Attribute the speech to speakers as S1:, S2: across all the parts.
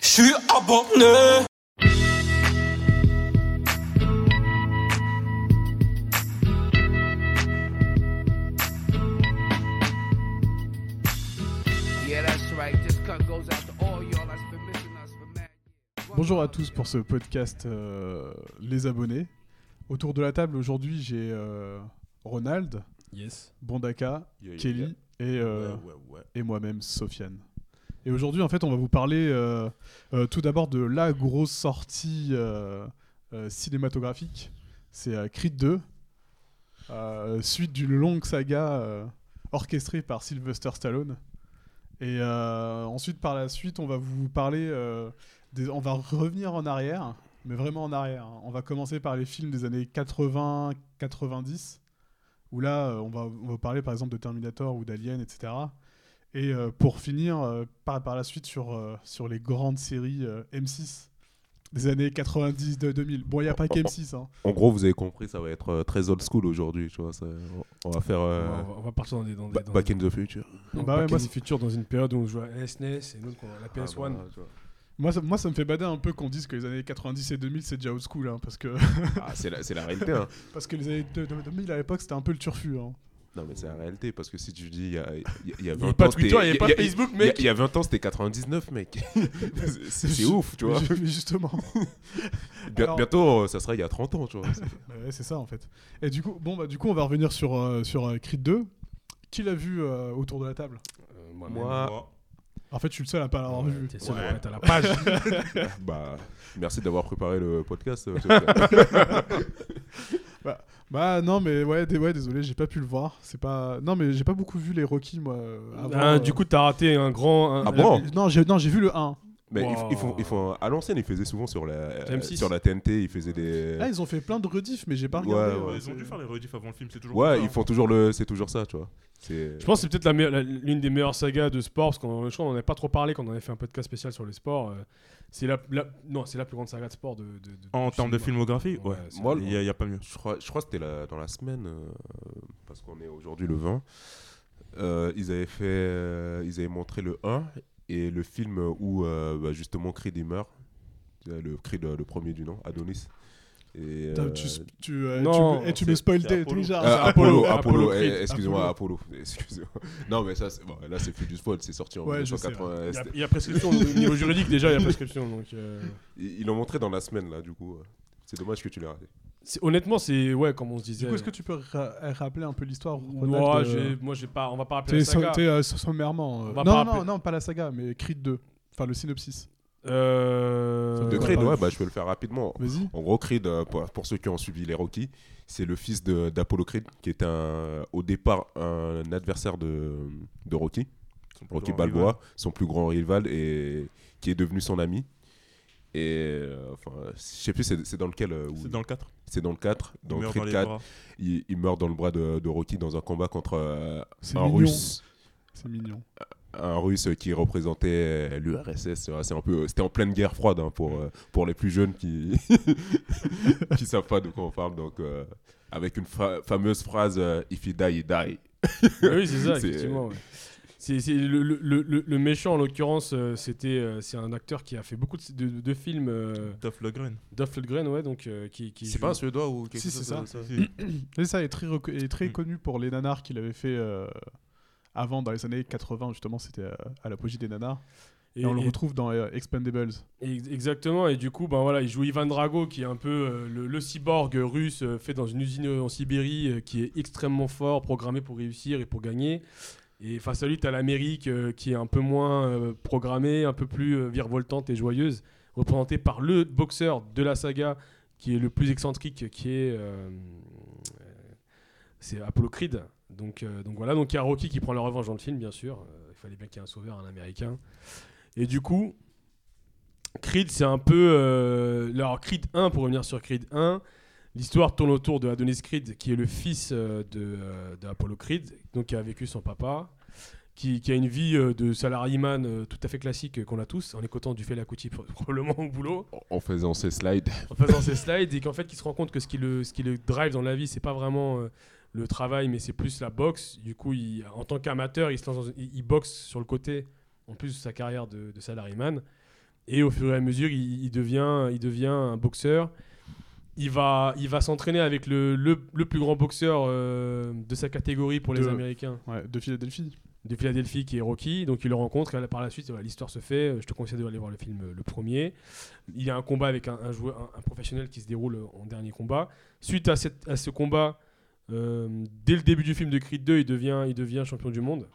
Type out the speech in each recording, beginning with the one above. S1: suis abonné.
S2: Bonjour à tous pour ce podcast euh, Les abonnés. Autour de la table aujourd'hui, j'ai euh, Ronald,
S3: Yes.
S2: Bondaka,
S3: Yeah, yeah,
S2: Kelly et, euh,
S3: ouais, ouais.
S2: et moi-même, Sofiane. Et aujourd'hui, en fait, on va vous parler euh, euh, tout d'abord de la grosse sortie euh, euh, cinématographique. C'est euh, Creed 2, euh, suite d'une longue saga euh, orchestrée par Sylvester Stallone. Et euh, ensuite, par la suite, on va vous parler. euh, des- on va revenir en arrière, mais vraiment en arrière. hein. On va commencer par les films des années 80-90, où là, euh, on va, on va parler par exemple de Terminator ou d'Alien, etc. Et euh, pour finir, euh, par, par la suite sur, euh, sur les grandes séries euh, M6 des années 90-2000. Bon, il n'y a pas qu'M6. Hein.
S4: En gros, vous avez compris, ça va être euh, très old school aujourd'hui, tu vois. ça- on- on va faire
S3: On
S4: euh,
S3: va- on va partir dans des. Dans des
S4: Ba-
S3: dans
S4: Back
S3: des-
S4: in the Future.
S3: dans
S2: Bah ouais,
S3: Back
S2: moi,
S3: in
S2: c'est-
S3: the Future dans une période où on jouait à la SNES et nous qu'on a la PS1.
S4: Ah, bah, tu vois.
S2: Moi, ça, moi, ça me fait bader un peu qu'on dise que les années 90 et 2000, c'est déjà old school. hein, parce, que,
S4: Ah, c'est la, c'est la réalité. hein.
S2: parce que les années de- de- 2000, à l'époque, c'était un peu le turfu. hein.
S4: Non, mais c'est la réalité parce que si tu dis il y a, il y a- il y a
S3: avait
S4: 20
S3: pas
S4: ans,
S3: Twitter,
S4: c'était-
S3: il y avait pas
S4: il y a-
S3: Facebook,
S4: il y a-
S3: mec.
S4: Il y a 20 ans, c'était 99, mec. C'est- c'est
S2: Je-
S4: ouf, tu vois.
S2: Mais ju- mais justement.
S4: Bien-
S2: Alors-
S4: Bientôt, euh, ça sera il y a 30 ans, tu vois.
S3: Euh,
S2: Bah ouais, c'est ça en fait. Et du coup, bon, bah, du coup on va revenir sur, euh, sur euh, Creed 2. Qui l'a vu euh, autour de la table
S3: Euh,
S4: Moi,
S2: En fait, je suis le seul à pas l'avoir
S3: Ouais,
S2: vu.
S3: T'es seul
S4: Ouais.
S3: à être à la page.
S2: Ah
S4: bah, merci d'avoir préparé le podcast. euh, Sophia.
S2: Bah non, mais ouais, dé- ouais désolé, j'ai pas pu le voir. C'est pas... Non, mais j'ai pas beaucoup vu les Rocky, moi. euh, avant,
S3: Hein,
S2: euh,
S3: Du coup, oh. t'as raté un grand. un-
S4: Ah bon
S2: Non, j'ai non, j'ai vu le 1.
S4: mais ils,
S3: Wow.
S4: ils font, ils font, à l'ancienne, ils faisaient souvent sur la, euh,
S3: M6.
S4: sur la TNT, ils faisaient des.
S2: Là, Ah, ils ont fait plein de rediffs, mais j'ai pas
S4: Ouais,
S2: regardé.
S4: ouais,
S2: euh,
S5: Ils ont
S2: c'est-
S5: dû faire les rediffs avant le film, c'est toujours comme
S4: Ouais,
S5: ça,
S4: ils
S5: hein.
S4: font toujours le. C'est toujours ça, tu vois. C'est-
S3: Je pense que c'est peut-être la meilleure- la- l'une des meilleures sagas de sport, parce qu'on je crois qu'on en avait pas trop parlé quand on avait fait un podcast spécial sur les sports. euh, C'est la, la- non, c'est la plus grande saga de sport de. de- de-
S5: En
S3: du
S5: termes de
S3: cinéma.
S5: filmographie, ouais.
S3: c'est-
S4: Moi, le-
S5: Il n'y a, pas mieux.
S4: Je crois, je crois que c'était la- dans la semaine, euh, parce qu'on est aujourd'hui le 20. Euh, ils, avaient fait, euh, ils avaient montré le 1 et le film où euh, bah, justement Creed il meurt. Euh, Le Creed, euh, le premier du nom, Adonis. Et,
S2: Putain,
S4: euh,
S2: tu, s- tu, euh,
S3: Non,
S2: tu me- et tu me
S4: c'est-
S2: spoil
S5: c'est
S2: dé-
S5: Apollo.
S2: déjà.
S4: euh,
S2: C'est
S4: Apollo, Apollo,
S3: Apollo
S4: eh,
S3: Creed,
S4: excusez-moi, Apollo. excusez-moi. Non, mais ça, c'est- bon, là, c'est plus du spoil, c'est sorti en
S2: Ouais, je sais,
S4: 1980.
S3: Il y a-
S4: C'était-
S3: Il y, a prescription au niveau juridique déjà, il y a prescription. Donc, euh,
S4: Ils ils l'ont montré dans la semaine, là, du coup. C'est dommage que tu l'aies raté.
S3: c'est- honnêtement, c'est ouais, comme on se disait.
S2: Du coup, est-ce que tu peux ra- euh, rappeler un peu l'histoire Ronald,
S3: Moi,
S2: euh,
S3: j'ai- moi, j'ai pas. On va pas rappeler
S2: T'es
S3: la
S2: so-
S3: saga.
S2: t'es, euh, sommairement. euh,
S3: On
S2: Non,
S3: va pas
S2: non,
S3: rappeler-
S2: non, pas la saga, mais Creed 2. Enfin, le synopsis.
S3: Euh,
S2: De
S4: De
S2: Euh,
S4: Creed,
S2: pardon.
S4: ouais, bah, je peux le faire rapidement.
S2: Vas-y.
S4: En gros, Creed, euh, pour, pour ceux qui ont suivi les Rocky, c'est le fils de- d'Apollo Creed, qui est un, au départ un adversaire de, de Rocky,
S5: Ils sont plus
S4: Rocky
S5: grands
S4: Balboa,
S5: rivaux.
S4: son plus grand rival, et qui est devenu son ami. Et euh, enfin, je sais plus, c'est c'est dans lequel euh, où-
S5: C'est dans le 4.
S4: C'est dans le 4,
S5: Ils
S4: dans
S5: meurent
S4: Creed
S5: les
S4: 4,
S5: bras.
S4: il, il meurt dans le bras de, de Rocky dans un combat contre euh,
S2: C'est
S4: un
S2: mignon.
S4: russe.
S2: C'est mignon.
S4: Un russe qui représentait euh, l'URSS, euh, c'est un peu, c'était en pleine guerre froide hein, pour, euh, pour les plus jeunes qui, qui savent pas de quoi on parle. Donc, euh, avec une fa- fameuse phrase euh, If you die, you die.
S3: Ah oui, c'est ça,
S4: C'est-
S3: effectivement. ouais. C'est, c'est le, le- le- le- le méchant, en l'occurrence, euh, c'était, euh, c'est un acteur qui a fait beaucoup de, de- de films. euh,
S5: Dolph Lundgren.
S3: Dolph Lundgren, ouais, donc euh, qui. qui joue-
S4: suédois ou
S2: quelque Si, chose c'est comme
S5: Si, si.
S2: Et ça est très, reco- est très
S5: Mm.
S2: connu pour les nanars qu'il avait fait euh, avant, dans les années 80, justement, c'était euh, à l'apogée des nanars. Et,
S3: et-
S2: on le
S3: et-
S2: retrouve dans euh, Expendables.
S3: et ex- exactement, et du coup, ben voilà, il joue Ivan Drago, qui est un peu euh, le, le cyborg russe euh, fait dans une usine euh, en Sibérie, euh, qui est extrêmement fort, programmé pour réussir et pour gagner. Et face à lui, t'as l'Amérique euh, qui est un peu moins euh, programmée, un peu plus euh, virevoltante et joyeuse, représentée par le boxeur de la saga qui est le plus excentrique, qui est euh, euh, c'est Apollo Creed. Donc, euh, donc voilà, donc il y a Rocky qui prend la revanche dans le film, bien sûr. Euh, il fallait bien qu'il y ait un sauveur, un Américain. Et du coup, Creed, c'est un peu... euh, alors Creed 1, pour revenir sur Creed 1, l'histoire tourne autour de Adonis Creed, qui est le fils euh, de, euh, de Apollo Creed, donc qui a vécu sans papa. Qui, qui a une vie euh, de salariman euh, tout à fait classique euh, qu'on a tous, en écoutant du fait probablement au boulot
S4: En faisant ces slides.
S3: en faisant ses slides et qu'en fait il se rend compte que ce qui le, ce qui le drive dans la vie c'est pas vraiment euh, le travail mais c'est plus la boxe du coup il- en tant qu'amateur il, se lance dans une- il, il boxe sur le côté en plus de sa carrière de, de salaryman Et au fur et à mesure, il, il devient, il devient un boxeur. Il va, il va s'entraîner avec le, le- le plus grand boxeur euh, de sa catégorie pour les
S2: De-
S3: Américains
S2: Ouais, de Philadelphie.
S3: de Philadelphie qui est Rocky. Donc il le rencontre et par la suite, voilà, l'histoire se fait. Je te conseille d'aller voir le film euh, le premier. Il y a un combat avec un, un joueur, un, un professionnel qui se déroule euh, en dernier combat. Suite à, cette- à ce combat, euh, dès le début du film de Creed 2, il devient, il devient champion du monde.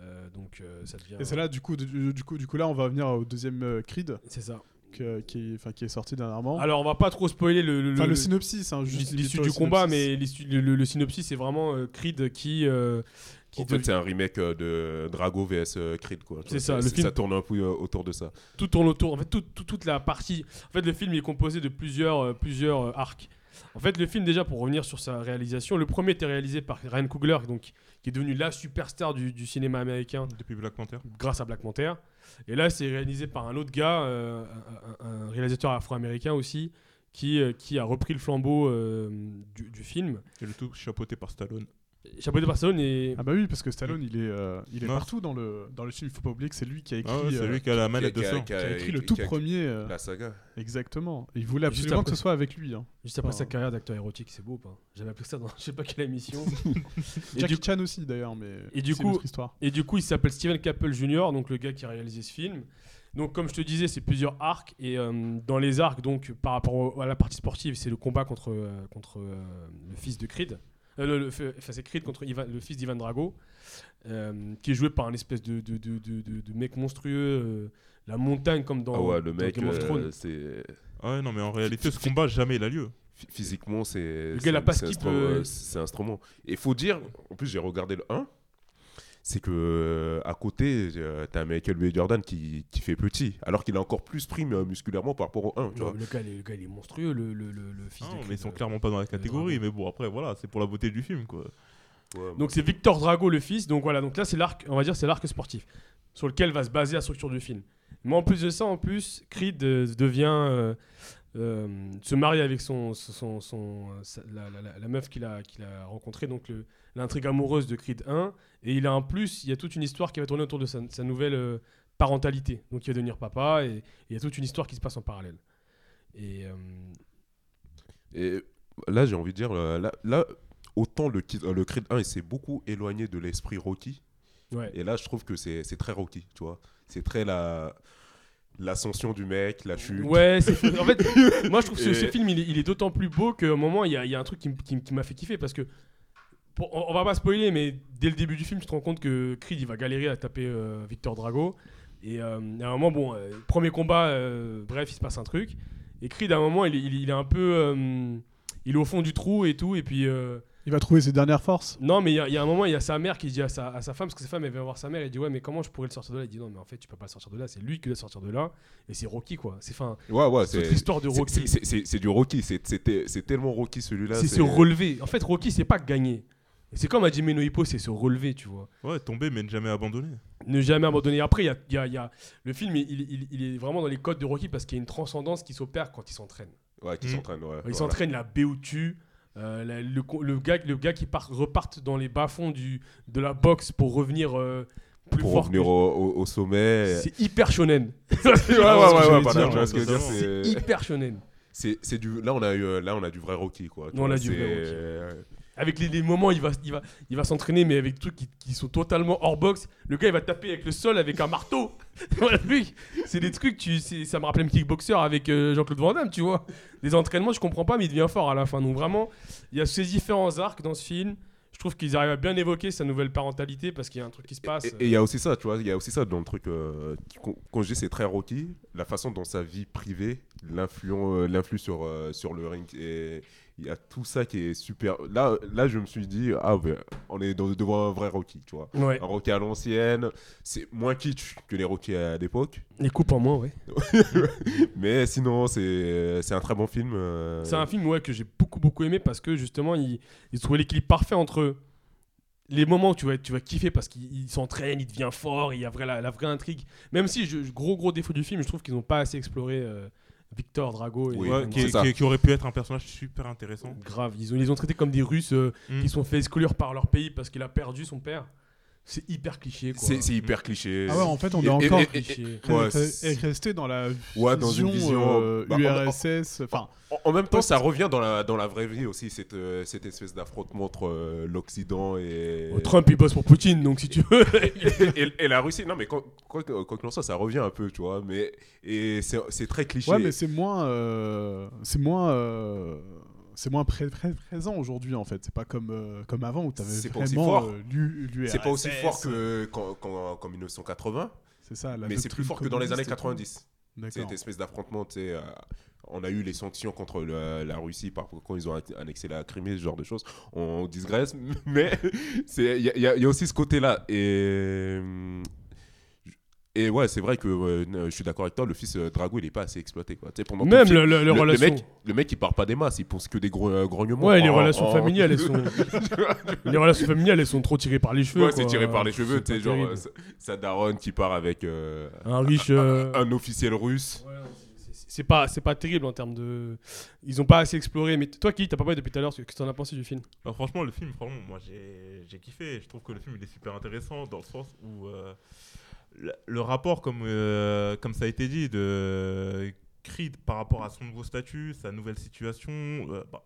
S3: Euh, donc euh, ça devient.
S2: Et c'est là, du coup, du, du coup, du coup, là, on va venir au deuxième euh, Creed
S3: C'est ça.
S2: que- qui, est- enfin, qui est sorti dernièrement.
S3: Alors on va pas trop spoiler le, le-
S2: Enfin, le
S3: le-
S2: synopsis, hein, juste
S3: l'issue
S2: plutôt
S3: du
S2: le
S3: combat,
S2: synopsis.
S3: mais l'issue- le, le- le synopsis c'est vraiment euh, Creed qui. euh, qui
S4: En fait,
S3: dev-
S4: c'est un remake euh, de Drago vs euh, Creed, quoi. Tu
S3: C'est
S4: vois,
S3: ça, le film-
S4: Ça tourne un peu euh, autour de ça.
S3: tout tourne autour. En fait, tout- tout- toute la partie. En fait, le film est composé de plusieurs, euh, plusieurs euh, arcs. En fait, le film, déjà, pour revenir sur sa réalisation, le premier était réalisé par Ryan Coogler, donc, qui est devenu la superstar du, du cinéma américain
S5: Depuis Black Panther.
S3: grâce à Black Panther. Et là, c'est réalisé par un autre gars, euh, un, un- un réalisateur afro-américain aussi, qui, euh, qui a repris le flambeau euh, du, du film.
S5: Et le tout chapeauté par Stallone.
S3: Chapeau de Barcelone et.
S2: Ah bah oui, parce que Stallone, il est, euh, il est
S5: Non.
S2: partout dans le, dans le film. Il faut pas oublier que c'est lui qui a écrit,
S5: Ah ouais, c'est
S2: euh,
S5: lui qui a la manette
S4: Qui
S5: de
S4: a-
S5: sang.
S4: qui
S2: qui
S4: a-
S2: a écrit
S4: qui-
S2: le tout
S4: qui a-
S2: premier. euh,
S4: La saga.
S2: Exactement. Et il voulait
S3: Juste
S2: absolument que
S3: après.
S2: ce soit avec lui. hein.
S3: Juste après
S2: Enfin,
S3: sa carrière d'acteur érotique, c'est beau ou pas J'avais appris ça dans je sais pas quelle émission. Et
S2: Jackie
S3: du-
S2: Chan aussi, d'ailleurs, mais
S3: Et du
S2: c'est
S3: coup-
S2: une autre histoire.
S3: Et du coup, il s'appelle Steven Cappell Jr., donc le gars qui a réalisé ce film. Donc, comme je te disais, c'est plusieurs arcs. Et euh, dans les arcs, donc, par rapport au- à la partie sportive, c'est le combat contre, euh, contre euh, le fils de Creed. Euh, le- le- enfin, c'est Creed contre Ivan- le fils d'Ivan Drago, euh, qui est joué par un espèce de, de, de- de- de- de mec monstrueux, euh, la montagne, comme dans,
S4: ah ouais, le
S3: dans
S4: mec,
S3: Game of
S4: euh,
S3: Thrones.
S4: c'est...
S5: Ah ouais, non, mais en réalité, ce combat, jamais il a lieu.
S4: phy- Physiquement, c'est.
S3: gars,
S4: c'est-
S3: il a pas
S4: c'est
S3: skip,
S4: instru-
S3: euh,
S4: ouais, C'est instrument. Et faut dire, en plus, j'ai regardé le 1. C'est que euh, à côté, euh, t'as Michael B. Jordan qui, qui fait petit, alors qu'il a encore plus pris mais, euh, musculairement par rapport au 1. Tu
S3: Non,
S4: vois.
S3: le, gars, il est- le gars, il est monstrueux, le, le- le- le fils
S5: Ah,
S3: de
S5: mais
S3: Creed.
S4: euh,
S3: euh,
S5: ils sont clairement pas dans la catégorie. Mais bon, après, voilà, c'est pour la beauté du film, quoi.
S4: Ouais,
S3: Donc c'est Victor Drago le fils. Donc voilà, donc là c'est l'arc, on va dire c'est l'arc sportif sur lequel va se baser la structure du film. Mais en plus de ça, en plus Creed euh, devient euh, euh, se marie avec son, son, son- son, euh, sa- la, la- la- la meuf qu'il a, qu'il a rencontrée, donc le- l'intrigue amoureuse de Creed 1. Et il a un plus, il y a toute une histoire qui va tourner autour de sa, sa nouvelle euh, parentalité. Donc il va devenir papa et et il y a toute une histoire qui se passe en parallèle. Et euh,
S4: Et là, j'ai envie de dire, euh, là, là, autant le, Kid- euh, le Creed 1, il s'est beaucoup éloigné de l'esprit Rocky.
S3: ouais.
S4: Et là, je trouve que c'est c'est très Rocky, tu vois. C'est très la l'ascension du mec, la chute.
S3: Ouais, c'est- en fait, moi je trouve que ce,
S4: Et-
S3: ce film il est, il est d'autant plus beau qu'à un moment il y a, il y a un truc qui, m- qui m- qui m'a fait kiffer parce que pour- on, on va pas spoiler, mais dès le début du film, tu te rends compte que Creed il va galérer à taper euh, Victor Drago. Et euh, à un moment, bon, euh, premier combat, euh, bref, il se passe un truc. Et Creed à un moment il, est- il est- il est un peu. euh, il est au fond du trou et tout. Et puis. euh,
S2: Il va trouver ses dernières forces.
S3: non, mais il y, a- il y a un moment, il y a sa mère qui dit à sa, à sa femme, parce que sa femme, elle vient voir sa mère, elle dit Ouais, mais comment je pourrais le sortir de là Il dit Non, mais en fait, tu peux pas le sortir de là, c'est lui qui doit sortir de là. Et c'est Rocky, quoi. C'est fin.
S4: ouais, ouais,
S3: Toute
S4: c'est
S3: l'histoire de
S4: c'est-
S3: Rocky.
S4: c'est- c'est- c'est- c'est du Rocky. C'est c'était- c'est tellement Rocky celui-là.
S3: C'est se relever. En fait, Rocky, c'est pas gagner. Et C'est comme a dit Meno Hippo, c'est se relever, tu vois.
S5: Ouais, tomber, mais ne jamais abandonner.
S3: Ne jamais abandonner. Après, il y a, il y a- il y a- le film, il, il- il est vraiment dans les codes de Rocky parce qu'il y a une transcendance qui s'opère quand il s'entraîne.
S4: Ouais, qui
S5: Mm.
S4: s'entraîne. Ouais,
S3: Il
S4: voilà.
S3: s'entraîne la BOTU. Euh, la- le, co- le gars, le gars qui part, reparte dans les bas-fonds du- de la boxe pour revenir euh, plus
S4: pour
S3: fort.
S4: revenir
S3: que-
S4: au, au- au sommet.
S3: C'est hyper shonen.
S2: ce que
S4: Ouais, ouais, ouais, ouais,
S2: j'allais
S4: voilà,
S2: dire,
S4: tu vois ce que je veux dire,
S5: c'est-
S4: c'est-
S3: hyper shonen.
S4: c'est- c'est du. Là, on a eu, euh, là, on a du vrai Rocky, quoi. tu
S3: Non, on
S4: vois,
S3: a du vrai
S4: c'est-
S3: Avec les, les moments, il va, il va, il va s'entraîner, mais avec des trucs qui, qui sont totalement hors box. Le gars, il va taper avec le sol avec un marteau. voilà, lui, c'est des trucs, tu, c'est- ça me rappelle un kickboxer avec euh, Jean-Claude Van Damme, tu vois. Des entraînements, je comprends pas, mais il devient fort à la fin. Donc vraiment, il y a ces différents arcs dans ce film. Je trouve qu'ils arrivent à bien évoquer sa nouvelle parentalité parce qu'il y a un truc qui se passe.
S4: Et et il y a aussi ça, tu vois, il y a aussi ça dans le truc. euh, qu'on- quand je dis c'est très Rocky, la façon dont sa vie privée l'influen- euh, l'influe sur, euh, sur le ring. Et il y a tout ça qui est super. Là, là je me suis dit, ah, ouais, on est dans- devant un vrai Rocky, tu vois.
S3: Ouais,
S4: Un Rocky à l'ancienne, c'est moins kitsch que les Rocky à l'époque.
S3: les coupes en moins, ouais.
S4: Mais sinon, c'est c'est un très bon film. euh,
S3: C'est un film ouais, que j'ai beaucoup beaucoup aimé parce que justement il, il trouvait l'équilibre parfait entre les moments où tu vas, tu vas kiffer parce qu'il il s'entraîne, il devient fort, il y a vrai, la, la vraie intrigue. Même si, je, je- gros gros défaut du film, je trouve qu'ils n'ont pas assez exploré euh, Victor, Drago et
S5: Ouais,
S4: Oui,
S3: vraiment,
S5: qui,
S4: c'est ça.
S5: qui- qui aurait pu être un personnage super intéressant.
S4: Hmm.
S3: grave. Ils, ont, ils les ont traités comme des Russes euh,
S5: Mm.
S3: qui sont fait exclure par leur pays parce qu'il a perdu son père. C'est hyper cliché, quoi.
S4: C'est c'est hyper cliché.
S2: Ah ouais, en fait, on est
S4: Et- et-
S2: encore
S4: et-
S3: cliché.
S4: Ouais,
S2: ré-
S4: c'est-
S2: resté dans la
S4: Ouais, dans une vision,
S2: euh,
S4: bah, en-
S2: URSS. Enfin,
S4: En, en même temps, ça revient dans la, dans la vraie vie aussi, cette, euh, cette espèce d'affrontement entre euh, l'Occident et,
S3: Oh, Trump, il bosse pour Poutine, donc si tu veux.
S4: et, et- et la Russie. Non, mais quand- quoi que quoi que l'on soit, ça revient un peu, tu vois. Mais, et c'est c'est très cliché.
S2: ouais, mais c'est moins, euh, c'est moins, euh, c'est moins pré- pré- présent aujourd'hui en fait. C'est pas comme euh, comme avant où t'avais
S4: C'est pas aussi
S2: vraiment
S4: fort.
S2: euh, l'U- l'URSS.
S4: c'est pas aussi fort que- qu'en qu'en- qu'en 1980,
S2: C'est ça. la
S4: mais c'est
S2: doctrine
S4: plus fort que dans les années
S2: communiste et tout.
S4: 90.
S2: D'accord.
S4: Cette espèce d'affrontement, tu sais, euh, on a eu les sanctions contre la, la Russie par, quand ils ont annex- annexé la Crimée, ce genre de choses. On, digresse, mais c'est- il y, a- il y a il y a aussi ce côté-là. Et, hum, et ouais, c'est vrai que euh, je suis d'accord avec toi, le fils euh, Drago, il est pas assez exploité. Quoi. Tu sais, Pendant tout
S3: Même
S4: film,
S3: le, le- le relation.
S4: mec, le mec, il part pas des masses, il pense que des gros, euh, grognements.
S3: Ouais, les
S4: En-
S3: relations
S4: en-
S3: familiales, elles sont. les relations familiales, elles sont trop tirées par les cheveux.
S4: Ouais, c'est
S3: quoi.
S4: tiré par les cheveux, tu sais,
S3: pas
S4: genre
S3: terrible.
S4: euh, sa, sa daronne qui part avec euh,
S3: Un riche. euh,
S4: un officiel russe.
S3: ouais, c'est- c'est- C'est pas, c'est pas terrible en termes de. Ils ont pas assez exploré. Mais toi qui, t'as pas parlé depuis tout à l'heure, qu'est-ce que t'en as pensé du film
S5: Alors Bah, franchement, le film, franchement, moi j'ai j'ai kiffé. Je trouve que le film il est super intéressant dans le sens où euh, le, le rapport, comme, euh, comme ça a été dit, de Creed par rapport à son nouveau statut, sa nouvelle situation, euh, bah,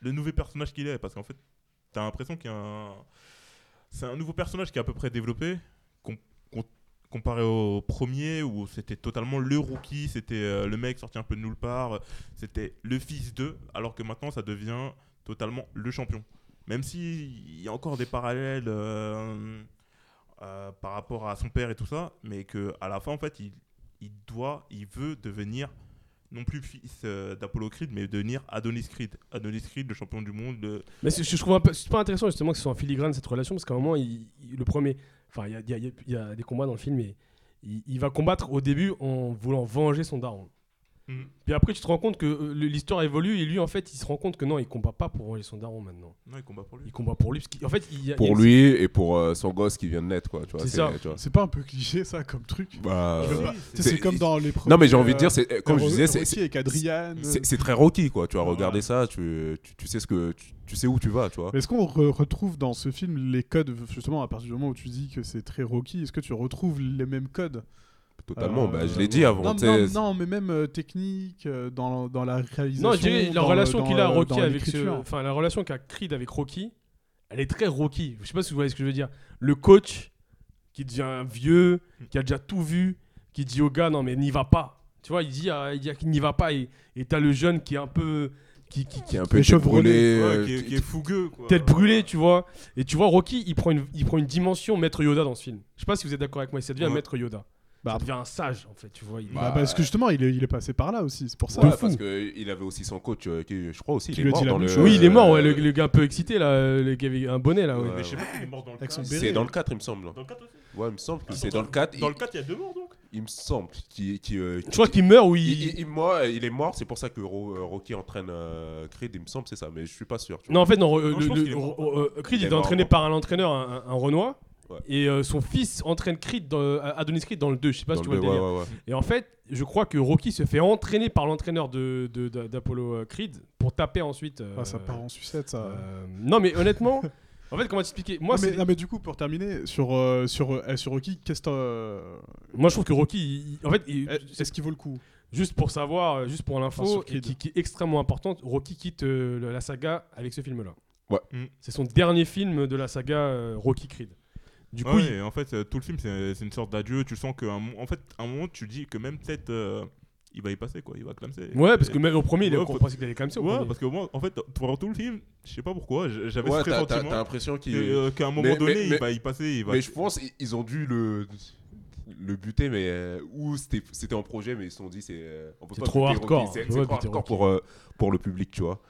S5: le nouveau personnage qu'il est, parce qu'en fait, t'as l'impression qu'il y a un... C'est un nouveau personnage qui est à peu près développé, com- com- comparé au premier où c'était totalement le rookie, c'était euh, le mec sorti un peu de nulle part, c'était le fils d'eux, alors que maintenant ça devient totalement le champion. Même s'il y a encore des parallèles euh, euh, par rapport à son père et tout ça, mais que à la fin, en fait, il, il doit, il veut devenir non plus fils euh, d'Apollo Creed, mais devenir Adonis Creed. Adonis Creed, le champion du monde. le-
S3: Mais c'est- je trouve un peu super intéressant justement que ce soit en filigrane cette relation parce qu'à un moment, il- il- le premier, enfin, il y a, il y a- il y a des combats dans le film et il, il va combattre au début en voulant venger son daron.
S5: Mhm.
S3: Puis après, tu te rends compte que euh, l'histoire évolue et lui, en fait, il se rend compte que non, il combat pas pour venger son daron maintenant.
S5: Non, il combat pour lui.
S3: Il combat pour lui parce qu'en fait, il y a- il y a
S4: Pour
S3: une-
S4: lui et pour euh, son gosse qui vient de naître, quoi. tu vois,
S3: C'est ça.
S4: tu vois.
S2: C'est pas un peu cliché ça comme truc.
S4: Bah,
S2: Je veux
S4: euh,
S2: pas-
S4: c'est-
S2: C'est c'est comme dans les.
S4: Non, mais j'ai envie de dire, c'est, euh, comme je disais, c'est,
S2: c'est avec Adrian.
S4: c'est- c'est- c'est très Rocky, quoi. Tu as
S5: Ouais.
S4: regardé ça, tu, tu, tu sais ce que, tu, tu sais où tu vas, tu vois.
S2: Mais est-ce qu'on re- retrouve dans ce film les codes, justement, à partir du moment où tu dis que c'est très Rocky, est-ce que tu retrouves les mêmes codes
S4: Totalement.
S2: Euh,
S4: bah, je l'ai dit avant.
S2: non,
S4: tu
S2: non,
S4: sais,
S2: non, mais même euh, technique, euh, dans, dans la réalisation.
S3: Non, je dirais la
S2: dans le-
S3: relation
S2: dans
S3: qu'il a
S2: le-
S3: Rocky
S2: dans
S3: avec ce-
S2: l'écriture.
S3: enfin la relation qu'a Creed avec Rocky, elle est très Rocky. Je sais pas si vous voyez ce que je veux dire. Le coach qui devient vieux,
S4: Mm.
S3: qui a déjà tout vu, qui dit au gars non mais n'y va pas. Tu vois, il dit à- il dit à- n'y va pas et et t'as le jeune qui est un peu qui, qui-
S4: Qui est un
S2: Les
S4: peu tête
S2: cheveux
S4: brûlée.
S5: Ouais,
S4: euh,
S5: qui, est,
S4: qui-
S5: qui est fougueux. Quoi.
S3: tête brûlée, tu vois. Et tu vois Rocky, il prend une il prend une dimension maître Yoda dans ce film. Je sais pas si vous êtes d'accord avec moi, ça devient un
S5: Ouais.
S3: maître Yoda.
S2: Bah,
S3: ça devient un sage en fait, tu vois. il-
S2: Bah, parce que justement, il est, il est passé par là aussi, c'est pour ça.
S4: Ouais,
S3: de fou.
S4: parce qu'il avait aussi son coach, euh, qui, je crois aussi, il
S2: Qui
S4: est
S2: lui a
S4: mort
S2: dit la
S4: dans
S2: même
S4: le.
S2: chose.
S3: oui, il est mort, ouais, le,
S4: euh,
S3: le gars un peu excité là, euh, le gars avec un bonnet là. ouais.
S4: Ouais.
S5: Mais je sais pas s'il est mort dans le
S2: Avec
S5: 4.
S2: son béret.
S4: C'est dans le 4, il me semble.
S5: Dans le 4 aussi
S4: Ouais, il me semble que
S5: Attends,
S4: c'est dans le 4.
S5: Dans le
S4: Il,
S5: 4, il y a deux morts donc
S4: il me semble qu'il. qu'il, euh,
S3: Je crois qu'il meurt ou
S4: il, il- il- moi, il est mort, c'est pour ça que Ro- euh, Rocky entraîne euh, Creed, il me semble, c'est ça, mais je suis pas sûr. tu
S3: Non, en fait, non, euh,
S5: Non,
S3: le-
S5: je pense
S3: le-
S5: qu'il est mort.
S3: euh, euh, Creed
S4: Il est
S3: est
S4: mort,
S3: entraîné
S4: mort.
S3: par un entraîneur, un, un- un Renoir.
S4: Ouais.
S3: Et euh, son fils entraîne Creed, dans, euh, Adonis Creed dans le 2, je sais pas
S4: vois.
S3: si tu
S4: Dans
S3: vois le
S4: le-
S3: délire.
S4: ouais, ouais, ouais.
S3: Et en fait, je crois que Rocky se fait entraîner par l'entraîneur d'Apollo de, de- d'Apollo, euh, Creed pour taper ensuite. euh,
S2: Ah, ça part en sucette, ça.
S3: euh, non, mais honnêtement, en fait, comment t'expliquer Moi,
S2: Non, mais,
S3: c'est-
S2: non, mais du coup, pour terminer, sur, euh, sur, euh, sur Rocky, qu'est-ce que t'en- euh,
S3: moi, je trouve que Rocky, il- il- en fait, il-
S4: Eh,
S2: est-ce qu'il vaut le coup
S3: juste pour savoir, euh, juste pour l'info,
S2: Enfin, sur
S3: et
S2: Creed.
S3: qui, qui est extrêmement importante, Rocky quitte euh, le- la saga avec ce film-là.
S4: Ouais.
S5: Mm.
S3: C'est son dernier film de la saga euh, Rocky Creed. Du coup,
S5: Ouais,
S3: il-
S5: et en fait, euh, tout le film, c'est c'est une sorte d'adieu. Tu sens qu'en en fait, à un moment, tu dis que même peut-être euh, il va y passer, quoi. Il va clamser.
S3: Ouais, parce que
S5: Et-
S3: même au premier, il est
S5: Ouais,
S3: on
S5: faut-
S3: pensait qu'il allait quand même ça. au
S5: Ouais,
S3: premier.
S5: parce que moi, en fait, pendant tout le film, je sais pas pourquoi, j- j'avais
S4: Ouais,
S5: ce
S4: t'as- t'as t'as
S5: pressentiment
S4: l'impression qu'il.
S5: que, euh, qu'à un moment
S4: mais-
S5: donné,
S4: mais-
S5: il va y passer. Il va...
S4: Mais je pense i- ils ont dû le le buter mais euh, ou c'était c'était en projet mais ils se sont dit c'est euh, on peut
S3: C'est
S4: pas
S3: trop
S4: buter Rocky,
S3: hardcore, on
S4: c'est
S3: peut
S4: c'est trop
S3: pas buter
S4: hardcore pour euh, pour le public tu vois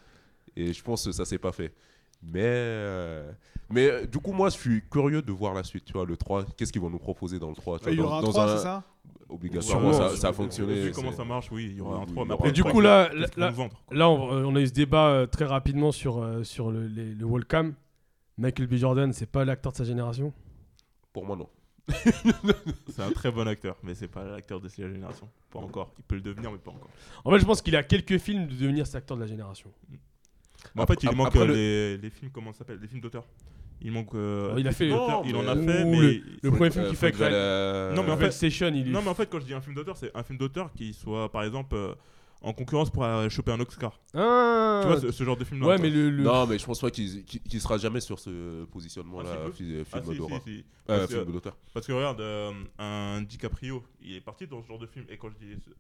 S4: et je pense que ça s'est pas fait mais euh, mais euh, du coup moi je suis curieux de voir la suite tu vois le 3 qu'est-ce qu'ils vont nous proposer dans le 3 tu vois,
S2: Ah, Il y
S4: dans-
S2: aura un
S4: dans
S2: 3, c'est ça
S4: obligatoirement
S3: Sûrement,
S4: ça, ça a fonctionné
S5: Vu comment
S4: c'est-
S5: ça marche, oui, il y aura un
S4: Oui,
S5: 3.
S4: il y
S5: Mais
S4: aura
S5: après,
S4: un
S3: Et du
S4: Ouais,
S3: coup, là, là,
S5: Qu'est-ce qu'on
S3: là,
S5: nous vendre, quoi.
S3: là, on, euh, on a eu ce débat euh, très rapidement sur, euh, sur le, les- le wallcam. Michael B. Jordan, c'est pas l'acteur de sa génération.
S4: pour moi non
S5: C'est un très bon acteur, mais c'est pas l'acteur de cette génération. Pas encore. Il peut le devenir, mais pas encore.
S3: En fait, je pense qu'il a quelques films de devenir cet acteur de la génération.
S5: Mais en fait, il
S4: Après-
S5: manque
S4: après
S5: euh,
S4: le-
S5: les, les films, comment ça s'appelle Les films d'auteur. Il manque. euh,
S3: Oh, il a fait-
S5: non, il en a
S4: mais-
S5: fait,
S3: Ouh,
S5: mais.
S3: Le premier
S4: Euh,
S3: film qu'il fait avec la...
S4: Non,
S5: Non, mais en fait-
S3: Station, il est.
S5: Non, mais en fait, quand je dis un film d'auteur, c'est un film d'auteur qui soit, par exemple, euh, en concurrence pour euh, choper un Oscar.
S3: Ah,
S5: Tu vois, ce, ce genre de film-là.
S3: Ouais,
S5: quoi.
S3: mais le. le-
S4: Non, mais je pense pas qu'il qu'il- qu'il sera jamais sur ce
S5: Ah,
S4: positionnement-là,
S5: si,
S4: fi- film
S5: Ah, si,
S4: d'horreur.
S5: si, si.
S4: Euh,
S5: Parce que-
S4: film d'auteur.
S5: Parce que regarde, euh, un DiCaprio, il est parti dans ce genre de film. Et quand je dis ce-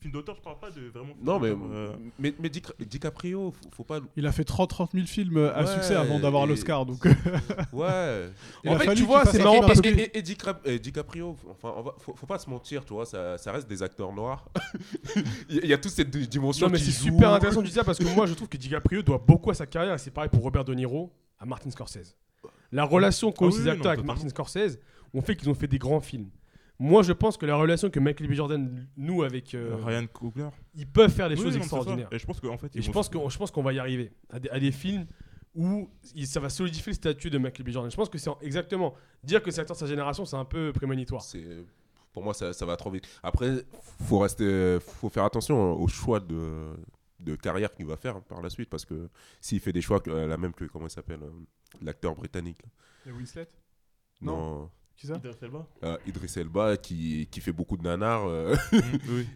S5: film d'auteur, je parle pas de vraiment. film
S4: Non, mais,
S5: d'auteur, euh,
S4: mais, mais Dic- DiCaprio, faut, faut pas.
S2: Il a fait 30-30 000 films euh, à
S4: Ouais,
S2: succès avant d'avoir
S4: et-
S2: l'Oscar, donc euh,
S4: Ouais.
S2: Il
S4: en
S2: a
S4: fait,
S2: fallu
S4: tu
S2: qu'il
S4: vois,
S2: fasse
S4: c'est
S2: un
S4: marrant
S2: film
S4: parce que.
S2: parce que-
S4: Et, et Dicra- et DiCaprio, enfin, on va- faut, faut pas se mentir, tu vois, ça, ça reste des acteurs noirs. Il y a- il y a toute cette di- dimension.
S3: Non, mais
S4: qui
S3: c'est
S4: joue.
S3: super intéressant de dire ça parce que moi je trouve que DiCaprio doit beaucoup à sa carrière et c'est pareil pour Robert De Niro à Martin Scorsese. La relation qu'ont
S5: Ah
S3: eu
S5: oui,
S3: ces
S5: oui, non,
S3: acteurs avec
S5: totalement.
S3: Martin Scorsese ont fait qu'ils ont fait des grands films. Moi je pense que la relation que Michael B. Jordan noue avec. euh,
S5: Ryan Coogler.
S3: ils peuvent faire des
S5: Oui, non,
S3: choses
S5: c'est ça.
S3: extraordinaires.
S5: Et je pense qu'en fait,
S3: Et je pense qu'on je pense qu'on va y arriver à des, à des films où il- ça va solidifier le statut de Michael B. Jordan. Je pense que c'est en- exactement dire que c'est acteur de sa génération, c'est un peu prémonitoire.
S4: C'est- Pour moi, ça, ça va trop vite. Après, faut rester, faut faire attention au choix de, de carrière qu'il va faire par la suite, parce que s'il fait des choix, que- la même que comment il s'appelle, euh, l'acteur britannique, là.
S2: Winslet Non.
S4: non,
S2: Qui ça
S4: euh, Idriss Elba, qui, qui fait beaucoup de nanars. euh,
S3: Hmm,
S5: oui.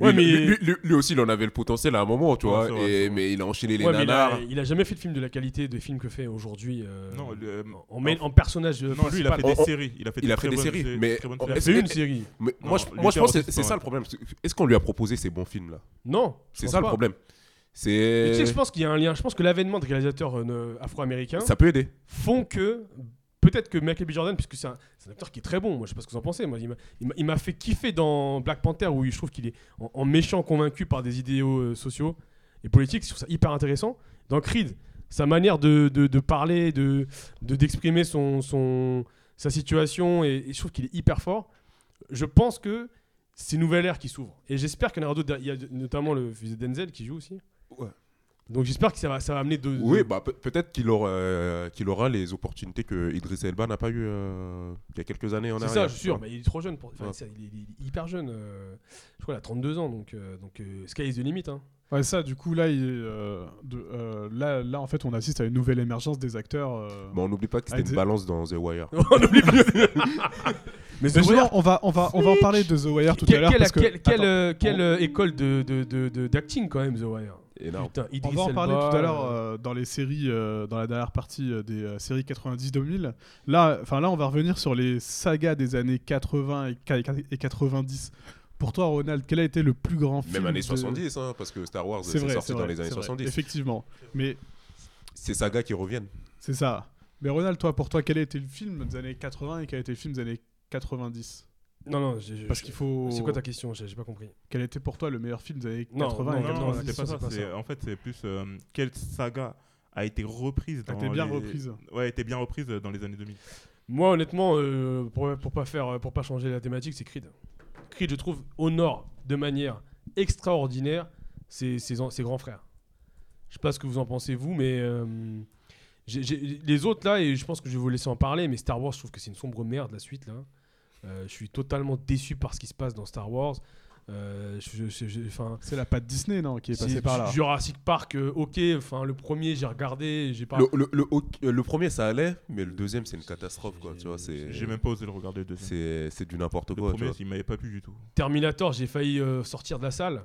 S3: Ouais,
S4: lui,
S3: mais-
S4: lui- lui- lui aussi, il en avait le potentiel à un moment, tu
S5: Ouais,
S4: vois,
S5: c'est vrai,
S4: et-
S5: c'est vrai.
S4: mais il a enchaîné les
S3: Ouais, mais il,
S4: nanars.
S3: a, il a jamais fait de film de la qualité des films que fait aujourd'hui. euh,
S5: Non, le-
S3: en- en, main-
S5: en-
S3: en personnage. euh,
S5: Non, lui, il a
S3: principal.
S5: fait
S4: Oh,
S5: des
S4: oh.
S5: séries. Il a fait
S4: Il
S5: des
S4: a fait
S5: très
S4: des
S5: bonnes
S4: séries,
S5: sé-
S4: mais
S5: très bonnes
S4: on-
S5: séries.
S4: est-ce
S3: C'est
S4: que-
S3: une série.
S4: Mais
S5: Non,
S4: moi, je,
S5: Luther
S4: moi, je pense que c'est-
S5: aussi,
S4: c'est
S5: ouais.
S4: ça le problème. Est-ce qu'on lui a proposé ces bons films là
S3: Non. je
S4: C'est
S3: pense
S4: ça le
S3: pas.
S4: problème.
S3: Mais tu sais
S4: C'est
S3: que je pense qu'il y a un lien. Je pense que l'avènement de réalisateurs euh, ne- afro-américains
S4: ça peut aider.
S3: font que peut-être que Michael B. Jordan, puisque c'est un, c'est un acteur qui est très bon, moi je sais pas ce que vous en pensez, moi, il m'a- il m'a- il m'a fait kiffer dans Black Panther où je trouve qu'il est en, en méchant convaincu par des idéaux euh, sociaux et politiques, je trouve ça hyper intéressant. Dans Creed, sa manière de, de- de parler, de de- d'exprimer son, son- sa situation, et, et je trouve qu'il est hyper fort. Je pense que c'est une nouvelle ère qui s'ouvre. Et j'espère qu'il y en aura d'autres. Il y a de- notamment le fils de Denzel qui joue aussi.
S4: Ouais.
S3: Donc j'espère que ça va, ça va amener de, de-
S4: Oui, bah, peut- peut-être qu'il aura, euh, qu'il aura les opportunités que Idriss Elba n'a pas eu euh, il y a quelques années en
S3: C'est
S4: arrière.
S3: ça, je suis sûr. Mais il est trop jeune. Pour... enfin,
S4: Ouais.
S3: c'est- il, est, il est hyper jeune. euh, Je crois qu'il a 32 ans. Donc, euh, donc euh, Sky is the limit. hein.
S2: Ouais, ça, du coup, là, il, euh, de- euh, là, là, en fait, on assiste à une nouvelle émergence des acteurs. euh.
S4: Mais on n'oublie pas que
S2: Ah,
S4: c'était
S2: c'est-
S4: une balance dans The Wire.
S3: On oublie plus. Mais
S2: Mais
S3: The
S2: justement,
S3: Wire,
S2: on va, on, va, on va en parler de The Wire tout à
S3: quelle,
S2: l'heure.
S3: quelle-
S2: parce que-
S3: quelle- quelle,
S2: Attends,
S3: euh, quelle, euh, école d'acting de, de, de- d'acting, quand même, The Wire
S4: Énorme.
S3: Putain,
S2: on
S3: Idris
S2: va en parler
S3: Elba,
S2: tout à l'heure
S3: euh,
S2: euh, dans les séries, euh, dans la dernière partie euh, des euh, séries 90-2000. Là, enfin là, on va revenir sur les sagas des années 80 et, qua- et 90. Pour toi, Ronald, quel a été le plus grand film
S4: Même années
S2: de-
S4: 70, hein, parce que Star Wars
S2: C'est
S4: c'est
S2: vrai,
S4: sorti
S2: c'est
S4: dans
S2: vrai,
S4: les années
S2: c'est vrai,
S4: 70.
S2: Effectivement. Mais
S4: Ces sagas qui reviennent.
S2: c'est ça. Mais Ronald, toi, pour toi, quel a été le film des années 80 et quel a été le film des années 90
S3: euh, Non, non, j'ai- j'ai-
S2: Parce qu'il faut.
S3: C'est quoi ta question J'ai j'ai pas compris.
S2: Quel était pour toi le meilleur film des années
S3: Non,
S2: 80
S5: Non,
S2: et
S5: non, non,
S2: 90
S5: c'était pas
S3: c'est
S5: ça.
S3: pas
S5: c'est-
S3: ça.
S5: En fait, c'est plus euh, quelle saga a été reprise
S2: Elle
S5: dans.
S2: était bien
S5: les-
S2: reprise.
S5: Ouais, a été bien reprise dans les années 2000.
S3: Moi, honnêtement, euh, pour, pour pas faire, pour pas changer la thématique, c'est Creed. Creed, je trouve, honore de manière extraordinaire ses, ses, an- ses grands frères. Je sais pas ce que vous en pensez, vous, mais euh, j'ai- j'ai- les autres là, et je pense que je vais vous laisser en parler, mais Star Wars, je trouve que c'est une sombre merde la suite là. Euh, je suis totalement déçu par ce qui se passe dans Star Wars. Euh, je, je- je- enfin,
S2: C'est la patte Disney, non, qui est passée
S3: c'est
S2: par là.
S3: Jurassic Park, euh, ok, enfin le premier, j'ai regardé, j'ai pas.
S4: Le, le- le haut- euh, le premier, ça allait, mais le deuxième, c'est une catastrophe. Quoi,
S3: j'ai-
S4: tu vois, c'est,
S5: J'ai même pas osé le regarder le deuxième.
S4: c'est, c'est du n'importe
S5: Le
S4: quoi. tu
S5: premier,
S4: vois.
S5: il m'avait pas plu du tout.
S3: Terminator, j'ai failli euh, sortir de la salle.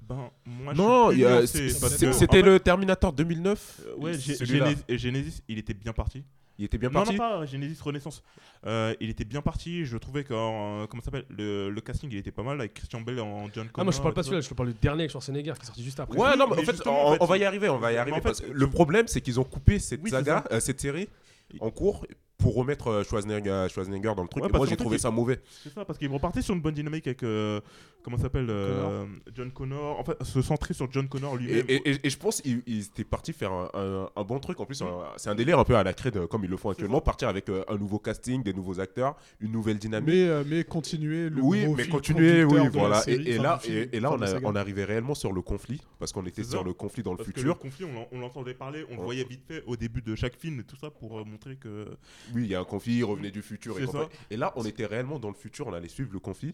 S5: Ben, moi, je
S4: Non,
S5: suis hein, plus
S4: il y a-
S5: nuancé,
S4: c'est-
S5: parce
S4: c'est-
S5: que,
S4: c'était
S5: en fait,
S4: le Terminator 2009.
S5: euh, Ouais, Gé-
S4: celui-là.
S5: Genesi- et Genesis, il était bien parti.
S4: Il était bien
S5: non,
S4: parti.
S5: non, pas Genesis Renaissance. Euh, il était bien parti. Je trouvais que euh, comment ça s'appelle le, le casting, il était pas mal avec Christian Bale en John Connor.
S3: Ah, moi je parle
S5: et
S3: pas de
S5: tout
S3: celui-là, je te parle du dernier avec Schwarzenegger qui est sorti juste après.
S4: Ouais,
S5: Oui,
S4: non, mais,
S5: mais
S4: en fait, on,
S5: justement, en fait,
S4: on va y arriver, on va y
S5: mais
S4: arriver.
S5: en fait,
S4: parce que le problème, c'est qu'ils ont coupé cette
S5: Oui, c'est
S4: saga,
S5: ça.
S4: euh, cette série, en cours pour remettre euh, Schwarzenegger, Schwarzenegger dans le truc.
S5: Ouais, parce
S4: Et moi,
S5: qu'en
S4: j'ai
S5: fait,
S4: trouvé
S5: il-
S4: ça mauvais.
S5: ça. C'est ça, parce qu'ils repartaient sur une bonne dynamique avec euh, comment ça s'appelle euh, John Connor. En fait, se centrer sur John Connor
S4: Et,
S5: lui-même.
S4: et- et- et je pense qu'ils ils étaient partis faire un, un- un bon truc. En plus, un- c'est un délire un peu à la crête, comme ils le font actuellement, partir avec euh, un nouveau casting, des nouveaux acteurs, une nouvelle dynamique.
S2: Mais, euh, mais continuer le
S4: oui,
S2: gros
S4: mais
S2: fil
S4: continuez, oui,
S2: conducteur de la
S4: voilà.
S2: série,
S4: et, et
S2: enfin,
S4: là,
S2: du film,
S4: et, et là
S2: enfin,
S4: on,
S2: de la
S4: a-
S2: saga.
S4: on arrivait réellement sur le conflit, parce qu'on était
S5: C'est
S4: sur
S5: ça.
S4: le conflit dans le
S5: Parce que le
S4: futur. Oh.
S5: conflit, on l'en- on l'entendait parler, on le
S4: On-
S5: voyait vite fait au début de chaque film et tout ça pour euh, montrer que.
S4: Oui, il y a un conflit, il revenait du futur. Et,
S5: C'est
S4: compagnie. et là, on était réellement dans le futur, on allait suivre le conflit.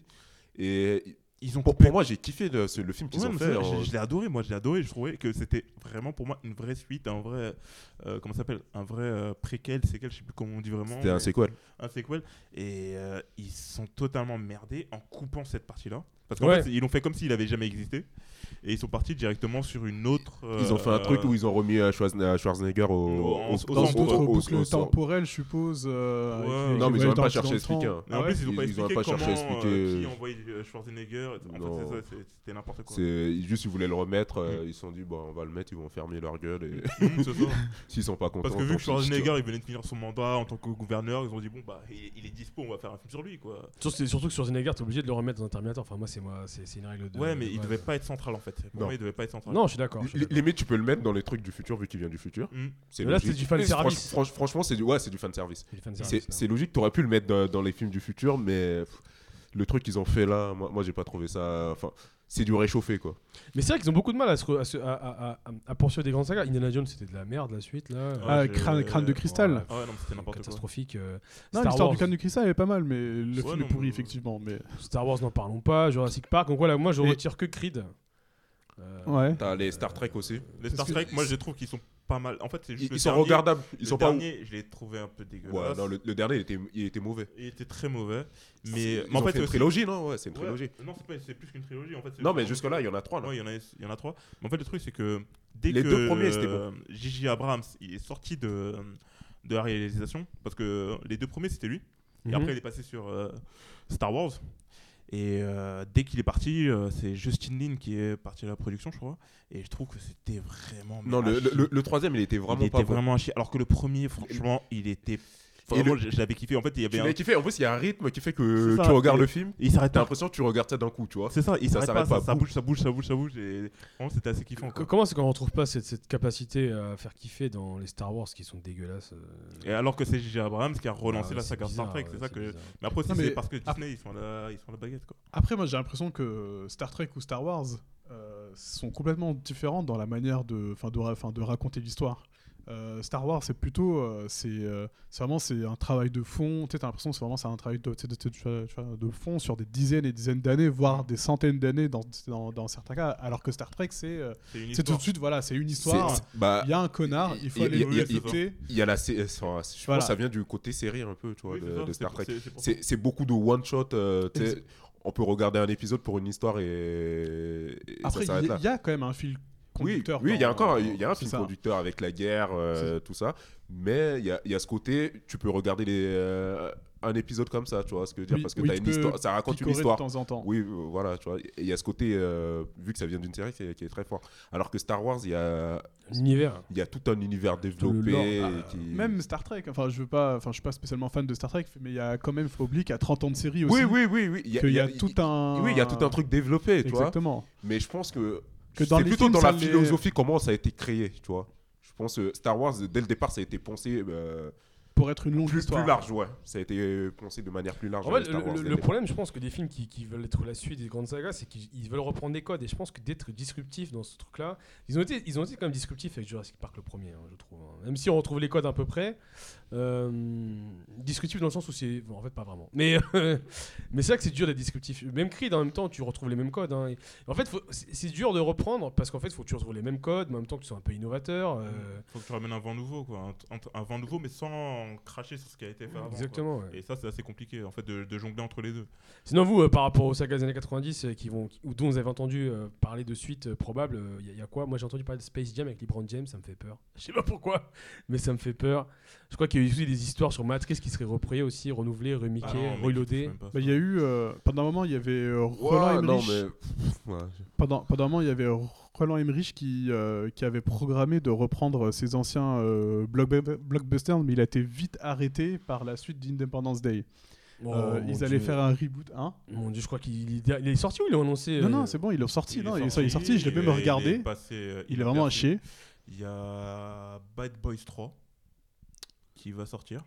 S4: Et
S5: ils ont
S4: Pour,
S5: coupé-
S4: pour moi, j'ai kiffé le, ce- le film qu'ils
S5: Ouais,
S4: ont
S5: mais
S4: fait. euh,
S5: ça,
S4: en-
S5: je je l'ai adoré, moi je l'ai adoré. Je trouvais que c'était vraiment pour moi une vraie suite, un vrai. euh, comment ça s'appelle Un vrai euh, préquel, séquel, je sais plus comment on dit vraiment.
S4: C'était un
S5: mais-
S4: sequel.
S5: un sequel et euh, ils sont totalement merdés en coupant cette partie-là. Parce qu'en
S3: Ouais.
S5: fait, ils l'ont fait comme s'il avait jamais existé et ils sont partis directement sur une autre. euh,
S4: Ils ont fait un truc où ils ont remis euh, Schwarz- euh, Schwarzenegger au,
S5: Au-
S4: au-
S5: au-
S4: au-
S2: Dans
S4: au-
S2: d'autres
S4: au- au-
S2: boucles
S4: au-
S2: temporelles, je suppose. euh,
S5: Ouais.
S2: avec les-
S4: Non, mais ils
S2: les
S4: ont même pas
S2: dans-
S4: cherché à
S2: dans le temps.
S4: expliquer, hein.
S5: en
S2: Ah ouais
S5: plus, ils ont
S4: Ils-
S5: pas
S4: ils ont
S5: expliqué
S4: pas
S5: comment,
S4: cherché à
S5: euh,
S4: expliquer.
S5: qui envoyait euh, Schwarzenegger. En
S4: Non.
S5: fait, c'est ça, c'est- c'était n'importe quoi.
S4: C'est juste ils voulaient le remettre, euh,
S5: Mm.
S4: ils se sont dit bon on va le mettre, ils vont fermer leur gueule et
S5: Mmh, c'est ça.
S4: s'ils sont pas contents.
S5: Parce que vu
S4: tant
S5: que
S4: pis,
S5: Schwarzenegger il venait de finir son mandat en tant que gouverneur, ils ont dit bon bah il, il est dispo, on va faire un film sur lui quoi.
S3: Surtout, c'est- surtout que sur Schwarzenegger, t'es obligé de le remettre dans un Terminator. Enfin, moi, c'est moi, c'est c'est une règle de.
S5: Ouais, mais
S3: de
S5: il
S3: base.
S5: devait pas être central en fait. Pour
S4: Non.
S5: moi, il devait pas être central.
S3: Non, je suis d'accord. je suis
S4: Li-
S3: d'accord.
S4: Limite, tu peux le mettre dans les trucs du futur vu qu'il vient du futur.
S5: Mmh.
S4: C'est
S3: Mais là,
S4: logique.
S3: c'est du fan
S4: Franch-
S3: service.
S4: franch- franchement, c'est du ouais, c'est du fan service.
S3: C'est du fan
S4: C'est
S3: service, là.
S4: c'est logique. T'aurais pu le mettre dans, dans les films du futur, mais pff, le truc qu'ils ont fait là, moi, moi j'ai pas trouvé ça. Enfin, c'est du réchauffé quoi.
S3: Mais c'est vrai qu'ils ont beaucoup de mal à, se re- à, se- à- à- à- à poursuivre des grandes sagas. Indiana Jones, c'était de la merde, la suite, là.
S5: Ouais,
S2: Ah,
S5: j'ai-
S2: crâne- crâne de cristal.
S5: Ah ouais, non, mais c'était n'importe quoi.
S3: catastrophique. euh,
S2: Non,
S3: Star
S2: l'histoire
S3: Wars.
S2: du canne du cristal elle est pas mal, mais le
S5: Ouais,
S2: film
S5: non,
S2: est pourri,
S5: mais-
S2: effectivement. Mais...
S3: Star Wars, n'en parlons pas. Jurassic Park. Donc voilà, moi, je
S2: Et-
S3: retire que Creed. Euh,
S2: Ouais.
S4: T'as les Star Trek aussi.
S5: Les Star
S2: Parce que-
S5: Trek, moi je les trouve qu'ils sont pas mal. En fait, c'est juste
S4: Ils,
S5: le
S4: ils sont
S5: dernier-
S4: regardables. Ils
S5: le
S4: sont pas.
S5: dernier, je l'ai trouvé un peu dégueulasse.
S4: Ouais, non, le, le dernier il était, il était mauvais.
S5: Il était très mauvais.
S4: Ils
S5: Mais, mais
S4: ont
S5: en fait,
S4: fait une
S5: aussi-
S4: trilogie, non Ouais, c'est une
S5: Ouais,
S4: trilogie.
S5: Non, c'est pas- c'est plus qu'une trilogie. En fait, c'est-
S4: Non, mais jusque là, il y en a trois. là.
S5: Ouais, il y en a, il y en a trois. Mais en fait, le truc, c'est que dès
S4: Les
S5: que
S4: deux premiers, c'était bon.
S5: euh, J.J. Abrams il est sorti de, euh, de la réalisation, parce que les deux premiers, c'était lui. Et
S3: mhm.
S5: après, il est passé sur euh, Star Wars. Et euh, dès qu'il est parti, euh, c'est Justin Lin qui est parti à la production, je crois. Et je trouve que c'était vraiment. mais
S4: Non, le,
S5: à
S4: le-
S5: chier.
S4: le- le troisième, il était vraiment
S5: il était
S4: pas bon.
S5: vraiment un chien. Alors que le premier, franchement, il était.
S4: Et
S5: Vraiment,
S4: le-
S5: je je l'avais kiffé. En fait, il y
S4: Tu
S5: avait un.
S4: l'as kiffé. En plus, il y a un rythme qui fait que
S5: C'est ça,
S4: tu regardes
S5: et-
S4: le film,
S5: Il s'arrête
S4: t'as
S5: pas.
S4: l'impression que tu regardes ça d'un coup, tu vois.
S5: C'est ça, il
S4: Ça
S5: s'arrête
S4: s'arrête
S5: pas.
S4: pas,
S5: ça- Ça
S4: boum.
S5: bouge, ça bouge, ça bouge, ça bouge. Et vraiment, c'était assez kiffant.
S3: Co-
S5: quoi.
S3: Comment c'est qu'on retrouve pas cette, cette capacité à faire kiffer dans les Star Wars qui sont dégueulasses euh,
S5: Et alors que c'est J.J. Abrams qui a
S3: ah
S5: relancé
S3: ouais,
S5: la
S3: c'est
S5: saga Star
S3: bizarre,
S5: Trek,
S3: ouais,
S5: c'est ça que.
S3: bizarre.
S5: Mais après, aussi,
S2: Non, mais-
S5: c'est parce que
S2: Ah.
S5: Disney, ils sont là, ils sont la baguette quoi.
S2: Après, moi, j'ai l'impression que Star Trek ou Star Wars euh, sont complètement différentes dans la manière de, enfin, de, ra- enfin, de raconter l'histoire. Euh, Star Wars, c'est plutôt, euh, c'est, euh, c'est vraiment, c'est un travail de fond. Tu sais, t'as l'impression, que c'est vraiment, c'est un travail de, tu sais, de- tu sais, tu vois, de fond sur des dizaines et dizaines d'années, voire des centaines d'années dans, dans, dans certains cas. Alors que Star Trek, c'est, euh,
S5: C'est une
S2: c'est tout
S5: histoire.
S2: de suite, voilà, c'est une
S4: C'est-
S2: histoire.
S4: c'est- bah,
S2: Il y a un connard, il faut
S4: y-
S2: aller
S4: y-
S2: le
S4: y-
S5: y-
S2: buter.
S4: il y a la sé- euh, enfin, je pense
S2: Voilà.
S4: que ça vient du côté série un peu, tu vois,
S5: Oui,
S4: de,
S5: c'est ça,
S4: de
S5: c'est
S4: Star
S5: pour-
S4: Trek.
S5: c'est- c'est pour ça.
S4: C'est c'est beaucoup de one shot. euh, tu sais,
S2: Ex-
S4: on peut regarder un épisode pour une histoire et, et
S2: Après,
S4: ça
S2: il y,
S4: s'arrête
S2: a-
S4: là.
S2: il y a quand même un fil
S4: Oui,
S2: conducteur.
S4: oui, il y a
S2: dans-
S4: encore il y a un
S2: c'est
S4: film
S2: ça.
S4: conducteur avec la guerre, euh, tout ça. Mais il y a, il y a ce côté, tu peux regarder les, euh, un épisode comme ça, tu vois, ce que je veux dire,
S2: Oui,
S4: parce que
S2: oui,
S4: t'as
S2: tu
S4: une
S2: peux
S4: histoire, ça raconte une
S2: Picoré de
S4: histoire.
S2: temps en temps.
S4: Oui, euh, voilà, tu vois. Et il y a ce côté, euh, vu que ça vient d'une série, qui est, qui est très fort. Alors que Star Wars, il y a,
S3: L'univers.
S4: il y a tout un univers développé.
S3: lore,
S4: et
S3: euh,
S4: qui...
S2: Même Star Trek, enfin je veux pas, enfin je suis pas spécialement fan de Star Trek, mais il y a quand même, faut pas oublier qu'il y a 30 ans de série aussi.
S4: Oui, oui, oui, oui. Il y a,
S2: qu'il
S4: il
S2: y a tout un.
S4: Oui, il y a tout un truc développé, tu vois.
S2: Exactement.
S4: Mais je pense que,
S2: Que dans
S4: c'est
S2: les
S4: plutôt
S2: films,
S4: dans
S2: ça
S4: la
S2: l'est-
S4: philosophie comment ça a été créé, tu vois. Je pense que Star Wars, dès le départ, ça a été pensé euh,
S2: Pour être une longue
S4: plus,
S2: histoire.
S4: plus large, ouais. Ça a été pensé de manière plus large.
S3: En fait,
S4: euh, Star
S3: le, le-
S4: Wars, dès
S3: le
S4: départ.
S3: problème, je pense, que des films qui, qui veulent être la suite des grandes sagas, c'est qu'ils ils veulent reprendre des codes. Et je pense que d'être disruptif dans ce truc-là, ils ont été, ils ont été quand même disruptifs avec Jurassic Park le premier, hein, je trouve. hein. Même si on retrouve les codes à peu près, euh, disruptif dans le sens où c'est, bon, en fait, pas vraiment. Mais euh, mais c'est vrai que c'est dur d'être disruptif. Même Creed, en même temps, tu retrouves les mêmes codes. hein. Et en fait, faut- c'est c'est dur de reprendre parce qu'en fait, faut que tu retrouves les mêmes codes, mais en même temps que tu sois un peu innovateur. euh,
S5: Faut que tu ramènes un vent nouveau quoi, un, un- un vent nouveau mais sans cracher sur ce qui a été fait avant. quoi.
S3: exactement. ouais.
S5: Et ça, c'est assez compliqué en fait de, de jongler entre les deux.
S3: Sinon, vous, euh, par rapport aux sagas des années 90 euh, qui vont, qui- ou dont vous avez entendu euh, parler de suite euh, probable, il y, a quoi Moi, j'ai entendu parler de Space Jam avec LeBron James, ça me fait peur. Je sais pas pourquoi, mais ça me fait peur. Je crois qu'il y a eu aussi des histoires sur Matrix qui seraient reprises aussi, renouvelées,
S5: Ah
S3: remiquées,
S5: non, mec, je
S3: reloadées.
S5: sais même pas
S2: Bah,
S5: ça.
S2: il y a eu euh, pendant un moment il y avait euh, Roland
S4: Ouah, non,
S2: Emmerich.
S4: mais. pff, ouais.
S2: Pendant, pendant un moment il y avait Roland Emmerich qui euh, qui avait programmé de reprendre ses anciens euh, blockbu- blockbusters, mais il a été vite arrêté par la suite d'Independence Day.
S3: Oh,
S2: Euh,
S3: mon
S2: ils allaient
S3: Dieu.
S2: faire un reboot, hein
S3: Mon dieu, je crois qu'il il est il est sorti ou ils l'ont annoncé
S2: Non
S3: euh,
S2: non c'est bon il est sorti, non, il est sorti, il est sorti, je l'ai
S5: il
S2: même
S5: est- Il
S2: regardé.
S5: est, passé, euh,
S2: Il est vraiment à
S5: passé.
S2: chier.
S5: Il y a Bad Boys 3 qui va sortir.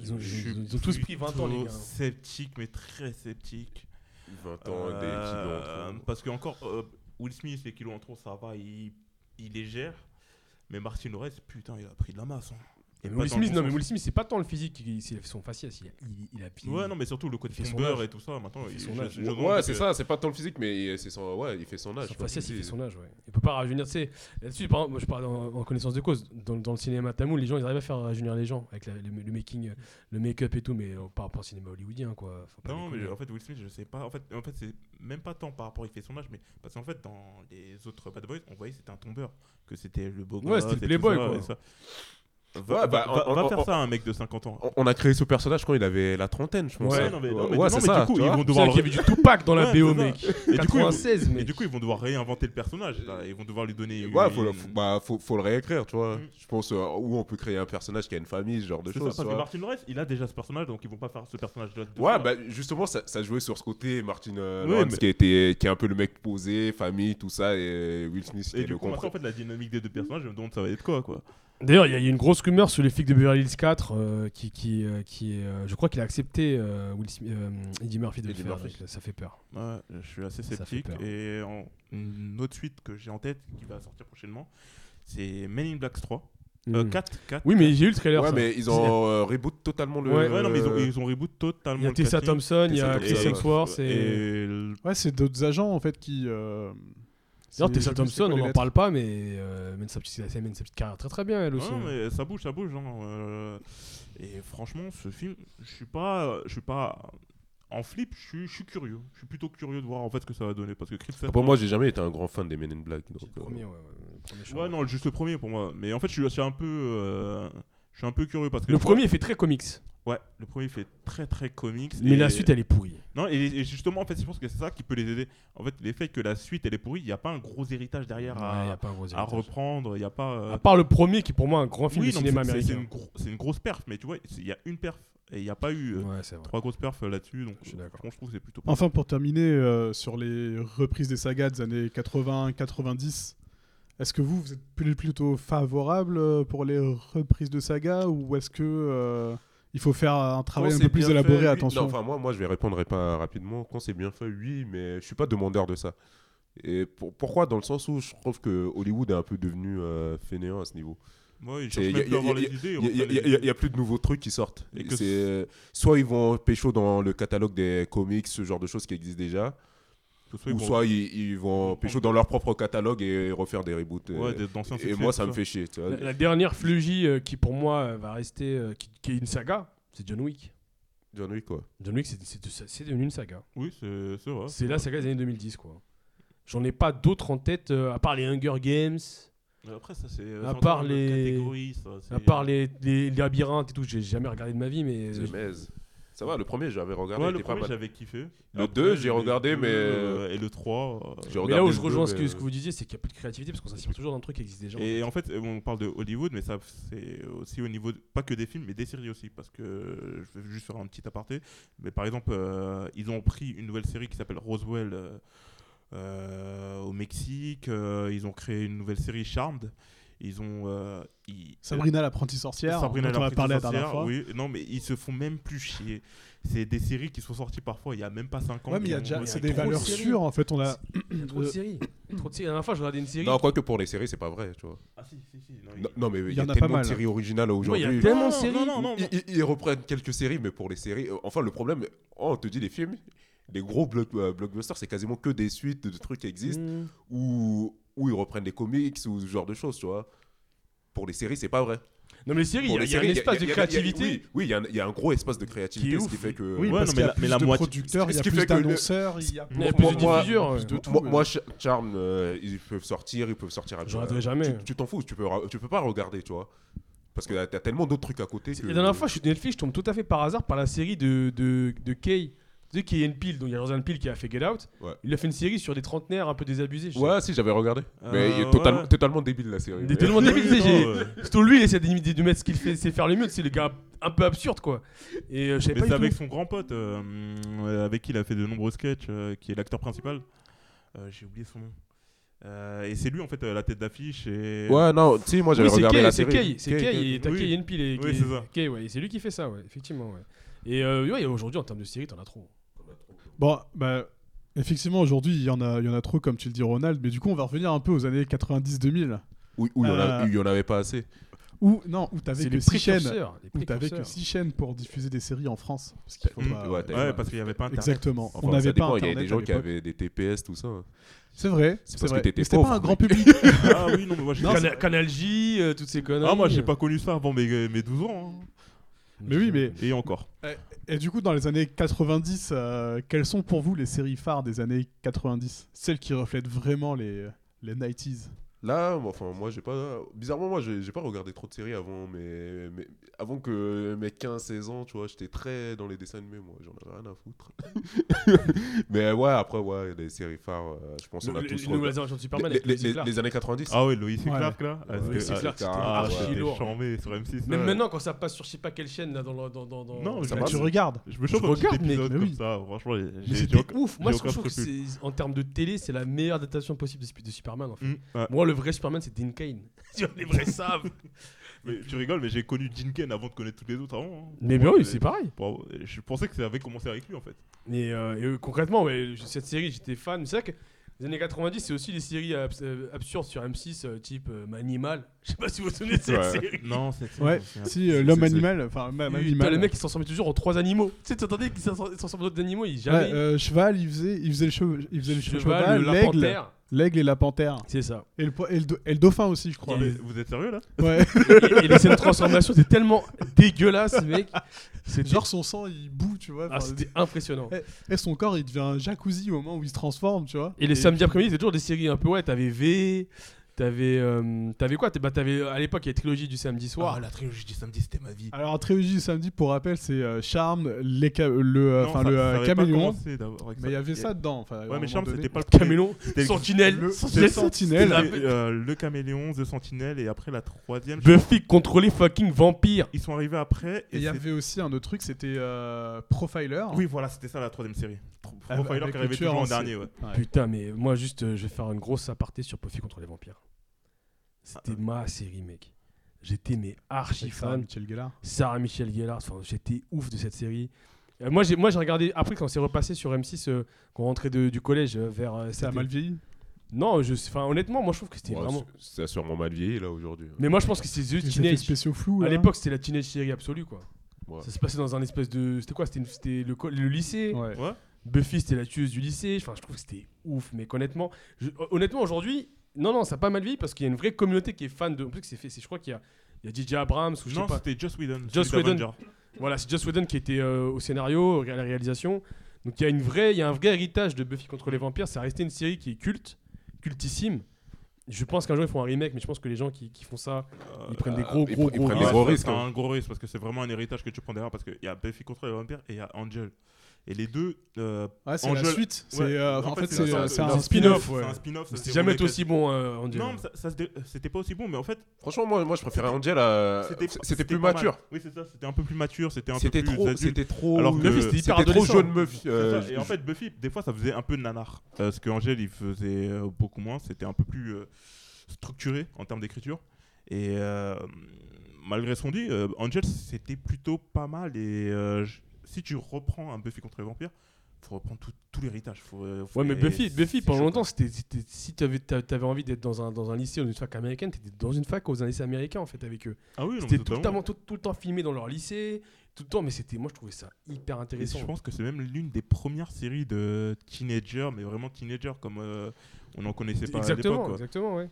S3: Ils ont, ils ont-
S5: Je suis
S3: ils ont tous pris 20 ans, les
S5: plutôt
S3: gars.
S5: Sceptique, mais très sceptique.
S4: 20 ans, des
S5: Euh,
S4: kilos en trop.
S5: Parce que encore, euh, Will Smith, les kilos en trop, ça va, il, il les gère. Mais Martin Lawrence, putain, il a pris de la masse. hein. Et pas
S3: Will
S5: dans le
S3: Smith,
S5: bon
S3: non, mais
S5: sens.
S3: Will Smith, c'est pas tant le physique, il- c'est son faciès. Il, a- il, il a pile.
S5: Ouais, non, mais surtout le côté
S3: Il fait son
S5: tombeur
S3: âge.
S5: et tout ça. Maintenant,
S3: Il fait
S5: il-
S3: son
S5: je-
S3: âge.
S5: je- je comprends
S4: Ouais,
S5: parce
S4: c'est
S5: que-
S4: ça, c'est pas tant le physique, mais c'est son. Ouais, il fait son âge.
S3: Son
S4: quoi.
S3: faciès, il fait
S4: C'est-
S3: son âge, ouais. Il peut pas rajeunir, tu sais. Là-dessus, par exemple, moi, je parle en, en connaissance de cause. Dans, dans le cinéma tamoul, les gens, ils arrivent à faire rajeunir les gens avec la- le, le making, euh, le make-up et tout, mais euh, par rapport au cinéma hollywoodien, quoi. Faut pas
S5: Non, mais euh,
S3: déconner.
S5: en fait, Will Smith, je sais pas. En fait, en fait c'est même pas tant par rapport à il fait son âge, mais parce qu'en fait, dans les autres Bad Boys, on voyait que c'était un tombeur, que c'était le beau
S3: Ouais,
S5: gosse
S3: c'était le
S5: et tout
S3: playboy,
S5: ça,
S3: quoi.
S5: et ça. Va,
S4: Ouais, bah,
S5: va- va-
S4: on-
S5: va
S4: on-
S5: faire
S4: on-
S5: ça à un mec de 50 ans.
S4: On- On a créé ce personnage quand il avait la trentaine, je pense.
S3: Ouais,
S5: non, mais- non,
S4: Ouais,
S5: mais- non,
S4: ouais, c'est
S5: mais
S4: ça.
S5: du coup,
S4: tu
S5: ils
S4: vois.
S5: vont
S3: C'est vrai
S5: devoir
S3: qu'il y avait du Tupac dans la
S5: Ouais,
S3: BO,
S5: c'est ça.
S3: mec.
S5: Et du coup, ils vont-
S3: 96,
S5: Et
S3: mec.
S5: du coup, ils vont devoir réinventer le personnage. là. Ils vont devoir lui donner.
S4: Ouais,
S5: une-
S4: faut, le- faut- bah, faut, faut le réécrire, tu vois.
S5: Mm.
S4: Je pense euh, où on peut créer un personnage qui a une famille, ce genre de
S5: C'est ça,
S4: choses.
S5: parce
S4: tu
S5: que
S4: vois.
S5: Martin Lawrence, il a déjà ce personnage, donc ils vont pas faire ce personnage de
S4: Ouais, bah justement, ça, ça jouait sur ce côté, Martin euh,
S5: Oui,
S4: Lawrence,
S5: mais-
S4: qui, était, qui est un peu le mec posé, famille, tout ça, et Will Smith qui
S5: Et
S4: est
S5: du
S4: le
S5: coup, maintenant, en
S4: compris.
S5: fait, la dynamique des deux personnages, je me demande ça va être quoi, quoi.
S3: D'ailleurs, il y, a- il y a une grosse rumeur sur les flics de Beverly Hills 4 euh, qui, qui, euh, qui est, euh, je crois qu'il a accepté euh, Will Smith- euh, Eddie Murphy de
S4: Eddie
S3: le faire.
S4: Murphy.
S3: donc, euh, ça fait peur.
S5: Ouais, je suis assez
S3: Ça fait
S5: sceptique.
S3: peur.
S5: Et en- une autre suite que j'ai en tête qui va sortir prochainement, c'est Men in Black 3. Euh,
S3: Mm.
S5: 4, 4.
S3: Oui, mais j'ai eu le trailer.
S4: Ouais,
S3: ça.
S4: mais ils ont euh, reboot totalement le.
S5: Ouais, non, mais ils ont, ils ont reboot totalement.
S3: euh, Il y a
S5: le
S3: Tessa
S5: casting.
S3: Thompson, il y a
S4: Tessa
S3: Chris
S4: Thompson, ouais.
S3: Hemsworth. Et...
S5: Et le-
S2: Ouais, c'est d'autres agents en fait qui. Euh, c'est- je
S3: D'ailleurs, Tessa
S2: sais plus c'est
S3: Thompson,
S2: quoi
S3: on
S2: les
S3: n'en
S2: lettres.
S3: parle pas, mais euh, mène sa petite, elle mène sa petite carrière très très bien, elle aussi.
S5: Ouais,
S3: hein.
S5: mais ça bouge, ça bouge. hein, euh, Et franchement, ce film, je suis pas, je suis pas en flip. Je suis, je suis curieux. Je suis plutôt curieux de voir en fait ce que ça va donner parce que Chris.
S3: Ah,
S4: Pour moi, j'ai jamais été un grand fan des Men in Black. donc,
S3: Le
S4: euh,
S3: premier, ouais, ouais, le premier show.
S5: ouais, non, juste le premier pour moi. Mais en fait, je suis, je suis un peu, euh, je suis un peu curieux parce que
S3: Le premier fait très comics,
S5: ouais, le premier fait très très comics.
S3: mais
S5: et-
S3: la suite elle est pourrie.
S5: Non, et, et justement, en fait, je pense que c'est ça qui peut les aider. En fait, les faits que la suite elle est pourrie, il n'y a pas un gros héritage derrière à,
S3: Ouais, y a pas un gros
S5: Ah, à
S3: héritage.
S5: reprendre. Il n'y a pas. euh,
S3: À part le premier qui est pour moi un grand film
S5: oui,
S3: de
S5: non,
S3: cinéma
S5: c'est- c'est- c'est
S3: américain.
S5: une gro- C'est une grosse perf, mais tu vois, c'est- il y a une perf et il n'y a pas eu. euh,
S3: Ouais, c'est vrai.
S5: Trois grosses perfs euh, là-dessus, donc
S3: Je suis d'accord.
S5: franchement, je trouve que c'est plutôt pas
S2: Enfin, pour terminer euh, sur les reprises des sagas des années 80-90, est-ce que vous, vous êtes plus- plutôt favorable euh, pour les reprises de sagas ou est-ce que euh, il faut faire un travail
S4: quand
S2: un
S4: c'est
S2: peu plus
S4: bien
S2: élaboré
S4: fait, oui-
S2: Attention.
S4: non, enfin, moi, moi, je vais répondre pas rapidement. Quand c'est bien fait, oui, mais je suis pas demandeur de ça. Et pour- pourquoi Dans le sens où je trouve que Hollywood est un peu devenu euh, fainéant à ce niveau.
S5: mal. Ouais, ils
S4: C'est-
S5: cherchent même
S4: y a-
S5: plus à avoir
S4: y a-
S5: les idées.
S4: Il y, a- y a- y a- y a plus de nouveaux trucs qui sortent.
S5: Et que
S4: C'est- euh,
S5: c-
S4: Soit ils vont pécho dans le catalogue des comics, ce genre de choses qui existent déjà, ou soit ils, ils vont pécho dans leur propre catalogue et refaire des reboots. euh, et moi, ça me fait chier.
S5: Euh,
S4: tu vois.
S3: La, la dernière flugie euh, qui pour moi euh, va rester, euh, qui, qui est une saga, c'est John Wick.
S4: John Wick, quoi.
S3: John Wick, c'est- c'est de- c'est devenu une saga.
S5: Oui, c'est c'est vrai.
S3: c'est la saga des années 2010, quoi. J'en ai pas d'autres en tête, euh, à part les Hunger Games,
S5: Mais Après, ça, c'est.
S3: À part les- à part
S5: les.
S3: les, les labyrinthes et tout, j'ai jamais regardé de ma vie, mais euh,
S4: The Maze. Ça va, le premier, j'avais regardé.
S5: Ouais,
S4: il
S5: le
S4: était pas
S5: premier,
S4: mal.
S5: j'avais kiffé.
S4: Le
S5: Après,
S4: deux, j'ai
S5: le
S4: regardé,
S5: deux,
S4: mais-
S5: euh, Et le 3.
S4: J'ai
S3: Mais
S4: regardé
S3: là où
S4: le euh,
S3: je
S4: jeu,
S3: rejoins ce que,
S4: mais-
S3: ce que vous disiez, c'est qu'il n'y a plus de créativité parce qu'on s'inspire toujours d'un truc qui existe déjà.
S5: Et en fait, euh, on parle de Hollywood, mais ça, c'est aussi au niveau, de- pas que des films, mais des séries aussi. Parce que euh, je vais juste faire un petit aparté. Mais par exemple, euh, ils ont pris une nouvelle série qui s'appelle Roswell euh, euh, au Mexique. euh, ils ont créé une nouvelle série Charmed. Ils ont. euh, ils-
S2: Sabrina l'apprentie sorcière,
S5: Sabrina
S2: dont on a
S5: l'apprentie
S2: parlé la
S5: sorcière,
S2: dernière fois.
S5: Oui, non, mais ils se font même plus chier. C'est des séries qui sont sorties parfois il y a même pas 5 ans.
S2: Ouais, mais il y a
S5: Et on-
S2: déjà,
S3: il y a
S2: c'est des
S3: trop de
S2: valeurs
S3: séries.
S2: sûres en fait. On a,
S3: Il y a trop de séries. Il y a trop de séries. La dernière fois, je regardais une série.
S4: euh, Non, quoique pour les séries, c'est pas vrai. Tu vois.
S5: Ah, si, si, si, non,
S4: Non, non, mais il y,
S2: en
S4: a
S2: a pas
S4: tellement
S2: mal. hein.
S4: de séries originales
S3: Ouais, il y a
S4: aujourd'hui.
S3: tellement
S5: non,
S3: de séries.
S5: non, non, non,
S4: Ils, ils- ils reprennent quelques séries, mais pour les séries. euh, enfin, le problème, oh, on te dit les films, les gros block- euh, blockbusters, c'est quasiment que des suites de trucs qui existent
S3: Mmh.
S4: ou où ils reprennent des comics ou ce genre de choses, tu vois. Pour les séries, c'est pas vrai.
S3: Non, mais les séries, il y
S4: Pour
S3: a-
S4: les
S3: il y, a un
S4: séries, il y a-
S3: espace
S4: il
S3: de
S4: y a- il y a-
S3: créativité.
S4: Oui, oui, il y a un- il y, a un gros espace de créativité, ce
S3: ouf.
S4: qui fait que.
S2: oui,
S5: ouais,
S2: parce
S5: non,
S2: qu'il y
S5: mais
S2: a
S5: la- mais
S2: plus
S5: la
S2: de
S5: moitié-
S2: producteurs, il y
S4: ce
S2: a
S4: qui
S2: plus
S4: fait que le-
S2: d'annonceurs, il y a
S3: Il y a
S2: plus
S3: plus
S2: de
S3: de
S4: moi-
S3: diffuseurs.
S2: plus de tout.
S4: Moi,
S2: ouais.
S4: moi, Ch- Charm, euh, ils peuvent sortir, ils peuvent sortir.
S3: Je regarderai jamais.
S4: euh, Tu- Tu t'en fous, tu peux, ra- tu peux pas regarder, tu vois. Parce que t'as- t'as tellement d'autres trucs à côté. Que...
S3: La dernière fois, je suis sur Netflix, je tombe tout à fait par hasard par la série de, de, de Kay. Tu sais, Kay and Peele, donc il y a Jordan Peele qui a fait Get Out.
S4: Ouais.
S3: Il a fait une série sur des trentenaires un peu désabusés. je
S4: Ouais, si, j'avais regardé.
S5: Euh,
S4: mais il est
S5: ouais.
S4: totalement, totalement débile la
S3: sais.
S4: série.
S3: Ah, Il est tellement débile, tu sais, j'ai-
S5: euh,
S3: Surtout lui, il essaie d'imiter- de mettre ce qu'il fait, sait faire le mieux. C'est le gars un peu absurde, quoi. Et euh, je savais
S5: Mais
S3: pas
S5: c'est
S3: du
S5: avec
S3: tout.
S5: son grand pote, euh, euh, avec qui il a fait de nombreux sketchs, euh, qui est l'acteur principal. Euh, J'ai oublié son nom. Euh, et c'est lui en fait euh, la tête d'affiche et
S4: Ouais, non, si, moi j'avais
S3: Oui, c'est
S4: regardé
S3: Kay,
S4: la
S3: c'est
S4: série.
S3: Kay, c'est
S4: Kay,
S3: Kay, et t'as
S5: oui.
S3: Kay and Peele et
S5: Oui,
S3: Kay-
S5: c'est ça.
S3: Kay, ouais, et c'est lui qui fait ça, ouais, effectivement, ouais. Et euh, ouais, aujourd'hui, en termes de série, t'en as trop.
S2: Bon, bah, effectivement, aujourd'hui, il y, en a- il y en a trop, comme tu le dis, Ronald, mais du coup, on va revenir un peu aux années 90-2000.
S4: Où, où il y en a-
S2: Euh,
S4: où il y en avait pas assez.
S2: Ou non, où t'avais
S3: C'est
S2: que
S3: les
S2: 6 chaînes.
S3: précurseurs, les
S2: Où t'avais que
S3: précurseurs.
S2: 6 chaînes pour diffuser des séries en France. Parce qu'il faut
S4: Mm.
S2: pas-
S4: Ouais, t'avais-
S5: Ouais, parce qu'il n'y avait pas Internet.
S2: Exactement.
S4: Enfin,
S2: on
S4: ça
S2: n'avait pas
S4: dépend,
S2: Internet.
S4: Il y avait des gens
S2: à
S4: qui
S2: l'époque.
S4: avaient des TPS, tout ça. hein.
S2: C'est vrai.
S4: C'est
S2: c'est
S4: parce
S2: vrai.
S4: que t'étais
S2: Mais C'était pas
S4: pauvre,
S2: un grand
S4: mec.
S2: public.
S5: Ah oui, non, mais moi j'ai.
S2: Non,
S5: Cana-
S3: Canal, Canal J, euh, toutes ces conneries.
S5: Ah, moi j'ai pas connu ça avant mes, mes 12 ans. hein.
S2: mais oui, mais
S5: Et encore.
S2: Et du coup, dans les années 90, euh, quelles sont pour vous les séries phares des années 90 Celles qui reflètent vraiment les, les 90s
S4: Là, moi, enfin, moi, j'ai pas. Bizarrement, moi, j'ai j'ai pas regardé trop de séries avant, mais, avant que mes 15-16 ans, tu vois, j'étais très dans les dessins animés, moi, j'en avais rien à foutre. mais ouais, après, ouais, les séries phares, euh, je pense
S3: Le-
S4: qu'on a
S3: le-
S4: tous.
S3: les
S4: regardé.
S3: nouvelles aventures de Superman
S4: les,
S3: avec Lois
S4: les-
S3: Clark.
S4: les années 90.
S5: Ah ouais, Loïs et
S2: Ouais.
S5: Clark là. Ah,
S3: Loïs et
S5: c'était-
S3: Clark,
S5: ah,
S3: c'était
S4: ah,
S5: archi
S3: ouais.
S5: lourd.
S3: lourd.
S5: chambé sur M6.
S3: Même
S5: ouais.
S3: maintenant, quand ça passe sur je sais pas quelle chaîne, là, dans le. Dans, dans, dans...
S5: Non,
S2: Parce
S5: ça
S2: que
S5: passe.
S2: Bah, Tu regardes
S5: Je me chope
S3: Je
S5: un petit
S3: regarde, mec,
S5: épisode
S2: mais
S5: comme
S2: oui.
S5: ça. Franchement, j'ai-
S3: Mais
S5: j'ai-
S3: c'était
S5: j'ai-
S3: ouf. Moi,
S5: j'ai
S3: je trouve je
S5: aucun
S3: trouve que c'est en termes de télé, c'est la meilleure adaptation possible de, de Superman. En fait.
S5: Hmm,
S4: Mm.
S5: ouais.
S3: Moi, le vrai Superman, c'est Dean Cain. Tu vois, les vrais savent.
S5: Mais tu rigoles, mais j'ai connu Jim Ken avant de connaître toutes les autres avant. hein.
S3: Mais, mais oui, c'est pareil.
S5: Bon, Je pensais que ça avait commencé avec lui en fait.
S3: Et, euh, et, euh, concrètement, ouais, je- cette série, j'étais fan. C'est vrai que les années 90, c'est aussi des séries abs- euh, absurdes sur M6, euh, type euh, Manimal. Je sais pas si vous vous souvenez de cette
S4: Ouais.
S3: série.
S5: Non, c'est
S2: Ouais. Si euh,
S4: c'est-
S2: l'homme
S4: c'est-
S2: animal, enfin même
S3: Putain,
S2: animal.
S3: le mec, il s'en sortait toujours en trois animaux. Tu sais, t'entendais qu'il s'en s'en sortait d'autres animaux, il
S2: Ouais,
S3: jamais.
S2: euh, cheval, il faisait, il faisait le chev- il faisait le
S3: Cheval,
S2: cheval,
S3: le- la
S2: l'aigle,
S3: panthère.
S2: l'aigle et la panthère
S3: C'est ça.
S2: et le, po- et le do- et le dauphin aussi, je crois.
S5: Non, mais vous êtes sérieux là
S2: Ouais.
S3: et, et les scènes de transformation, c'est tellement dégueulasse, mec. C'est
S2: Genre son sang, il bout, tu vois.
S3: Ah,
S2: enfin,
S3: c'était impressionnant.
S2: et son corps, il devient un jacuzzi au moment où il se transforme, tu vois.
S3: Et les samedis après-midi, c'était toujours des séries un peu, ouais, t'avais V, t'avais euh, t'avais quoi T'avais- bah, t'avais, À l'époque, il y avait trilogie du samedi soir.
S5: Ah, la trilogie du samedi, c'était ma vie.
S2: Alors, trilogie du samedi, pour rappel, c'est euh, Charme, les ca- le, euh,
S5: Non,
S2: enfin,
S5: ça-
S2: le
S5: ça
S2: euh,
S5: avait pas
S2: caméléon.
S5: commencé d'abord avec
S2: Mais il y avait ça dedans. enfin, à un
S5: Ouais,
S2: moment
S5: mais Charme,
S2: donné.
S5: c'était pas le premier.
S3: Camélon,
S5: C'était ex-
S3: Sentinelle,
S2: le-
S3: Sentinelle,
S2: le Sentinelle.
S3: la-
S5: C'était, euh, le caméléon, The Sentinel et après la troisième. je-
S3: Buffy contre les fucking vampires.
S5: Ils sont arrivés après.
S2: Et il y
S5: c'est-
S2: avait aussi un autre truc, c'était euh, Profiler.
S5: Oui, voilà, c'était ça la troisième série. Pro-
S2: Avec-
S5: Profiler
S2: avec
S5: qui
S2: le
S5: arrivait
S2: tueur
S5: toujours
S2: en
S5: en
S2: série.
S5: dernier. ouais.
S2: Ouais.
S3: Putain, mais moi, juste, euh, je vais faire une grosse aparté sur Buffy contre les vampires. C'était
S5: Ah, euh.
S3: ma série, mec. J'étais mais archi
S2: Avec Sarah
S3: fan.
S2: Michel Gellar.
S3: Sarah Michel Gellar, enfin, j'étais ouf de cette série. Euh, moi, j'ai moi, j'ai regardé, après, quand c'est repassé sur M6, euh, quand on rentrait de- du collège euh, vers. euh,
S2: Ça a
S3: c'était-
S2: mal vieilli.
S3: Non, je, enfin, honnêtement, moi, je trouve que c'était
S4: Ouais,
S3: vraiment.
S4: c'est- Ça a sûrement mal vieilli, là, aujourd'hui.
S3: Mais moi, je pense que c'est The
S2: Les effets
S3: Teenage.
S2: spéciaux flous.
S3: À
S2: là.
S3: l'époque, c'était la teenage série absolue, quoi.
S4: Ouais.
S3: Ça se passait dans un espèce de. C'était quoi C'était une- c'était le, co- le lycée.
S2: Ouais.
S5: Ouais.
S3: Buffy, c'était la tueuse du lycée. Enfin, je trouve que c'était ouf. Mais honnêtement, je- honnêtement aujourd'hui, non, non, ça a pas mal vie parce qu'il y a une vraie communauté qui est fan de. En plus, c'est fait. c'est- Je crois qu'il y a, il y a DJ Abrams ou je sais
S5: Non,
S3: pas.
S5: c'était Joss Whedon.
S3: Joss
S5: celui
S3: Whedon.
S5: d'Avenger.
S3: Voilà, c'est Joss Whedon qui était euh, au scénario, à la réalisation. Donc il y a une vraie, il y a un vrai héritage de Buffy contre les vampires. Ça a resté une série qui est culte, cultissime. Je pense qu'un jour ils font un remake, mais je pense que les gens qui, qui font ça,
S5: Euh,
S3: ils prennent des
S4: euh,
S3: gros,
S4: ils
S3: gros,
S4: pr- ils
S3: gros
S4: prennent
S5: Ah,
S4: des
S5: ça,
S3: risques.
S4: gros risques,
S5: C'est
S4: hein.
S5: un gros risque parce que c'est vraiment un héritage que tu prends derrière parce qu'il y a Buffy contre les vampires et il y a Angel. Et les deux. euh,
S2: Ouais, c'est
S5: En
S2: la
S5: jeu-
S2: suite. c'est,
S5: ouais,
S2: euh, en fait,
S5: la
S2: c'est euh,
S5: sorte
S2: c'est
S5: de-
S2: un
S5: d'un
S2: spin-off. ouais.
S5: C'est un spin-off. ça
S3: C'est
S5: se
S3: jamais
S5: déroulait
S3: été aussi bon, euh, on dirait.
S5: Non, mais ça- ça se dé- c'était pas aussi bon, mais en fait,
S4: Franchement, moi, moi je préférais Angel à.
S3: Euh,
S5: c'était
S4: C'était plus
S5: pas mal.
S4: mature.
S5: Oui, c'est ça, c'était un peu plus mature, c'était un peu
S4: C'était
S5: plus
S4: trop.
S5: adulte.
S4: Oh, C'était trop.
S5: Alors que Buffy, c'était
S3: hyper
S4: trop
S3: adolescent.
S4: jaune meuf.
S5: C'est
S4: euh,
S5: ça. Et en
S4: je-
S5: fait, Buffy, des fois, ça faisait un peu nanar. Euh, ce que Angel, il faisait euh, beaucoup moins. C'était un peu plus euh, structuré en termes d'écriture. Et euh, malgré ce qu'on dit, euh, Angel, c'était plutôt pas mal. Et euh, je- si tu reprends un Buffy contre les vampires, faut reprendre tout, tout l'héritage. Faut, euh, faut-
S3: Ouais, mais
S5: et
S3: Buffy, Buffy
S5: c'est
S3: pendant
S5: chaud,
S3: longtemps,
S5: quoi.
S3: c'était, c'était- si t'avais, t'a- t'avais envie d'être dans un, dans un lycée ou dans une fac américaine, t'étais dans une fac aux lycées américains en fait avec eux.
S5: Ah oui, non, mais
S3: C'était tout le,
S5: totalement.
S3: temps, tout, tout le temps filmé dans leur lycée, tout le temps, mais c'était, moi je trouvais ça hyper
S5: Et
S3: intéressant.
S5: je pense que c'est même l'une des premières séries de teenagers, mais vraiment teenagers comme euh, on en connaissait pas à
S3: exactement,
S5: l'époque. quoi.
S3: exactement, ouais.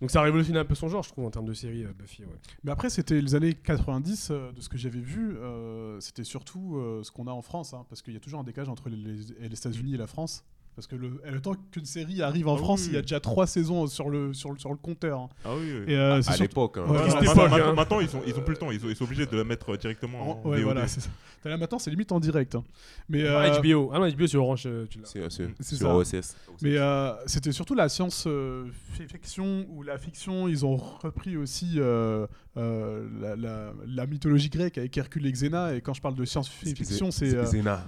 S3: Donc ça a révolutionné un peu son genre, je trouve, en termes de série euh, Buffy. Ouais.
S2: Mais après, c'était les années 90, euh, de ce que j'avais vu, euh, c'était surtout euh, ce qu'on a en France, hein, parce qu'il y a toujours un décalage entre les, les- les États-Unis et la France. Parce que le, le temps qu'une série arrive en
S5: Ah
S2: France,
S5: oui.
S2: il y a déjà trois saisons sur le, sur le, sur le compteur. hein.
S5: Ah oui, oui.
S2: Et euh, c'est
S4: À
S2: surtout-
S4: l'époque. hein.
S2: Ouais,
S5: Ouais,
S2: voilà.
S5: non,
S3: C'était
S5: maintenant,
S3: pas bien.
S5: maintenant- maintenant, ils, ont, ils ont plus le temps, ils, ont- ils sont obligés de la mettre euh, directement en
S2: Ouais,
S5: VOD.
S2: voilà, c'est ça. T'as là maintenant, c'est limite en direct. hein. Mais,
S3: Ah,
S2: euh,
S3: HBO, ah non, HBO sur Orange, euh, tu l'as.
S4: C'est c'est-
S2: C'est
S4: sur
S2: ça.
S4: OSS.
S2: Mais euh, c'était surtout la science euh, fi- fiction ou la fiction. Ils ont repris aussi euh, euh, la, la- la mythologie grecque avec Hercule et Xena. Et quand je parle de science fi- fiction, c'est. euh,
S4: Zena.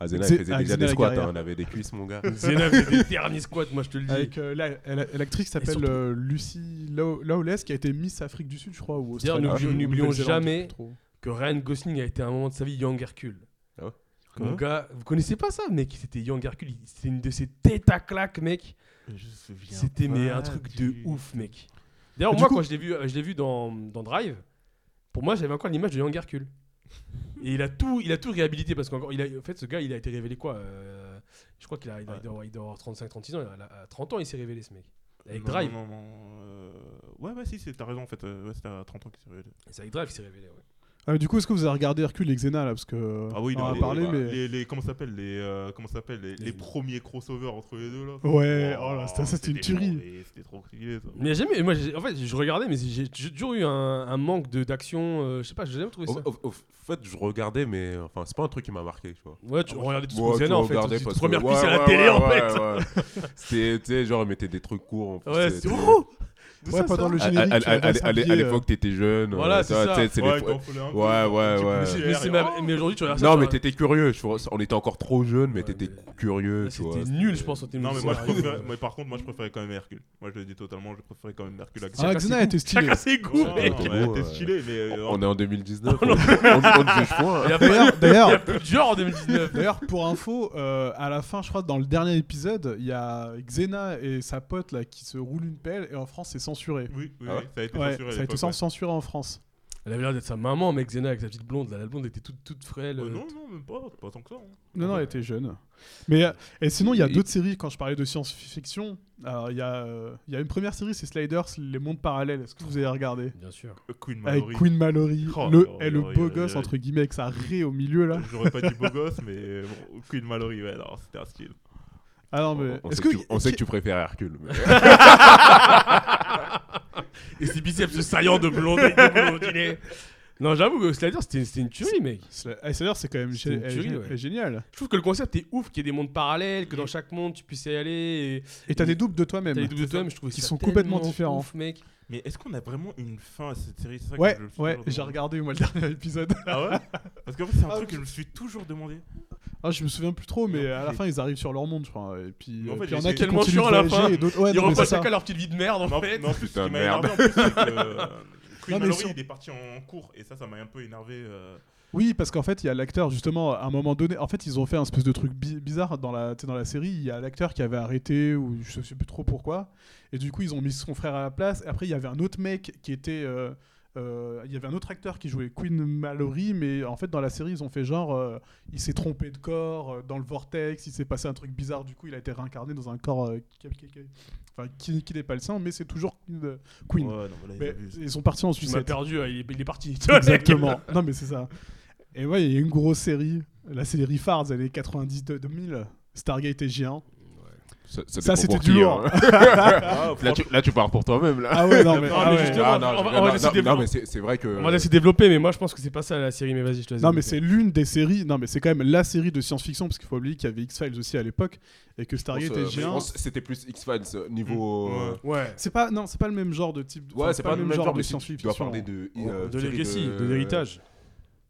S4: Ah, Zena,
S2: Zé-
S4: elle faisait
S2: ah,
S4: déjà
S2: Zéna
S4: des squats.
S2: Lagarrière.
S4: hein, On avait des cuisses, mon gars.
S3: Zéna faisait des derniers squats, moi je te le dis.
S2: avec euh, la- la- la- l'actrice qui
S3: Et
S2: s'appelle
S3: surtout-
S2: euh, Lucy Law- Lawless, qui a été Miss Afrique du Sud, je crois, ou
S3: D'ailleurs,
S2: Australie.
S3: n'oubli-
S2: ou
S3: n'oublions
S2: Nouvelle-Zélande, je sais
S3: jamais-
S2: plus trop.
S3: Que Ryan Gosling a été à un moment de sa vie Young Hercule.
S4: Ah ouais
S3: Mon
S5: Hein
S3: gars, vous connaissez pas ça, mec C'était Young Hercule, il- c'était une de ses têtes à claque, mec.
S5: Je me souviens
S3: C'était mais
S5: pas
S3: un truc de
S5: du-
S3: ouf, mec. D'ailleurs,
S2: Du
S3: moi,
S2: coup-
S3: quand je l'ai vu, euh, je l'ai vu dans, dans Drive, Pour moi, j'avais encore l'image de Young Hercule. Et il a tout, il a tout réhabilité parce qu'encore, il a- en fait, ce gars, il a été révélé quoi euh, Je crois qu'il a, il a- il doit avoir- il doit avoir 35-36 ans. il a- à 30 ans, il s'est révélé ce mec. Avec
S5: Non,
S3: Drive.
S5: non, non, non, euh, Ouais, ouais, si, c'est- t'as raison en fait. euh, ouais, c'était à 30 ans qu'il s'est révélé.
S3: C'est avec Drive qu'il s'est révélé. ouais.
S2: Ah, mais du coup, est-ce que vous avez regardé Hercule et Xena là Parce que.
S5: Ah oui,
S2: on
S5: non,
S2: en a
S5: les-
S2: parlé,
S5: bah,
S2: mais.
S5: les, les- comment ça s'appelle les euh, comment ça s'appelle les, les
S3: Les-
S5: premiers crossovers entre les deux là.
S2: Ouais, oh là, c'était- ça, c'était une tuerie.
S5: mais C'était trop stylé ça.
S3: Mais jamais. Moi, j'ai- en fait, je regardais, mais j'ai j'ai toujours eu un, un manque de- d'action. euh, je sais pas, j'ai jamais trouvé
S4: Au,
S3: ça.
S4: au- au fait, je regardais, mais euh, enfin, c'est pas un truc qui m'a marqué, tu vois.
S3: Ouais, tu regardais tout ce
S4: Ouais,
S3: qu'on faisait,
S4: tu
S3: non, en fait.
S4: regardais
S3: tu-
S4: parce
S3: tu- Première
S4: que-
S3: piste
S4: ouais,
S3: à la
S4: ouais,
S3: télé,
S4: ouais,
S3: en fait.
S4: ouais, ouais. C'était, tu sais, genre, ils mettaient des trucs courts. En plus,
S3: Ouais,
S4: c'était-
S3: c'est oh D'où
S2: Ouais,
S3: ça
S2: pendant
S3: sort
S2: le
S4: À, à-
S2: générique. tu
S4: à-
S2: vois,
S4: à-
S2: dans
S4: à- à
S2: sa vie, euh,
S4: l'époque, t'étais jeune.
S3: Voilà,
S4: euh,
S3: c'est
S4: tu vois,
S3: ça.
S4: tu sais, c'est les
S5: Ouais,
S4: fois-
S5: t'en fallait un peu.
S4: Ouais, ouais,
S5: Tu
S4: ouais.
S5: poussais
S3: Mais,
S5: l'air
S3: c'est
S5: et
S3: ma-
S5: oh
S3: mais aujourd'hui, tu regardes ça.
S4: Non,
S3: tu
S4: mais
S3: vois,
S4: t'étais curieux. je pense. On était encore trop jeunes, mais
S3: Ouais,
S4: t'étais
S3: mais-
S4: curieux. tu vois,
S3: C'était nul, je pense, au film.
S5: Non, mais moi, je
S3: sérieux.
S5: préférais- mais par contre, moi je préférais quand même Hercule. Moi je le dis totalement, je préférais quand même Hercule à
S2: Ah,
S3: Chacun
S2: Xena
S3: ses
S2: était stylée.
S3: Chacun ses goûts,
S5: Non,
S3: mec.
S5: non,
S4: C'était
S5: mais
S4: beau,
S5: T'es
S4: ouais.
S5: stylé, mais. euh,
S4: On on est en 2019. on on- on ne juge point.
S3: Il y a pas-
S2: D'ailleurs,
S3: il y
S2: d'ailleurs,
S3: a plus de genre en 2019.
S2: D'ailleurs, pour info, euh, à la fin, je crois, dans le dernier épisode, il y a Xena et sa pote là qui se roulent une pelle et en France, c'est censuré.
S5: Oui, oui,
S4: Ah ouais
S5: oui, ça a été
S2: Ouais,
S5: censuré. à
S2: ça a été
S5: l'époque, ouais.
S2: censuré en France.
S3: Elle avait l'air d'être sa maman, mec Xena, avec sa petite blonde. Là. La blonde était toute, toute frêle.
S5: Euh,
S3: euh,
S5: Non, non, même pas, pas tant que ça. hein.
S2: Non, non,
S5: Ouais.
S2: elle était jeune. Mais euh, et sinon, il y a
S4: Et-
S2: d'autres séries. Quand je parlais de science-fiction, alors, il y, a, euh, il y a une première série, c'est Sliders, les mondes parallèles. Est-ce que vous avez regardé
S3: Bien sûr.
S5: Euh, Queen
S2: Avec
S5: Mallory.
S2: Queen Mallory,
S5: Oh,
S2: le,
S5: oh,
S2: et le
S5: oh,
S2: beau
S5: oh,
S2: gosse
S5: oh,
S2: entre guillemets avec sa raie au milieu là.
S5: J'aurais pas dit beau gosse, mais euh, bon, Queen Mallory, ouais, non, c'était un style.
S2: Ah non
S4: On-
S2: mais
S4: on
S2: est-ce que
S4: sait que tu- On sait que tu préfères Hercule. mais-
S3: Et ses biceps saillants de blonde avec des blondinés. Non, j'avoue que Slider, c'était c'était une tuerie, mec.
S2: Sli- ah, Sliders c'est quand même
S3: C'est
S2: gé-
S3: une tuerie,
S2: gé-
S3: ouais.
S2: génial.
S3: Je trouve que le concept est ouf, qu'il y ait des mondes parallèles, que dans chaque monde, tu puisses y aller.
S2: Et t'as
S3: Et-
S2: des doubles de
S3: Et t'as les
S2: toi-même.
S3: doubles de toi-même, je trouve
S2: Qui
S3: ça
S2: sont complètement
S3: tellement
S2: différents.
S3: Ouf, mec.
S5: Mais est-ce qu'on a vraiment une fin à cette série C'est ça que
S2: Ouais,
S5: je hein. me suis
S2: ouais,
S5: toujours
S2: j'ai
S5: demandé.
S2: regardé moi le dernier épisode.
S5: Ah ouais Parce qu'en fait, c'est un
S2: Ah,
S5: truc
S2: je-
S5: que je me suis toujours demandé.
S2: Ah, je me souviens plus trop, mais
S5: Mais en
S2: à
S5: fait,
S2: la
S5: j'ai-
S2: fin, ils arrivent sur leur monde, je crois. Et puis,
S5: Mais en
S2: euh,
S5: fait,
S2: puis il y
S5: j'ai
S2: en a qui
S5: essayé-
S3: Tellement
S2: continuent de
S3: chiant à la
S2: voyager
S3: fin.
S2: et d'autres. Ouais,
S3: Ils
S2: non, mais c'est
S3: repassent
S2: ça.
S3: chacun leur petite vie de merde, en
S5: Mais en-
S3: fait.
S5: mais en plus, ce
S4: Putain,
S5: qui m'a
S4: merde.
S5: énervé, en plus, c'est que euh, Queen
S2: Non, mais
S5: Mallory,
S2: sur-
S5: il est parti en cours, et ça, ça m'a un peu énervé. euh,
S2: Oui, parce qu'en fait, il y a l'acteur, justement, à un moment donné. En fait, ils ont fait un espèce de truc bi- bizarre dans la, tu sais, dans la série. Il y a l'acteur qui avait arrêté, ou je sais plus trop pourquoi. Et du coup, ils ont mis son frère à la place. Et après, il y avait un autre mec qui était. euh, euh, il y avait un autre acteur qui jouait Queen Mallory, mais en fait, dans la série, ils ont fait genre. euh, il s'est trompé de corps euh, dans le vortex, il s'est passé un truc bizarre. Du coup, il a été réincarné dans un corps euh, qui, qui- qui- enfin, qui- qui n'est pas le sien, mais c'est toujours Queen. euh, Queen.
S5: Ouais, non, mais là, ils
S2: Mais
S5: abusent.
S2: ils sont partis en
S3: Tu m'as
S2: sucette.
S3: perdu, hein, il est, il est parti.
S2: Exactement. non, mais c'est ça. Et ouais, il y a une grosse série. La série phare des années 90-2000. Stargate et géant.
S4: Ça,
S2: Ça,
S4: dépend
S2: c'était
S4: pour
S2: du
S4: qui,
S2: lourd.
S4: hein.
S5: Ah,
S4: là, tu, là, tu pars pour toi-même. Là.
S2: Ah ouais, non, mais,
S3: mais
S2: ah ouais.
S3: justement,
S4: Ah, non,
S3: on va-
S4: je
S3: on va
S4: rigole, non,
S3: laisser
S4: non,
S3: développer.
S4: mais c'est c'est vrai que.
S3: On va laisser développer, mais moi, je pense que c'est pas ça la série. Mais vas-y, je te laisse.
S2: Non, mais
S3: développer.
S2: c'est l'une des séries. Non, mais c'est quand même la série de science-fiction, parce qu'il faut oublier qu'il y avait X-Files aussi à l'époque, et que
S4: Je pense,
S2: Stargate
S4: euh,
S2: et
S4: je
S2: géant.
S4: pense que C'était plus X-Files euh, niveau.
S5: Mm.
S4: euh,
S5: Ouais.
S3: Ouais.
S2: C'est pas, non, c'est pas le même genre de type.
S4: Ouais,
S2: enfin,
S4: c'est pas, le même genre, de science-fiction. Tu dois
S2: science-fiction.
S4: parler de. euh,
S3: De
S4: série
S3: legacy, de l'héritage.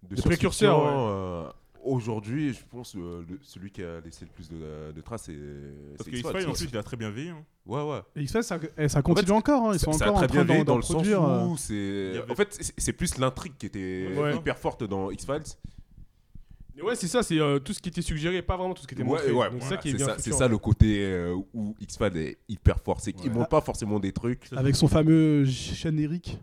S4: de
S3: Des précurseurs,
S4: science-fiction, euh, Aujourd'hui, je pense euh, le- celui qui a laissé le plus de, de traces, c'est.
S5: Parce
S4: c'est
S5: que
S4: X-Files,
S5: X-Files, en
S4: hein.
S5: plus, il a très bien vieilli. hein.
S4: Ouais, ouais.
S2: Et X-Files, ça, eh, ça continue encore. hein, Ils sont
S4: ça, ça a
S2: encore en
S4: très bien
S2: train
S4: vieilli
S2: d'en
S4: dans
S2: d'en
S4: le sens
S2: produire. euh.
S4: où
S5: Il y
S4: c'est.
S5: avait-
S4: En fait, c'est- c'est plus l'intrigue qui était
S3: Ouais.
S4: hyper forte dans X-Files.
S3: Mais Ouais, c'est ça, c'est euh, tout ce qui était suggéré, pas vraiment tout ce qui était
S4: Ouais,
S3: montré.
S4: ouais,
S3: Donc
S4: voilà,
S3: c'est ça qui est
S4: c'est
S3: bien
S4: ça,
S3: foutu,
S4: c'est
S3: en
S4: ça
S3: fait.
S4: le côté euh, où X-Files est hyper fort. C'est qu'ils
S3: Ouais.
S4: montrent pas forcément des trucs.
S2: euh, Avec son fameux générique.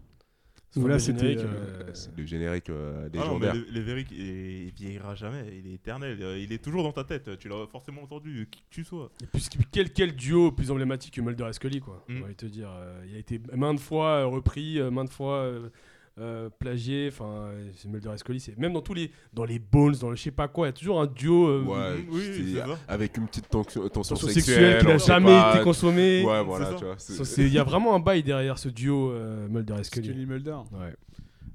S3: Ce
S2: Où là,
S3: fameux
S2: c'était.
S3: générique,
S2: euh,
S3: euh,
S4: C'est Le générique euh,
S5: Ah non, mais
S4: légendaire.
S5: le- le Véric, il, il vieillira jamais, il est éternel, euh, il est toujours dans ta tête, tu l'as forcément entendu, qui que tu sois.
S3: Et puis, quel, quel duo plus emblématique que Mulder et Scully, quoi.
S5: Mm.
S3: On va te dire. euh, il a été maintes fois euh, repris, euh, maintes fois euh, euh, plagié. Enfin, euh, c'est Mulder et Scully. c'est- Même dans tous les. Dans les Bones, dans le je sais pas quoi, il y a toujours un duo. euh,
S4: Ouais,
S5: Mhm, oui,
S4: c'est-
S5: c'est ça.
S4: avec une petite tension, tension
S3: tension
S4: sexuelle,
S3: sexuelle qui
S4: on
S3: n'a
S4: sait
S3: jamais
S4: pas,
S3: été
S4: tu-
S3: consommée.
S4: Ouais,
S5: C'est
S4: voilà,
S5: ça.
S4: tu vois. c'est-
S3: Ça, c'est- Il y a vraiment un bail derrière ce duo euh, Mulder et Scully.
S2: Scully Mulder.
S3: Ouais.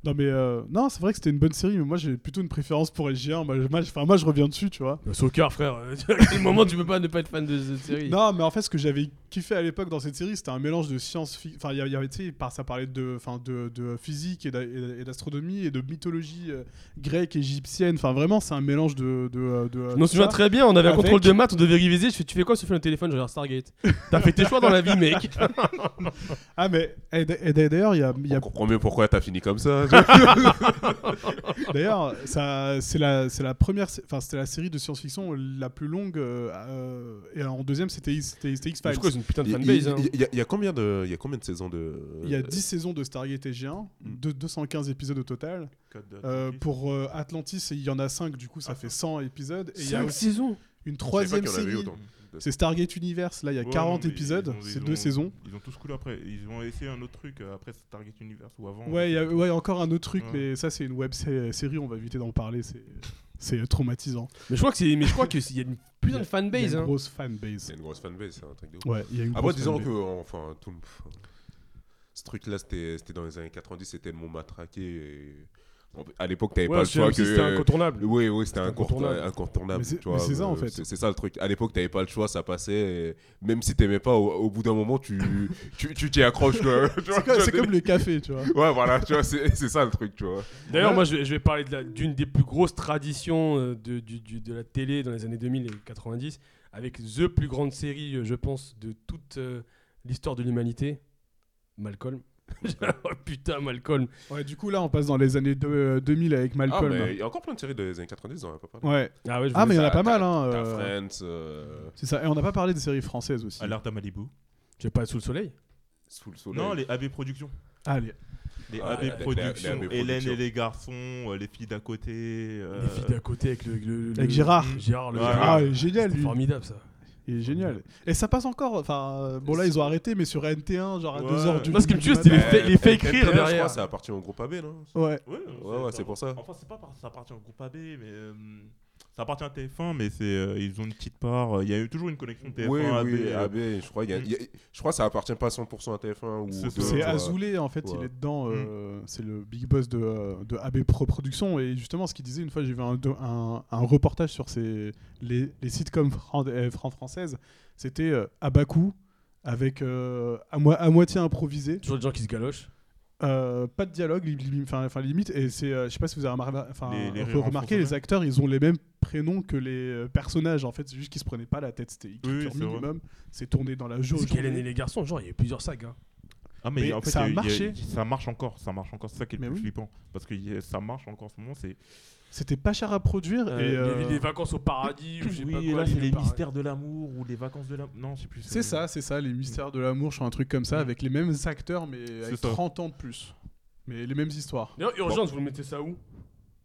S2: Non mais euh, non, c'est vrai que c'était une bonne série, mais moi j'ai plutôt une préférence pour SG1. Moi, je- moi, je- enfin, moi je reviens dessus, tu vois.
S3: Le soccer, frère. euh, à quel moment tu peux pas ne pas être fan de cette série
S2: Non, mais en fait, ce que j'avais kiffé à l'époque dans cette série, c'était un mélange de science-fiction. Enfin, il y avait- il y avait, tu sais, par- ça parlait de, enfin, de, de physique et d'a- et d'astronomie et de mythologie euh, grecque, égyptienne. Enfin, vraiment, c'est un mélange de. de, de
S3: Je m'en souviens très bien, on avait un
S2: Avec-
S3: contrôle de maths, on devait réviser. Je fais, tu fais quoi sur le téléphone Je regarde Stargate. T'as fait tes choix dans la vie, mec.
S2: Ah, mais et d- et d'ailleurs, il y a, il y a-
S4: On comprend mieux pourquoi t'as fini comme ça.
S2: D'ailleurs, ça, c'est la, c'est la première, sé- enfin c'était la série de science-fiction la plus longue. euh, euh, et en deuxième, c'était, c'était, c'était
S3: Du coup,
S2: X-Files.
S3: c'est une putain de
S4: Il
S3: fanbase. hein.
S4: il- il y, a- il y a combien de, il y a combien de saisons de
S2: Il y a 10 saisons de Stargate SG1,
S4: Euh, Mm.
S2: de 215 épisodes au total.
S5: Code de
S2: Euh,
S5: Atlantis.
S2: pour euh, Atlantis, il y en a 5, du coup ça fait 100 épisodes. Et il y a
S3: Cinq
S2: aussi
S3: saisons.
S2: une
S4: Ah, Je savais
S2: troisième
S4: pas qu'il y en avait
S2: série.
S4: autant.
S2: C'est Stargate Universe, là il y a
S5: Ouais,
S2: 40
S5: non, mais
S2: épisodes,
S5: ils ont-
S2: c'est
S5: ils
S2: deux
S5: ont-
S2: saisons.
S5: Ils ont tous coulé après. Ils ont essayé un autre truc euh, après Target Universe ou avant.
S2: Ouais, il y a ouais, encore un autre truc,
S4: Hein.
S5: Ouais.
S2: mais ça c'est une web sé- série, on va éviter d'en parler, c'est, c'est traumatisant.
S3: Mais je crois que c'est, mais je crois qu'il y a une putain
S2: Il y
S3: de
S2: a
S3: fanbase.
S2: une
S3: hein.
S2: grosse fanbase.
S4: C'est une grosse fanbase, c'est un truc de ouf.
S2: Ouais, il y a une
S4: Après,
S2: grosse
S4: Ah, disons
S2: fanbase.
S4: que, enfin, tout le- pff, Ce truc-là, c'était c'était dans les années 90, c'était tellement matraqué. et- en- À l'époque, t'avais
S3: Ouais,
S4: pas le
S3: c'est-
S4: choix
S3: aussi,
S4: que. euh,
S3: c'était incontournable.
S4: Oui, oui, c'était incontournable.
S3: incontournable.
S4: incontournable
S2: Mais c'est-
S4: tu vois,
S2: mais c'est ça, en
S4: euh,
S2: fait.
S4: C'est c'est ça le truc. À l'époque, t'avais pas le choix, ça passait. et Même si t'aimais pas, au, au bout d'un moment, tu tu tu t'y accroches. quoi. Tu vois,
S2: C'est comme-
S4: tu
S2: c'est
S4: vois,
S2: comme le café, tu vois.
S4: Ouais, voilà, tu vois, c'est c'est ça le truc, tu vois.
S3: D'ailleurs,
S2: Ouais.
S3: moi, je vais, je vais parler de la- d'une des plus grosses traditions euh, de, du- du- de la télé dans les années 2000 et 90, avec the plus grande série, euh, je pense, de toute euh, l'histoire de l'humanité, Malcolm. Oh, Putain, Malcolm.
S2: Ouais, du coup, là, on passe dans les années de- euh, 2000 avec
S4: Ah,
S2: Malcolm.
S4: mais il y a encore plein de séries des années 90, on en a pas parlé.
S2: Ouais.
S3: Ah ouais, je
S2: Ah, mais
S3: voulais-
S2: il y en a pas
S4: T'as-
S2: mal,
S4: t'as-
S2: hein.
S4: t'as
S2: euh,
S4: Friends, euh,
S2: C'est ça. Et on n'a pas parlé des séries françaises
S4: Ah,
S2: aussi.
S5: Alerte à Malibu.
S3: j'ai pas sous le soleil.
S4: Sous le soleil.
S5: Non, les AB Productions.
S2: Allez.
S5: Les
S4: Ah,
S5: AB
S4: les- les- les
S5: Productions.
S4: AB
S5: Hélène
S4: Productions.
S5: et les garçons, euh, les filles d'à côté. euh,
S3: Les filles d'à côté avec le. le- le-
S2: Avec Gérard.
S3: Gérard, le
S5: Ouais.
S3: Gérard.
S2: Ah, il est génial,
S3: C'était
S2: lui.
S3: Formidable, ça.
S2: Il est génial. Et ça passe encore. Enfin, euh, bon, là, ils ont arrêté, mais sur NT1, genre à
S5: Ouais.
S2: 2h du
S3: Moi, ce qui me
S2: du
S3: tue,
S2: matin.
S3: c'était les
S4: Euh,
S3: faits- les faits
S4: NTR,
S3: écrire
S4: je
S3: derrière.
S4: crois, ça appartient au groupe AB, non
S2: Ouais.
S5: Ouais,
S4: Ouais, ouais, c'est pour ça.
S5: Enfin, c'est pas par- ça appartient au groupe AB, mais euh, ça appartient à TF1, mais c'est euh, ils ont une petite part. euh, Il y a eu toujours une connexion TF1
S4: Oui,
S5: AB.
S4: oui,
S5: euh,
S4: AB, je crois, il y a- il y a- je crois que ça appartient pas à 100% à TF1 ou.
S5: C'est
S4: de-
S5: ça.
S2: C'est
S4: tu vois.
S2: Azoulay, en fait,
S4: Ouais. Mm.
S2: il est dedans. euh, C'est le big boss de, euh, de AB Pro Production. Et justement, ce qu'il disait, une fois, j'ai vu un, do- un, un reportage sur ces, les, les sitcoms fran- euh, franco-françaises. C'était euh, Abakou, avec euh, à, moi- à moitié improvisé.
S3: Toujours des gens qui se galochent.
S2: Euh, pas de dialogue, li- li- enfin enfin, limite. Et c'est, euh, je sais pas si vous avez remar- enfin,
S5: Les- les
S2: re-
S5: rires en
S2: remarqué,
S5: français.
S2: les acteurs, ils ont les mêmes prénoms que les euh, personnages. En fait, c'est juste qu'ils se prenaient pas la tête. C'était
S5: oui,
S2: écriture
S5: c'est vrai.
S2: minimum. C'est tourné dans la
S3: C'est
S2: jauge.
S3: qu'Hélène et les garçons, genre, il y a eu plusieurs hein. sagas.
S5: Ah, mais,
S2: Mais
S5: en fait,
S2: ça a
S5: il y il y
S2: marché.
S5: il- ça marche encore, ça marche encore. C'est ça qui est le
S2: Mais
S5: plus
S2: oui.
S5: flippant. Parce que il y a- ça marche encore en ce moment. C'est
S2: C'était pas cher à produire.
S3: Euh,
S2: et,
S3: il y avait
S2: euh,
S3: les vacances au paradis, ou je sais pas
S5: oui,
S3: quoi.
S5: là, c'est
S3: l'île
S5: les
S3: au paradis.
S5: mystères de l'amour ou les vacances de l'amour. Non, je sais plus.
S2: C'est ça, c'est ça, les mystères de l'amour, je suis un truc comme ça,
S5: Mm.
S2: avec les mêmes acteurs, mais avec
S5: ça.
S2: 30 ans de plus. Mais les mêmes histoires.
S3: D'ailleurs, Urgence, vous le mettez ça où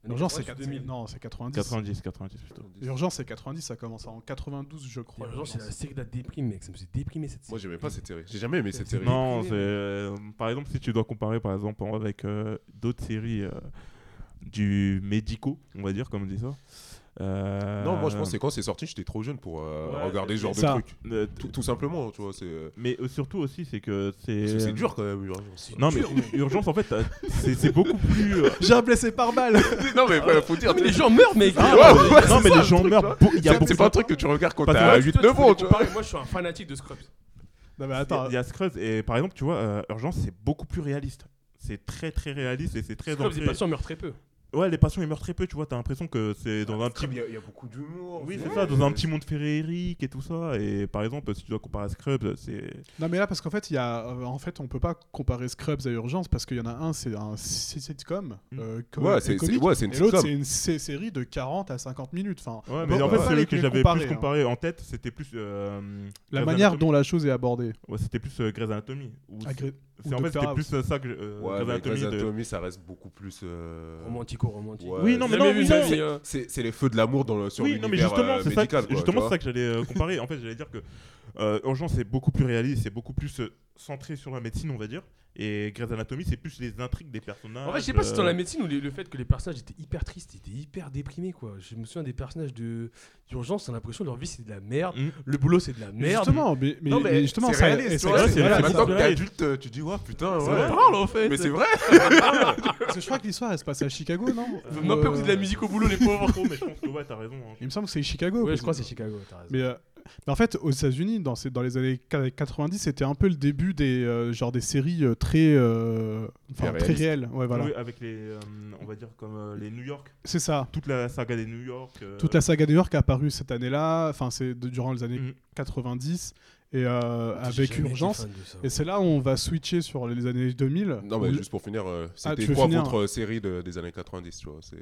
S2: Urgence, c'est
S3: 2000.
S2: 2000. Non, c'est 90.
S5: 90, 90 plutôt.
S2: Urgence, c'est 90, ça commence en 92, je crois.
S3: Urgence, c'est la série de la déprime, mec. Ça me fait déprimer cette
S4: Moi,
S3: série.
S4: j'aimais pas cette série. J'ai jamais aimé cette série.
S5: Non,
S3: décrit,
S5: c'est euh, par exemple si tu dois comparer par exemple avec euh, d'autres séries euh, du médico, on va dire comme on dit ça. Euh,
S4: Non, moi, je pense que c'est quand c'est sorti, j'étais trop jeune pour euh,
S5: Ouais,
S4: regarder ce genre
S2: ça.
S4: de truc.
S5: euh,
S4: Tout, tout simplement, tu vois. C'est euh,
S5: mais euh, surtout aussi c'est que
S4: parce que
S5: c'est euh,
S4: c'est dur quand même. hein. Urgence.
S5: Non mais urgence en fait t'as- c'est c'est beaucoup plus euh,
S2: J'ai un blessé par balle
S4: non, mais bah, faut dire.
S3: Non, mais les gens meurent, mec.
S5: ah,
S4: ouais,
S5: mais-
S4: ouais,
S5: non
S4: c'est
S5: mais
S4: ça,
S5: les
S4: le
S5: gens
S4: truc,
S5: meurent beaucoup- il y a
S4: C'est
S5: beaucoup
S4: c'est pas un truc que tu regardes quand
S5: Parce que
S4: t'as
S5: ouais,
S4: 8-9 ans, tu vois.
S3: Moi, je suis un fanatique de Scrubs.
S2: Non mais
S5: il y a-
S2: attends,
S5: il y a Scrubs et par exemple tu vois euh, urgence c'est beaucoup plus réaliste. C'est très très réaliste et c'est très
S3: Scrubs, les
S5: ancré.
S3: patients meurent très peu.
S5: Ouais, les patients ils meurent très peu, tu vois, t'as l'impression que c'est dans un petit
S4: Il y a- Ah, il y a beaucoup d'humour.
S5: Oui, c'est ça, dans un petit monde féerique et tout ça. Et par exemple, si tu dois comparer à Scrubs, c'est.
S2: Non mais là parce qu'en fait il y a euh, en fait on peut pas comparer Scrubs à Urgence parce qu'il y en a un c'est un si- sitcom
S5: Mm.
S2: euh, co-
S4: Ouais,
S2: et
S4: c'est c'est-
S2: comique,
S4: ouais, c'est une
S2: et l'autre
S4: sitcom.
S2: c'est une sé- série de 40 à 50 minutes enfin
S5: Ouais,
S2: mais
S5: mais
S2: on
S5: en
S2: peut
S5: fait,
S2: bah, pas les
S5: celui que j'avais
S2: comparer,
S5: plus
S2: hein.
S5: comparé en tête, c'était plus. euh,
S2: la
S5: Grey's
S2: manière
S5: Anatomy.
S2: dont la chose est abordée.
S5: Ouais, c'était plus euh, Grey's Anatomy. Ou
S2: Ah, Grey-
S5: c'est-
S2: ou
S5: en fait,
S2: Doctor
S5: c'était plus euh, ça que. euh,
S4: Ouais, mais Grey's
S5: de-
S4: Anatomy, ça reste beaucoup plus. euh,
S3: Romantico, romantique.
S4: Ouais.
S5: Oui, non, mais non, oui, non, mais-
S3: euh,
S4: C'est c'est les feux de l'amour dans le sur
S5: Oui, non,
S4: l'univers
S5: mais justement,
S4: euh,
S5: c'est ça, que-
S4: médical, quoi, tu
S5: justement,
S4: vois.
S5: c'est ça que j'allais euh, comparer. en fait, j'allais dire que euh, Urgence, c'est beaucoup plus réaliste, c'est beaucoup plus euh, centré sur la médecine, on va dire. Et Grey's Anatomy, c'est plus les intrigues des personnages.
S3: En fait, je sais pas si c'est dans
S5: euh,
S3: la médecine ou les- le fait que les personnages étaient hyper tristes, étaient hyper déprimés, quoi. Je me souviens des personnages de d'urgence, on a l'impression que leur vie c'est de la merde,
S5: Mm.
S3: le boulot c'est de la
S2: Mais
S3: merde.
S2: Justement, mais, mais-
S4: Non, mais
S2: mais justement
S4: c'est
S2: ça,
S4: réaliste,
S2: et
S4: tu
S2: ça-
S4: vois,
S5: Ouais,
S4: c'est-
S5: c'est
S2: voilà,
S5: vrai,
S2: c'est
S4: Maintenant
S2: ça.
S4: que t'es
S5: vrai.
S4: adulte, euh, tu dis, ouais, putain,
S2: C'est
S4: ouais.
S2: vrai.
S3: parle en fait.
S4: Mais c'est vrai.
S2: Parce que je crois que l'histoire elle se passe à Chicago, non
S3: Vous m'avez pas
S2: Euh,
S3: écouté de la musique au boulot, les pauvres.
S5: Oh, mais je pense que ouais, t'as raison. hein.
S2: Il me semble que c'est Chicago.
S3: Ouais,
S2: parce
S3: je crois que c'est Chicago, t'as raison.
S2: Mais, euh, mais en fait, aux États-Unis, dans, ces- dans les années 90, c'était un peu le début des, euh, genre des séries euh, très, euh, enfin,
S4: Très
S2: très réelles. Ouais, voilà.
S5: Oui, avec les. euh, on va dire comme euh, les New York.
S2: C'est ça.
S5: toute la saga des New York. euh,
S4: Mm.
S2: Toute la saga de New York a apparu cette année-là, enfin c'est de- durant les années
S5: Mhm.
S2: 90. et euh, avec urgence. Et c'est là où on va switcher sur les années 2000.
S4: Non, mais juste pour finir, euh,
S2: Ah, tu
S4: c'était
S2: veux
S4: quoi
S2: finir
S4: votre euh, série de- des années 90, tu vois C'est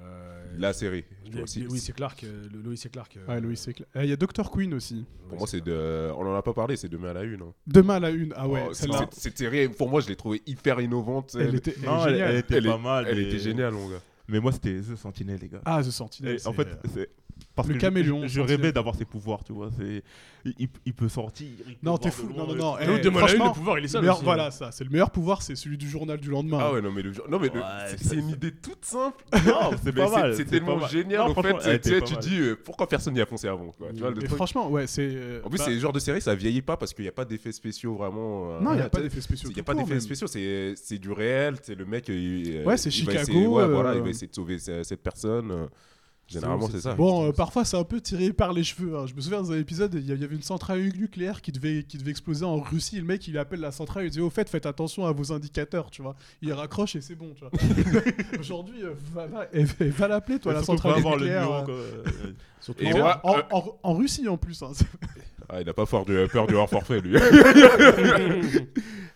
S4: euh, la série. tu vois, si-
S3: Euh, Louis C. Clark. euh, le- Louis C. Clark. euh,
S2: Ouais, Louis, c'est clair. Et Il y a Dr. Queen aussi.
S4: Pour moi, c'est de... on en a pas parlé, c'est demain à la une. hein.
S2: Demain à la une. Ah ouais,
S4: Oh, c'est-
S2: celle-là.
S4: c'est- Cette série, pour moi, je l'ai trouvée hyper innovante.
S2: Elle était elle est
S5: Non, elle,
S2: géniale.
S5: elle était
S4: Elle
S5: pas
S4: est-
S5: mal.
S4: Elle
S5: et-
S4: était géniale, mon gars.
S5: Mais moi, c'était The Sentinel, les gars.
S2: Ah, The Sentinel.
S5: Et en
S2: c'est-
S5: fait, c'est. Parce
S2: Le
S5: que je-
S2: caméléon,
S5: Je, je
S2: Sentinel.
S5: rêvais d'avoir ses pouvoirs, tu vois. c'est- Il, il- il peut sortir. il peut
S2: Non, t'es
S5: voir de
S2: fou.
S5: loin,
S2: Non, non,
S5: le
S2: non.
S5: truc.
S2: Eh,
S3: L'autre demande à une, le
S2: franchement,
S3: pouvoir, il est
S2: le
S3: sale.
S2: meilleur-
S3: aussi, hein.
S2: voilà, ça. C'est le meilleur pouvoir, c'est celui du journal du lendemain.
S4: Ah ouais, non, mais, le... non, mais
S5: Ouais,
S4: le- c'est-
S5: ça-
S4: c'est une idée toute simple.
S5: Non, c'est
S4: mais
S5: pas
S4: c'est-
S5: mal.
S4: C'est
S5: pas
S4: tellement
S5: mal.
S4: génial,
S5: Non,
S4: en fait.
S5: franchement, elle
S4: c'est- Tu
S5: était
S4: sais,
S5: pas
S4: tu
S5: mal.
S4: dis euh, pourquoi personne n'y a foncé avant. quoi, Tu vois, le
S2: Et
S4: truc.
S2: franchement, ouais, c'est.
S4: En plus,
S2: bah,
S4: c'est le genre de série, ça vieillit pas parce qu'il n'y a pas d'effets spéciaux vraiment.
S2: Non,
S4: euh,
S2: il n'y
S4: rien,
S2: a pas
S4: tu sais.
S2: d'effets spéciaux.
S4: Il n'y a
S2: tout
S4: pas
S2: court,
S4: d'effets
S2: même.
S4: spéciaux, c'est c'est du réel. C'est le mec. il-
S2: Ouais, c'est
S4: il va
S2: Chicago,
S4: essayer- ouais,
S2: euh,
S4: voilà, il va essayer de sauver ce- cette personne. euh, Généralement, c'est ça.
S2: Bon, euh, parfois c'est un peu tiré par les cheveux. hein. Je me souviens dans un épisode, il y a- il y avait une centrale nucléaire qui devait, qui devait exploser en Russie. Le mec, il appelle la centrale, il dit Au fait, faites attention à vos indicateurs, tu vois. Il raccroche et c'est bon, tu vois. Aujourd'hui, euh, va, va- eh, va l'appeler, toi,
S5: Ouais,
S2: la
S5: surtout qu'on
S2: centrale
S5: va avoir le
S2: nucléaire.
S5: numéro,
S2: euh,
S5: quoi, euh,
S2: surtout
S4: Et
S2: en,
S4: moi,
S2: en-
S4: euh,
S2: en- en Russie en plus. hein.
S4: Ah, il n'a pas peur du, peur du hors forfait, lui.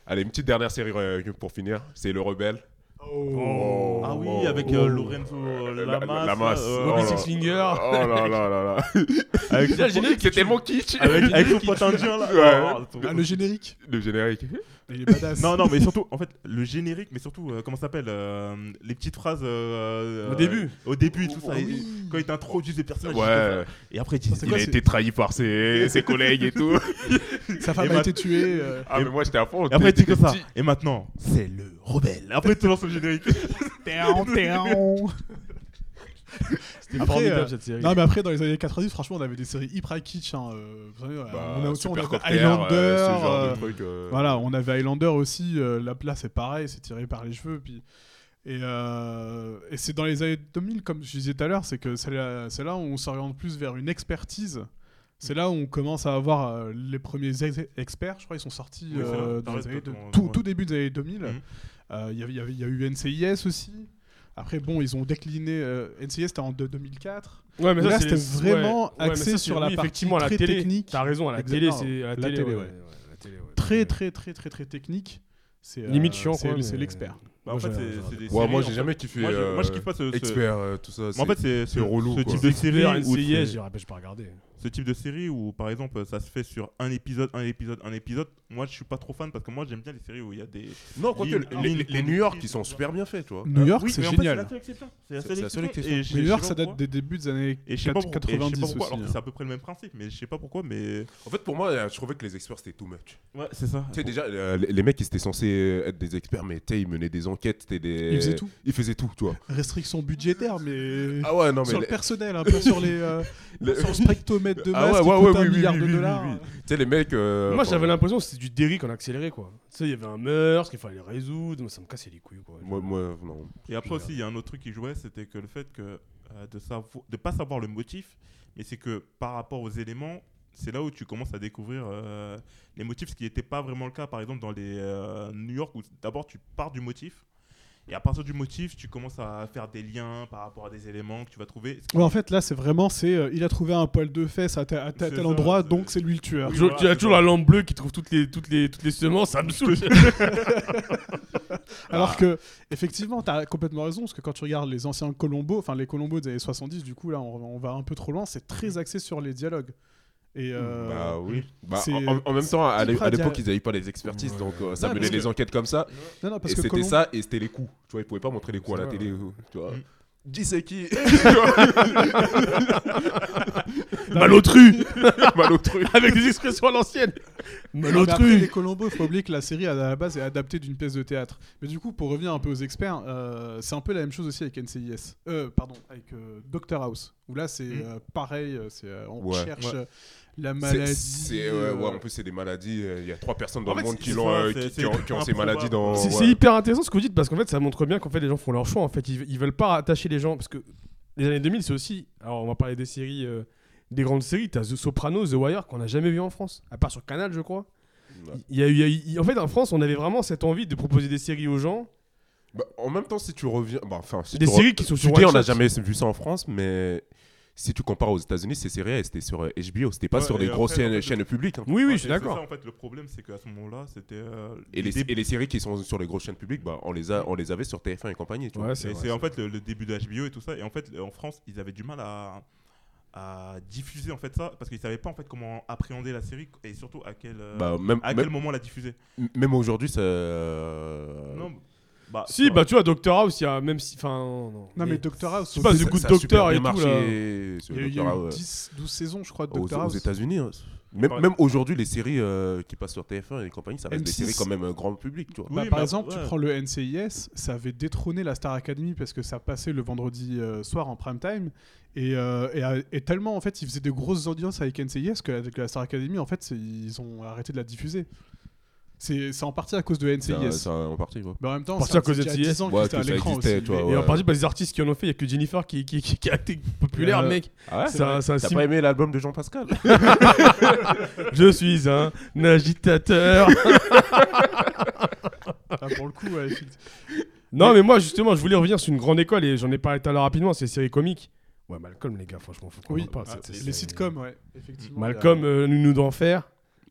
S4: Allez, une petite dernière série euh, pour finir. C'est Le Rebelle.
S5: Oh. Ah oui, avec
S4: Oh.
S5: euh, Lorenzo
S4: Euh,
S5: Lamas.
S4: Lamas.
S5: euh,
S4: Oh
S3: Bobby
S4: là.
S3: Sixinger.
S4: Oh là là là là.
S5: avec,
S3: Ah,
S4: Le générique qui est
S2: euh,
S4: tellement kitsch.
S5: avec, avec son pote indien là.
S4: Ouais.
S5: Oh,
S2: Ah,
S5: ton-
S2: le générique.
S4: Le générique.
S2: Il est badass.
S5: Non, non, mais surtout, en fait, le générique, mais surtout, euh, comment ça s'appelle euh, Les petites phrases. euh,
S3: Au
S5: euh,
S3: début.
S5: Au début, tout
S2: Ah
S5: ça.
S2: oui.
S5: et- Quand ils t'introduisent les personnages.
S4: Ouais.
S5: Et après, ils
S2: Ça,
S5: disent.
S2: c'est
S4: Il
S2: quoi,
S4: a été trahi par ses, ses collègues et tout.
S2: Sa femme
S5: Et
S2: a
S5: ma-
S2: été tuée. euh,
S4: Ah, mais moi, j'étais à fond.
S5: Et après, ils disent
S4: T'étais
S5: comme ça.
S4: petit.
S5: Et maintenant, c'est le rebelle. Après, tu lances le générique.
S2: téan, téan.
S3: C'était
S2: Après,
S3: formidable
S2: euh,
S3: cette série.
S2: Non, mais après, dans les années 90, franchement, on avait des séries hyper kitsch. hein, euh, vous savez,
S4: Bah,
S2: on a aussi on
S4: Supercopter,
S2: avait Highlander.
S4: euh, ce genre
S2: euh,
S4: de truc. euh,
S2: Voilà, on avait Highlander aussi. euh, la place c'est pareil, c'est tiré par les cheveux. Puis... Et, euh, et c'est dans les années 2000, comme je disais tout à l'heure, c'est que c'est là, c'est là où on s'oriente plus vers une expertise. C'est là où on commence à avoir euh, les premiers ex- experts, je crois, ils sont sortis
S5: Oui, c'est vrai,
S2: euh,
S5: t'as
S2: dans les
S5: raison,
S2: années de-
S5: t'as raison,
S2: tout,
S5: ouais.
S2: tout début des années 2000.
S5: Mhm.
S2: Euh, Il y, avait- il y avait- il y a eu NCIS aussi. Après, bon, ils ont décliné. euh, NCIS, c'était en de- 2004.
S3: Ouais, mais
S2: Là,
S3: ça, c'est
S2: c'était
S3: les-
S2: vraiment
S3: ouais, ouais, mais
S2: axé
S3: ça, c'est-
S2: sur la
S3: oui,
S2: partie
S3: effectivement, à la
S2: très
S3: télé.
S2: technique.
S3: T'as raison, à la
S2: Exactement.
S3: télé, c'est à la télé, ouais,
S2: ouais.
S3: ouais, la télé, ouais.
S2: Très, très, très, très, très, très technique. C'est euh,
S3: Limite chiant,
S2: c'est-
S3: quoi,
S2: C'est
S3: mais-
S2: l'expert.
S5: Bah, en fait,
S3: Moi, j'ai-
S5: c'est
S3: j'ai-
S5: c'est des
S4: Ouais,
S5: séries,
S4: moi
S5: en
S4: j'ai
S5: fait.
S4: jamais kiffé
S5: Moi, je-
S4: euh,
S5: moi, je kiffe pas ce. ce-
S4: expert euh, tout ça.
S5: Mais en fait, c'est
S4: c'est relou,
S5: Ce
S4: quoi.
S5: type de série.
S3: Expert,
S5: où
S3: NCIS,
S5: tu-
S3: j'aurais pas- j'ai pas regardé.
S5: ce type de série où par exemple ça se fait sur un épisode, un épisode, un épisode, moi je suis pas trop fan parce que moi j'aime bien les séries où il y a des.
S4: Non, quoique,
S5: Lynn-
S4: les,
S5: Lynn
S4: les New York, ils sont super bien faits, tu vois.
S2: New York,
S5: Euh, Oui,
S2: c'est
S5: mais en fait,
S2: génial.
S5: c'est la seule exception. C'est la
S4: C'est-
S5: seule
S4: c'est la seule
S5: exception.
S4: exception.
S5: Et je-
S2: New
S5: je sais
S2: York,
S5: pas
S2: ça date
S5: pourquoi.
S2: des débuts des années
S5: Et je sais pas pourquoi, et je sais pas
S2: 90
S5: pourquoi,
S2: aussi.
S5: alors que
S2: hein.
S5: c'est à peu près le même principe, mais je sais pas pourquoi, mais.
S4: En fait, pour moi, euh, je trouvais que les experts, c'était too much.
S5: Ouais, c'est ça.
S4: Tu sais, déjà, euh, les les mecs, ils étaient censés être des experts, mais tu sais, ils menaient des enquêtes, c'était des.
S2: Ils faisaient tout.
S4: Ils faisaient tout, tu vois.
S2: Restrictions budgétaires, mais,
S4: Ah ouais, non, mais.
S2: sur le
S4: les-
S2: personnel, un peu sur les euh,
S4: les-
S2: sur le spectromètre de
S4: Ah
S2: masse
S4: ouais,
S2: qui
S4: ouais,
S2: coûte
S4: ouais,
S2: un
S4: oui, oui,
S2: milliard
S4: oui,
S2: de
S4: oui,
S2: dollars.
S4: oui, oui. Tu sais, les mecs. euh,
S3: Moi,
S4: enfin,
S3: j'avais l'impression que c'était du déric en accéléré, quoi. Tu sais, il y avait un meurtre, qu'il fallait résoudre. Moi, ça me cassait les couilles, quoi.
S4: Moi, moi, non.
S5: Et après aussi, il y a un autre truc qui jouait, c'était que le fait que euh, de savo- de pas savoir le motif, mais c'est que par rapport aux éléments, c'est là où tu commences à découvrir euh, les motifs, ce qui n'était pas vraiment le cas, par exemple dans les euh, New York où d'abord tu pars du motif. Et à partir du motif, tu commences à faire des liens par rapport à des éléments que tu vas trouver.
S2: Ouais, en fait, là, c'est vraiment, c'est euh, il a trouvé un poil de fesses à, ta- à ta-
S5: C'est
S2: tel
S5: ça,
S2: endroit,
S5: c'est-
S2: donc c'est lui le tueur.
S5: Oui,
S3: Toujours-
S5: voilà,
S3: tu as
S5: c'est
S3: toujours
S5: ça.
S3: la lampe bleue qui trouve toutes les, toutes les, toutes les semences, ça me saoule.
S2: Alors que, effectivement, t'as complètement raison, parce que quand tu regardes les anciens Colombo, enfin les Colombo des années 70, du coup, là, on, on va un peu trop loin, c'est très axé sur les dialogues. Et euh,
S4: Bah oui. Bah,
S2: c'est-
S4: en, en même temps, à l'é-
S2: hyper
S4: à l'époque,
S2: dia-
S4: ils n'avaient pas les expertises,
S3: Ouais.
S4: donc euh, ça
S2: Ouais,
S4: menait
S2: parce
S4: des
S2: que-
S4: enquêtes comme ça.
S2: non, non, parce
S4: et
S2: que
S4: c'était
S2: Colombo-
S4: ça, et c'était les coups. Tu vois, ils pouvaient pas montrer les coups à la
S3: C'est
S4: télé. euh, Tu vois.
S5: Mm.
S4: Dis c'est qui
S3: Malotru
S4: Malotru
S3: Avec des expressions à l'ancienne
S2: Non, mais après, les
S3: Malotru
S2: Colombo, faut oublier que la série à la base est adaptée d'une pièce de théâtre. Mais du coup, pour revenir un peu aux experts, euh, c'est un peu la même chose aussi avec NCIS. Euh, pardon, avec euh, Doctor House. Où là, c'est
S5: Mhm.
S2: euh, pareil, euh, c'est, euh, on
S4: Mm. Ouais.
S2: cherche
S5: Ouais.
S2: euh, la
S4: C'est-
S2: maladie.
S4: c'est- ouais,
S2: euh,
S4: ouais, en plus, c'est des maladies. euh, Il y a trois personnes dans
S5: En
S4: le
S5: fait,
S4: monde
S5: c'est-
S4: qui,
S5: c'est
S4: l'ont,
S5: ça,
S4: euh,
S5: c'est-
S4: qui-
S5: c'est
S4: qui ont, qui ont ces
S5: improbable.
S4: maladies dans.
S3: C'est
S4: ouais.
S3: c'est hyper intéressant ce que vous dites parce qu'en fait ça montre bien qu'en fait les gens font leur choix en fait ils, ils veulent pas attacher les gens parce que les années 2000 c'est aussi alors on va parler des séries euh, des grandes séries t'as The Soprano The Wire qu'on n'a jamais vu en France à part sur Canal je crois
S4: Ouais.
S3: il y a eu- il y a eu- il- en fait en France on avait vraiment cette envie de proposer des séries aux gens
S4: Bah, en même temps, si tu reviens. bah, enfin, si
S3: des
S4: tu re-
S3: séries qui sont
S4: Tu
S3: sur
S4: dis, on
S3: One
S4: n'a
S3: Shot.
S4: jamais vu ça en France, mais si tu compares aux États-Unis, c'est sérieux, c'était sur euh, HBO, c'était pas
S5: Ouais,
S4: sur
S5: et
S4: des
S5: après,
S4: grosses
S5: en fait,
S4: chaînes,
S5: le-
S4: chaînes publiques. hein.
S3: Oui, oui,
S5: Ouais,
S3: je suis
S5: et c'est
S3: d'accord.
S5: ça, en fait, le problème, c'est qu'à ce moment-là, c'était. euh,
S4: Et
S5: le
S4: les,
S5: début-
S4: et les séries qui sont sur les grosses chaînes publiques, bah, on, les a, on les avait sur TF1 et compagnie. Tu vois.
S3: Ouais,
S5: Et
S3: c'est
S5: c'est
S3: vrai.
S5: en fait le, le début de HBO et tout ça. Et en fait, en France, ils avaient du mal à, à diffuser en fait ça parce qu'ils savaient pas en fait comment appréhender la série et surtout à quel, euh,
S4: Bah, même
S5: à quel
S4: même,
S5: moment la diffuser.
S4: même aujourd'hui, ça. euh,
S5: Non, bah,
S3: Si, bah tu vois, Doctor House, il y a même si. Enfin, non, non.
S2: Non,
S3: Mais-
S2: mais Doctor House,
S3: Je sais
S2: au-
S3: pas,
S2: il
S3: The
S4: ça-
S3: Good
S4: ça a
S3: Doctor
S4: super
S3: et
S4: bien
S3: tout,
S4: marché, ce
S2: y a eu- il y
S4: Doctor
S2: a
S4: House,
S2: eu
S4: ouais.
S2: 10, 12 saisons, je crois, de
S4: aux,
S2: Doctor
S4: aux
S2: House.
S4: États-Unis. hein. Même,
S5: Ouais.
S4: même aujourd'hui, les séries euh, qui passent sur TF1 et compagnie, ça reste des
S2: M6.
S4: séries quand même euh, grand public, tu vois.
S2: Bah,
S5: Oui,
S2: par
S5: mais-
S2: exemple,
S5: ouais.
S2: tu prends le NCIS, ça avait détrôné la Star Academy parce que ça passait le vendredi euh, soir en prime time. Et, euh, et, euh, et tellement, en fait, ils faisaient de grosses audiences avec NCIS que, avec la Star Academy, en fait, c'est- ils ont arrêté de la diffuser. C'est c'est en partie à cause de
S4: C'est
S2: NCIS.
S4: un- en partie, ouais.
S2: Mais en même temps,
S3: Partie
S2: c'est
S3: à cause de
S2: il y a 10 ans
S4: NCIS,
S2: qu'ils étaient à
S4: ouais, que ça
S2: l'écran aussi.
S4: existait, tu vois,
S2: Mais-
S3: Et en
S4: Ouais.
S3: partie, bah, les artistes qui en ont fait, il y a que Jennifer qui, qui, qui, qui a été populaire,
S2: Euh,
S3: mec.
S4: Ah
S3: C'est un- c'est un
S4: T'as
S3: sim-
S4: pas aimé l'album de Jean Pascal
S3: Je suis un agitateur.
S2: Ah, pour le coup, ouais, effectivement.
S3: non, mais moi, justement, je voulais revenir sur une grande école et j'en ai parlé tout à l'heure rapidement, c'est les séries comiques. Ouais, Malcolm, les gars, franchement, faut qu'on
S2: Oui,
S3: en parle.
S2: ah,
S3: c'est- c'est-
S2: les
S3: c'est-
S2: sitcoms, ouais, effectivement.
S3: Malcolm, euh, Nounou d'enfer,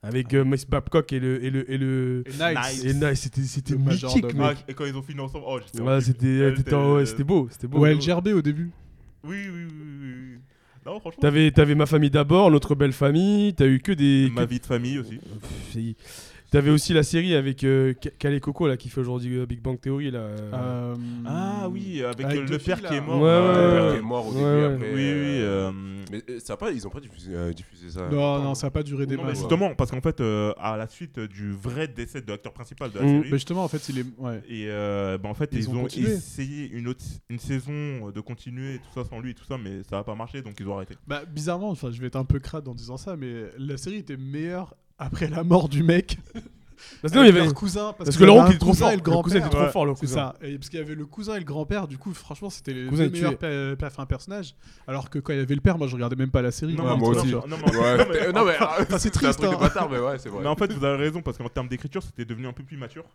S3: avec euh, Miss Babcock et le. Et le, et le...
S2: Et Nice.
S5: Nice.
S3: Et nice, c'était c'était
S2: Le major
S3: mythique,
S2: de
S3: mec.
S5: Ah, et quand ils ont fini ensemble, oh, j'étais
S3: Ouais, c'était euh,
S5: Elle
S3: t'étais
S5: était-
S2: euh,
S3: en- ouais, c'était beau, c'était beau.
S2: Ou
S5: hein.
S2: LGRB au début.
S5: Oui, oui, oui, oui, oui. Non, franchement.
S3: T'avais t'avais ma famille d'abord, notre belle famille. T'as eu que des.
S5: Ma
S3: que- Mm.
S5: vie de famille aussi.
S3: Pff, c'est- T'avais aussi la série avec euh, Ka- Kalé Coco là qui fait aujourd'hui euh, Big Bang Theory là.
S2: Euh,
S5: Ah oui, avec,
S2: Avec
S5: euh, le
S2: deux
S5: père
S2: filles,
S5: qui
S2: là.
S5: est mort.
S3: Ouais,
S5: euh,
S3: ouais,
S4: Qui
S3: ouais.
S4: est mort au
S3: Ouais,
S4: début,
S3: ouais.
S5: Oui,
S4: après.
S5: oui.
S4: euh,
S5: euh,
S4: Mais euh, ça a pas, ils ont pas diffusé, euh, diffusé ça.
S2: Non, non, ça n'a pas duré des
S5: non, mais
S2: masses.
S5: justement, parce qu'en fait, euh, à la suite du vrai décès de l'acteur principal de la
S3: Mm.
S5: série,
S2: Mais justement, en fait, il est. Ouais.
S5: Et euh, bah, en fait,
S2: Ils
S5: ils,
S2: ont
S5: ont,
S2: continué.
S5: essayé une, autre, une saison euh, de continuer tout ça sans lui et tout ça, mais ça n'a pas marché donc ils ont arrêté.
S2: Bah, bizarrement, enfin, je vais être un peu crade en disant ça, mais la série était meilleure après la mort du mec.
S3: Parce
S2: avec
S3: que non, il y avait-
S2: leur cousin. Parce,
S3: parce
S2: qu'il
S3: que
S2: y
S3: le
S2: avait
S3: oncle
S2: un
S3: est trop
S2: cousin
S3: fort.
S2: et le
S3: Le cousin
S2: grand-père.
S3: était trop
S5: ouais,
S3: fort le
S2: C'est
S3: cousin.
S2: ça. Et parce qu'il y avait le cousin et le grand-père, du coup, franchement, c'était les
S3: cousin
S2: deux
S3: est
S2: meilleurs pa-
S3: tué.
S2: pa- enfin, personnages. Alors que quand il y avait le père, moi, je regardais même pas la série.
S5: Non,
S4: Ouais,
S5: mais-
S4: moi aussi.
S5: non, mais- non, mais-
S4: Ouais,
S5: non, mais-
S4: euh, non, mais
S2: Enfin, c'est
S4: c'est un
S2: triste.
S4: truc de
S2: hein.
S4: bâtard, mais ouais, c'est vrai.
S5: Mais en fait, vous avez raison parce qu'en termes d'écriture, c'était devenu un peu plus mature.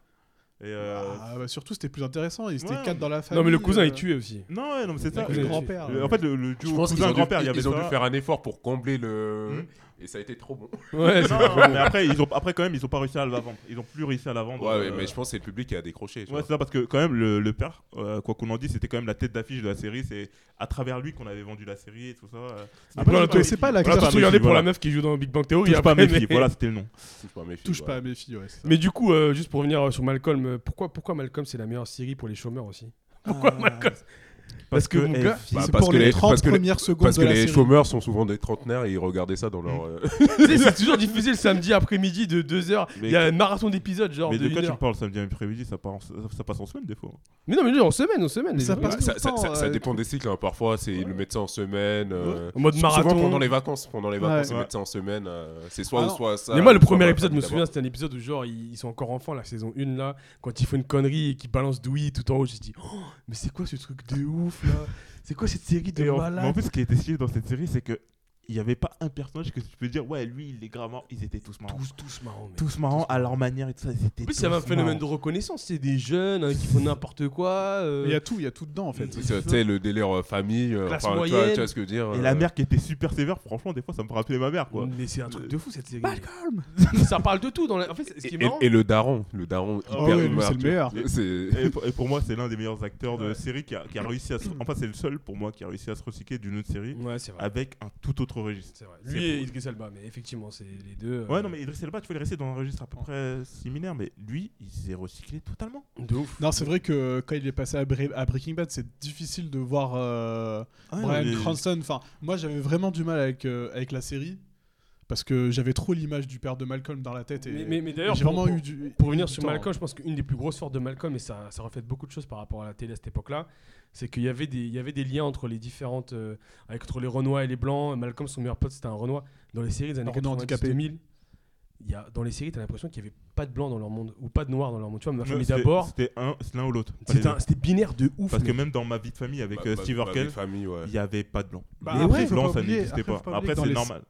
S5: Et euh,
S2: Ah, bah, surtout, c'était plus intéressant. Ils étaient
S5: Ouais.
S2: quatre dans la famille.
S3: Non mais le cousin
S2: euh,
S3: est tué aussi.
S5: Non, ouais, non, mais c'est ça.
S2: avec Le
S3: Il est
S5: Le-
S3: grand-
S2: grand-père.
S5: le-
S2: ouais.
S5: En fait, le, le
S4: je
S5: duo
S4: pense qu'ils
S5: cousin
S4: ont, dû,
S5: grand-père, il y avait
S4: ils ont
S5: ça.
S4: dû faire un effort pour combler le.
S5: Hmm.
S4: Et ça a été trop bon.
S3: Ouais. c'est-
S5: Non, mais après, ils ont, après, quand même, ils ont pas réussi à la vendre. Ils ont plus réussi à la vendre.
S4: Ouais, ouais,
S5: euh,
S4: mais je pense que c'est le public qui a décroché. tu
S5: Ouais,
S4: vois.
S5: c'est ça, parce que quand même, le, le père, euh, quoi qu'on en dise, c'était quand même la tête d'affiche de la série. C'est à travers lui qu'on avait vendu la série et tout ça. euh. C'était pas
S2: Après, on
S5: un
S2: la
S5: truc-
S2: connaissait pas,
S3: On
S5: Voilà,
S3: l'a
S2: l'acteur.
S5: pas
S3: surtout
S5: mes
S3: regardé
S5: filles,
S3: pour la
S5: voilà.
S3: meuf qui joue dans Big Bang Theory.
S5: Touche pas à
S3: après,
S5: mes filles,
S3: mais-
S5: voilà, c'était le nom.
S4: Touche pas à mes filles.
S2: Touche
S4: ouais.
S2: pas à mes filles, ouais. c'est ça.
S3: Mais du coup, euh, juste pour revenir euh, sur Malcolm, euh, pourquoi, pourquoi Malcolm c'est la meilleure série pour les chômeurs aussi
S2: Ah.
S3: Pourquoi Malcolm Parce que mon
S5: eh,
S3: gars-
S5: fille,
S4: Bah,
S2: C'est
S4: parce
S2: pour
S4: que
S2: les
S4: les-
S2: 30
S4: parce que les-
S2: premières secondes
S4: Parce
S2: de
S4: que
S2: la
S4: les
S2: série. Hmm.
S4: chômeurs sont souvent des trentenaires et ils regardaient ça dans leur. euh,
S3: Tu sais, c'est toujours diffusé le samedi après-midi de 2h.
S5: Mais
S3: Il y a un marathon d'épisodes genre
S5: Mais
S3: de
S5: de quoi
S3: une
S5: tu me
S3: heure.
S5: parles samedi après-midi ça, part en- ça ça passe en semaine des fois.
S3: Mais non, mais genre, en semaine, en semaine. les
S2: Ça
S3: gens.
S2: passe-
S4: Bah, ça, ça-
S2: Pourtant,
S4: ça- ça
S2: euh,
S4: dépend des cycles. hein. Parfois, c'est ils le médecin en semaine. euh,
S3: En mode
S4: souvent
S3: marathon.
S4: pendant les vacances. Pendant les vacances,
S2: Ouais.
S4: ils mettent ça en semaine. euh, c'est soit
S2: Ah
S4: ou
S2: non.
S4: soit ça.
S3: Mais moi, le
S4: soit
S3: premier
S4: ma
S3: épisode, je me
S4: famille
S3: souviens, c'était un épisode où, genre, ils, ils sont encore enfants, la saison 1, là, quand ils font une connerie et qu'ils balancent Dewey tout en haut, j'ai dit, oh, mais c'est quoi ce truc de ouf, là C'est quoi cette série de
S5: Et en- mais en
S3: malades
S5: plus, ce qui était stylé dans cette série, c'est que il n'y avait pas un personnage que tu peux dire ouais lui il est grave marrant. Ils étaient tous marrants.
S3: Tous, tous marrants, mec.
S5: Tous marrants à leur manière et tout ça. Ils étaient
S3: En plus, il y avait un phénomène de reconnaissance, c'est des jeunes hein, qui font n'importe quoi. euh,
S2: Il y a tout, il y a tout dedans, en fait.
S4: d'abord. C'est- Tu sais, le délire euh, famille. euh,
S3: Classe
S4: enfin, tu vois-
S3: moyenne.
S4: Tu vois ce que je veux dire.
S5: Et
S4: euh,
S5: la mère qui était super sévère, franchement, des fois ça me rappelait ma mère quoi.
S3: Mais c'est un truc de fou cette série.
S2: Malcolm
S3: Euh, ça parle de tout. Dans la- En fait, ce
S4: Et,
S3: qui est
S4: et-
S3: marrant,
S4: et le daron. Le daron
S5: Ah
S4: hyper
S2: Oh oui, lui,
S4: humain,
S2: c'est le
S4: tu vois.
S2: meilleur.
S4: C'est-
S5: Et pour, et pour moi, c'est l'un des meilleurs acteurs de
S2: Ouais.
S5: série qui a, qui a réussi à se. Enfin, c'est le seul pour moi qui a réussi à se recycler d'une autre série
S3: ouais, c'est vrai.
S5: avec un tout autre registre.
S3: C'est vrai.
S5: c'est
S3: Lui et
S5: beau.
S3: Idris Elba, mais effectivement, c'est les deux. euh,
S5: Ouais, non, mais Idriss Elba, tu vois, il restait dans un registre à peu près similaire, mais lui, il s'est recyclé totalement.
S3: de ouf.
S2: Non, c'est vrai que quand il est passé à, Bre- à Breaking Bad, c'est difficile de voir euh,
S4: Ah,
S5: Ouais,
S2: Bryan
S5: mais-
S2: Cranston. Enfin, moi, j'avais vraiment du mal avec, euh, avec la série parce que j'avais trop l'image du père de Malcolm dans la tête. Et
S3: Mais, mais- mais d'ailleurs,
S2: j'ai
S3: pour-
S2: vraiment
S3: pour-
S2: eu du.
S3: Pour revenir sur
S2: Putain.
S3: Malcolm, je pense qu'une des plus grosses forces de Malcolm, et ça, ça reflète beaucoup de choses par rapport à la télé à cette époque-là, c'est qu'il y, avait des- il y avait des liens entre les différentes. euh, avec, entre les Renois et les Blancs. Malcolm, son meilleur pote, c'était un Renois. Dans les séries des années
S2: Renois
S3: 90
S2: handicapé.
S3: 2000, il y a, dans les séries, t'as l'impression qu'il n'y avait pas de Blancs dans leur monde, ou pas de Noirs dans leur monde. Tu vois, ma
S5: Ouais,
S3: famille
S5: c'était-
S3: d'abord,
S5: C'était un, c'est l'un ou l'autre. pas les
S3: c'était un-
S5: deux.
S3: c'était binaire de ouf.
S5: Parce que
S3: mec.
S5: même dans ma vie de famille avec
S4: Bah,
S5: euh,
S4: bah,
S5: Steve
S4: bah, des
S5: Urkel,
S4: familles, ouais.
S5: il n'y avait pas de blanc.
S2: Bah,
S5: Les
S2: après,
S5: vrais
S2: faut
S5: blancs,
S2: pas
S5: ça
S2: oublier-
S5: n'existait
S2: après,
S5: pas.
S2: faut pas oublier
S5: Après,
S2: que dans
S5: c'est
S2: les-
S5: normal.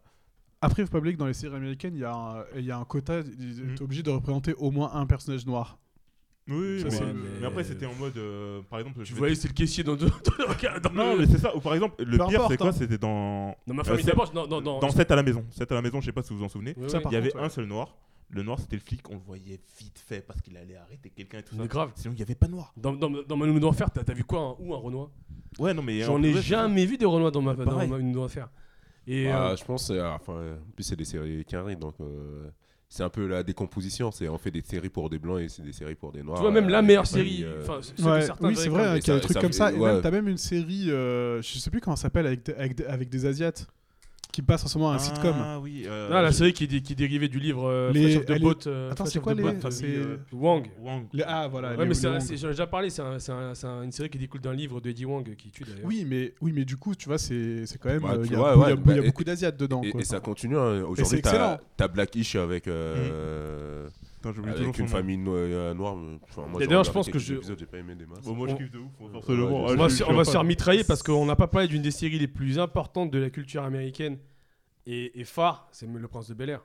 S2: Après, faut pas oublier que dans les séries américaines, il y, a un- il y a un quota, tu es
S5: Mm.
S2: obligé de représenter au moins un personnage noir.
S5: Oui,
S3: Ça,
S5: mais,
S3: c'est
S5: mais
S3: le-
S5: après, c'était en mode. euh, par exemple,
S3: Tu
S5: je vais-
S3: voyais, c'est le caissier dans, dans, le- dans
S5: Non,
S3: le-
S5: mais c'est ça. Ou par exemple, le
S2: Peu
S5: pire,
S2: importe,
S5: c'est quoi
S2: hein.
S5: C'était dans.
S3: dans ma famille
S5: Euh,
S3: d'abord. Non, non, non.
S5: Dans 7 à la maison. 7 à la maison, je sais pas si vous vous en souvenez.
S3: Ouais,
S2: Ça,
S3: ouais.
S2: par
S5: Il y avait
S2: contre,
S5: un
S2: ouais.
S5: seul noir. Le noir, c'était le flic. On le voyait vite fait parce qu'il allait arrêter quelqu'un et tout ça.
S3: Mais grave.
S5: Sinon, il n'y avait pas de noir.
S3: Dans, dans, dans ma nounou d'enfer, t'as t'as vu quoi un- Où un Renoir
S5: Ouais, non, mais.
S3: J'en
S5: en
S3: ai
S5: vrai,
S3: jamais vu des Renoirs dans ma dans ma
S5: Pareil. Ah,
S3: nounou d'enfer. Et
S4: Bah,
S3: euh,
S4: Je pense, euh, enfin, euh, en plus c'est des séries carrées, donc euh, c'est un peu la décomposition. C'est on fait des séries pour des blancs et c'est des séries pour des noirs.
S3: tu vois, même
S4: euh,
S3: la meilleure
S4: et compagnie,
S3: série.
S4: euh,
S3: enfin, celle de
S2: Ouais,
S3: certains
S2: oui, c'est
S3: avec-
S2: vrai, hein,
S4: mais
S2: qu'il y a
S4: ça-
S2: des trucs
S4: ça
S2: comme ça.
S4: fait-
S2: Et
S4: ouais.
S2: même, t'as même une série, euh, je sais plus comment ça s'appelle, avec, des- avec, des- avec des Asiates, qui passe en ce moment à un sitcom.
S5: Ah oui. euh,
S3: Ah, la
S5: je-
S3: série qui, dé- qui dérivait du livre euh,
S2: Les-
S3: Flash of the
S2: elle est-
S3: Boat. euh,
S2: Attends,
S3: Flash
S2: c'est
S3: of
S2: quoi
S3: the
S2: les-
S3: Boat,
S2: c'est-
S3: c'est, euh, Wang.
S5: Wang.
S2: Les- ah, voilà.
S3: Ouais,
S2: les-
S3: mais
S2: les
S3: c'est un-
S2: Wong.
S3: c'est- j'en ai déjà parlé, c'est un- c'est un- c'est un- une série qui découle d'un livre de Eddie Wang euh, qui tue d'ailleurs.
S2: Oui, mais, oui, mais du coup, tu vois, c'est c'est quand même.
S4: Bah,
S2: euh,
S4: tu
S2: Il y a
S4: vois,
S2: bou- il y
S4: ouais,
S2: a bou- il y a
S4: bah,
S2: beaucoup d'Asiates dedans.
S4: Et,
S2: quoi.
S4: et ça continue. hein. Aujourd'hui,
S2: c'est excellent.
S4: t'as as Blackish avec, euh,
S5: Putain, j'oublie toujours
S4: avec
S5: son
S4: une
S5: nom.
S4: famille no- euh, noire. mais, enfin, moi,
S3: Mm. Et
S4: j'ai
S3: d'ailleurs, je
S4: regardé
S3: pense que
S4: quelques
S3: je-
S4: épisodes, j'ai pas aimé des masses.
S5: Bon, moi, je
S3: On-
S5: kiffe de ouf.
S4: Ouais,
S5: Forcément.
S4: je-
S5: Ah,
S3: on va,
S5: je-
S3: se-
S5: je
S3: on va se
S5: suis
S3: faire
S5: pas-
S3: mitrailler parce qu'on n'a pas parlé d'une des séries les plus importantes de la culture américaine et, et phare, c'est Le Prince de Bel Air.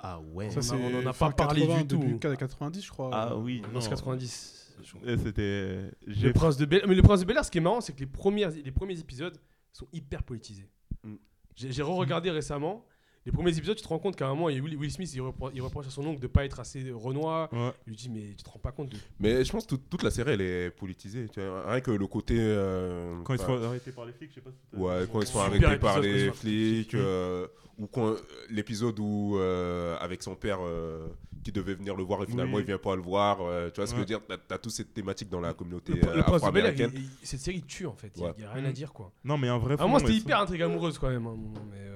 S5: Ah ouais.
S2: Ça, euh,
S3: on en- on en a
S2: c'est
S3: pas
S2: fin
S3: parlé du
S2: 80,
S3: tout.
S2: début 90, je crois.
S5: Ah oui. non.
S3: 1990.
S5: Et C'était.
S3: Le
S5: J'ai
S3: Prince de Bel Mais Le Prince de Bel Air, ce qui est marrant, c'est que les, premières, les premiers épisodes sont hyper politisés.
S4: Mm.
S3: J'ai j'ai re-regardé
S5: Mm.
S3: récemment. Les premiers épisodes, tu te rends compte qu'à un moment, il y a Will, Will Smith, il, repro- il reproche à son oncle de pas être assez renois.
S5: Ouais.
S3: Il lui dit, mais tu te rends pas compte de
S4: Mais je pense que toute- toute la série, elle est politisée. Tu vois. Rien que le côté. euh,
S5: Quand ils
S4: enfin,
S5: sont arrêtés par les flics, je sais pas si t'as-
S4: Ouais, quand ils sont
S3: Super
S4: arrêtés par
S3: épisode, quand ils
S4: les
S3: sont arrêtés.
S4: flics, euh, ou quand euh, l'épisode où euh, avec son père euh, qui devait venir le voir et finalement
S5: Oui.
S4: il vient pas le voir, euh, tu vois ce
S5: Ouais.
S4: que je veux dire T'as- T'as toute cette thématique dans la communauté
S3: Le,
S4: euh,
S3: le Prince de Bel Air,
S4: afro-américaine.
S3: cette série tue en fait. Il
S4: Ouais.
S3: n'y a rien à dire quoi.
S5: Non, mais un
S2: Ah,
S5: vrai.
S3: À moi,
S5: Mm. fond,
S3: c'était
S5: ils
S3: hyper
S5: sont-
S3: intrigue amoureuse quand même. à un moment, mais, euh,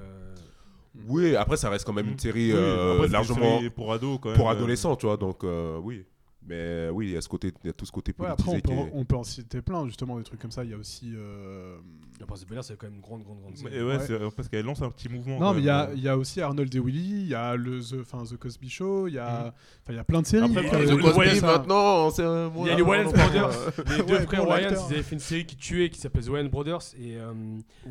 S4: Oui, après ça reste quand même une série
S5: Oui,
S4: euh,
S5: après, c'est une
S4: largement
S5: série pour ados quand même.
S4: pour
S5: euh,
S4: adolescents, tu vois, donc euh, oui. Mais euh, oui, il y a ce côté, il y a tout ce côté
S2: Ouais,
S4: politisé
S2: après, on peut,
S4: qui est-
S2: on peut en citer plein, justement, des trucs comme ça. Il y a aussi. euh,
S3: Le Prince de Bel Air, c'est quand même une grande, grande, grande série.
S5: Mais ouais,
S2: Ouais.
S5: c'est- euh, parce qu'elle lance un petit mouvement.
S2: Non,
S5: quand
S2: mais euh, il y, a-
S5: même. euh.
S2: il y a aussi Arnold et Willy, il y a le The, enfin, The Cosby Show, il y a, enfin, il y a plein de séries.
S5: Après,
S2: qui-
S5: le-
S2: euh,
S3: le
S2: comme
S3: Wayans,
S2: ça.
S4: maintenant, c'est euh,
S3: Il y a les Wayans Brothers. Les deux
S2: euh, Ouais,
S3: frères
S2: bon,
S3: Wayans,
S2: l'acteur.
S3: ils avaient fait une série qui tuait, qui s'appelle The Wayans Brothers. Et euh,